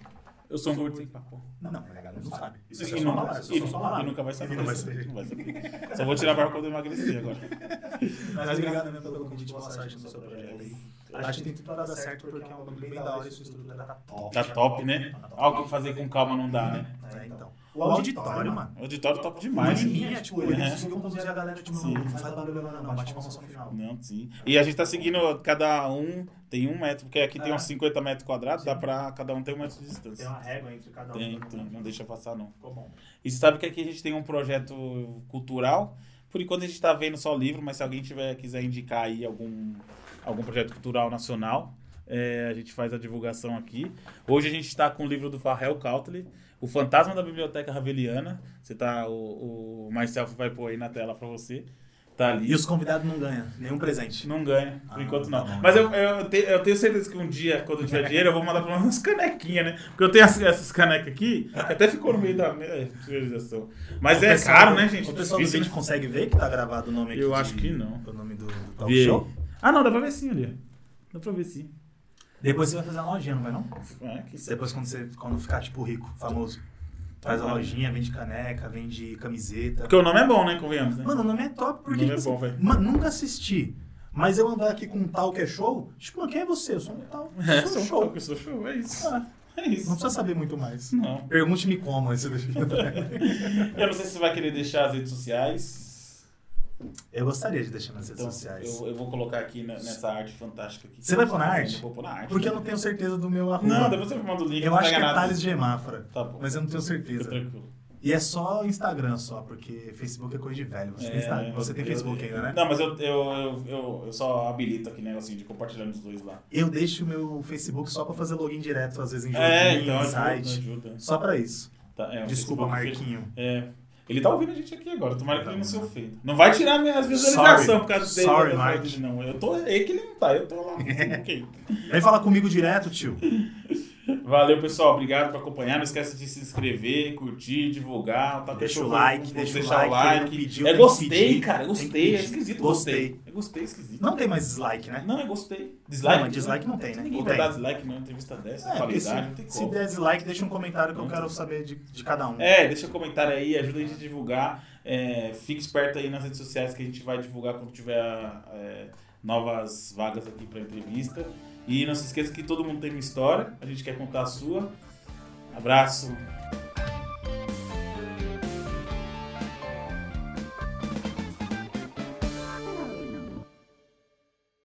S1: Eu sou um gordo e papo.
S9: Não, não, não, não sabe.
S1: Isso é só palavra.
S9: Isso é só palavra.
S1: E nunca vai saber.
S9: Não vai saber.
S1: Não vai saber. Só vou tirar a barba quando eu emagrecer agora.
S9: Mas obrigado mesmo pelo convite, boa sorte no seu projeto aí. Acho que tem tudo pra dar certo, porque é um bagulho bem da hora e sua estrutura tá top.
S1: Tá top, né? Algo que fazer com calma não dá, né?
S9: É, então. O auditório, mano.
S1: O auditório top demais.
S9: Menininha, tipo, eles
S1: É.
S9: conseguiam conduzir a galera, tipo, não, não faz barulho agora não, bate palma só no final.
S1: Não, sim. E a gente tá seguindo cada um tem um metro, porque aqui tem uns 50 metros quadrados, dá pra cada um ter um metro de
S10: Tem
S1: distância.
S10: uma régua entre cada um.
S1: Tem, tem, não deixa passar não.
S10: Ficou bom.
S1: E você sabe que aqui a gente tem um projeto cultural. Por enquanto a gente tá vendo só livro, mas se alguém tiver, quiser indicar aí algum, algum projeto cultural nacional, é, a gente faz a divulgação aqui. Hoje a gente está com o livro do Farrell Cautely, O Fantasma da Biblioteca Raveliana. Você tá, o, o Marcel vai pôr aí na tela pra você. Tá ali.
S9: E os convidados não ganham nenhum presente.
S1: Não ganha, por
S9: Ah,
S1: enquanto
S9: tá
S1: não.
S9: bom,
S1: Mas eu, eu, te- eu tenho certeza que um dia, quando eu tiver dinheiro, eu vou mandar pra umas canequinhas, né? Porque eu tenho as- essas canecas aqui, que até ficou no meio da me- visualização. Mas
S9: O
S1: é
S9: pessoal-
S1: caro, né, gente?
S9: O pessoal do
S1: Difícil, né?
S9: vídeo consegue ver que tá gravado o nome aqui.
S1: Eu
S9: de-
S1: acho que não.
S9: O nome do, do
S1: né?
S9: talk
S1: Vê aí.
S9: Tá show.
S1: Ah, não, dá pra ver sim ali. ó. Dá pra ver sim.
S9: Depois você vai fazer a lojinha, não vai não?
S1: É, que isso é-
S9: Depois quando você quando ficar, tipo, rico, famoso. Faz a lojinha, vende caneca, vende camiseta.
S1: Porque o nome é bom, né? Convenhamos, né?
S9: Mano, o nome é top, porque
S1: O nome
S9: tipo,
S1: é bom, velho.
S9: Mano, nunca assisti. Mas eu andar aqui com um tal que é show, tipo, mano, quem é você? Eu sou um tal.
S1: É,
S9: Eu sou
S1: sou
S9: um
S1: show,
S9: show.
S1: eu sou show, é isso.
S9: Ah,
S1: É isso.
S9: Não precisa saber muito mais.
S1: Não.
S9: Pergunte-me como esse
S1: Eu não sei se você vai querer deixar as redes sociais.
S9: Eu gostaria de deixar nas redes
S1: Então,
S9: sociais.
S1: Eu, eu vou colocar aqui na- nessa arte fantástica aqui.
S9: Você vai pôr na arte?
S1: Eu vou pôr na arte. né?
S9: Porque eu não tenho certeza do meu arroba.
S1: Não, depois você me manda o link.
S9: eu
S1: não
S9: acho que
S1: pega
S9: é
S1: nada.
S9: Thales Gemafra.
S1: Tá bom.
S9: Mas é eu não tenho
S1: Fica
S9: certeza.
S1: tranquilo.
S9: E é só Instagram só, porque Facebook é coisa de velho. Você, tem, Instagram. Você tem
S1: É, eu-
S9: Facebook ainda, né?
S1: Não, mas eu, eu, eu, eu, eu só habilito aquele negocinho de compartilhar nos dois lá.
S9: Eu deixo o meu Facebook só pra fazer login direto, às vezes em jogo,
S1: É,
S9: em
S1: então ajuda,
S9: site.
S1: ajuda.
S9: Só pra isso.
S1: Tá, é, o
S9: Desculpa,
S1: Facebook-
S9: Marquinho.
S1: É. Ele tá ouvindo a gente aqui agora, tomara que ele não se ofenda. Não vai tirar minhas visualizações
S9: Sorry.
S1: por causa dele.
S9: Sorry,
S1: eu falo
S9: Mark.
S1: dele, Não, eu tô. É que ele não tá, eu tô lá. ok.
S9: Vem falar comigo direto, tio.
S1: Valeu, pessoal. Obrigado por acompanhar. Não esqueça de se inscrever, curtir, divulgar. Tá
S9: Deixa o
S1: Deixa
S9: like, deixa o
S1: deixar
S9: like, quem não pediu
S1: é
S9: tem que
S1: gostei,
S9: pedir,
S1: cara. Eu
S9: tem que
S1: gostei. É
S9: pedir.
S1: esquisito.
S9: Gostei.
S1: Gostei. Eu gostei, é esquisito.
S9: Não tem mais dislike, né?
S1: Não, eu gostei. Dislike?
S9: Não, mas dislike não tem, né?
S1: Ninguém
S9: Ou
S1: vai
S9: tem?
S1: dar dislike numa entrevista dessa,
S9: É, porque
S1: qualidade, não
S9: se,
S1: tem
S9: se
S1: como.
S9: der dislike, deixa um comentário que eu quero saber de, de cada um.
S1: É, deixa um comentário aí, ajuda a gente a divulgar. É, fique esperto aí nas redes sociais que a gente vai divulgar quando tiver é, novas vagas aqui pra entrevista. E não se esqueça que todo mundo tem uma história, a gente quer contar a sua. Abraço!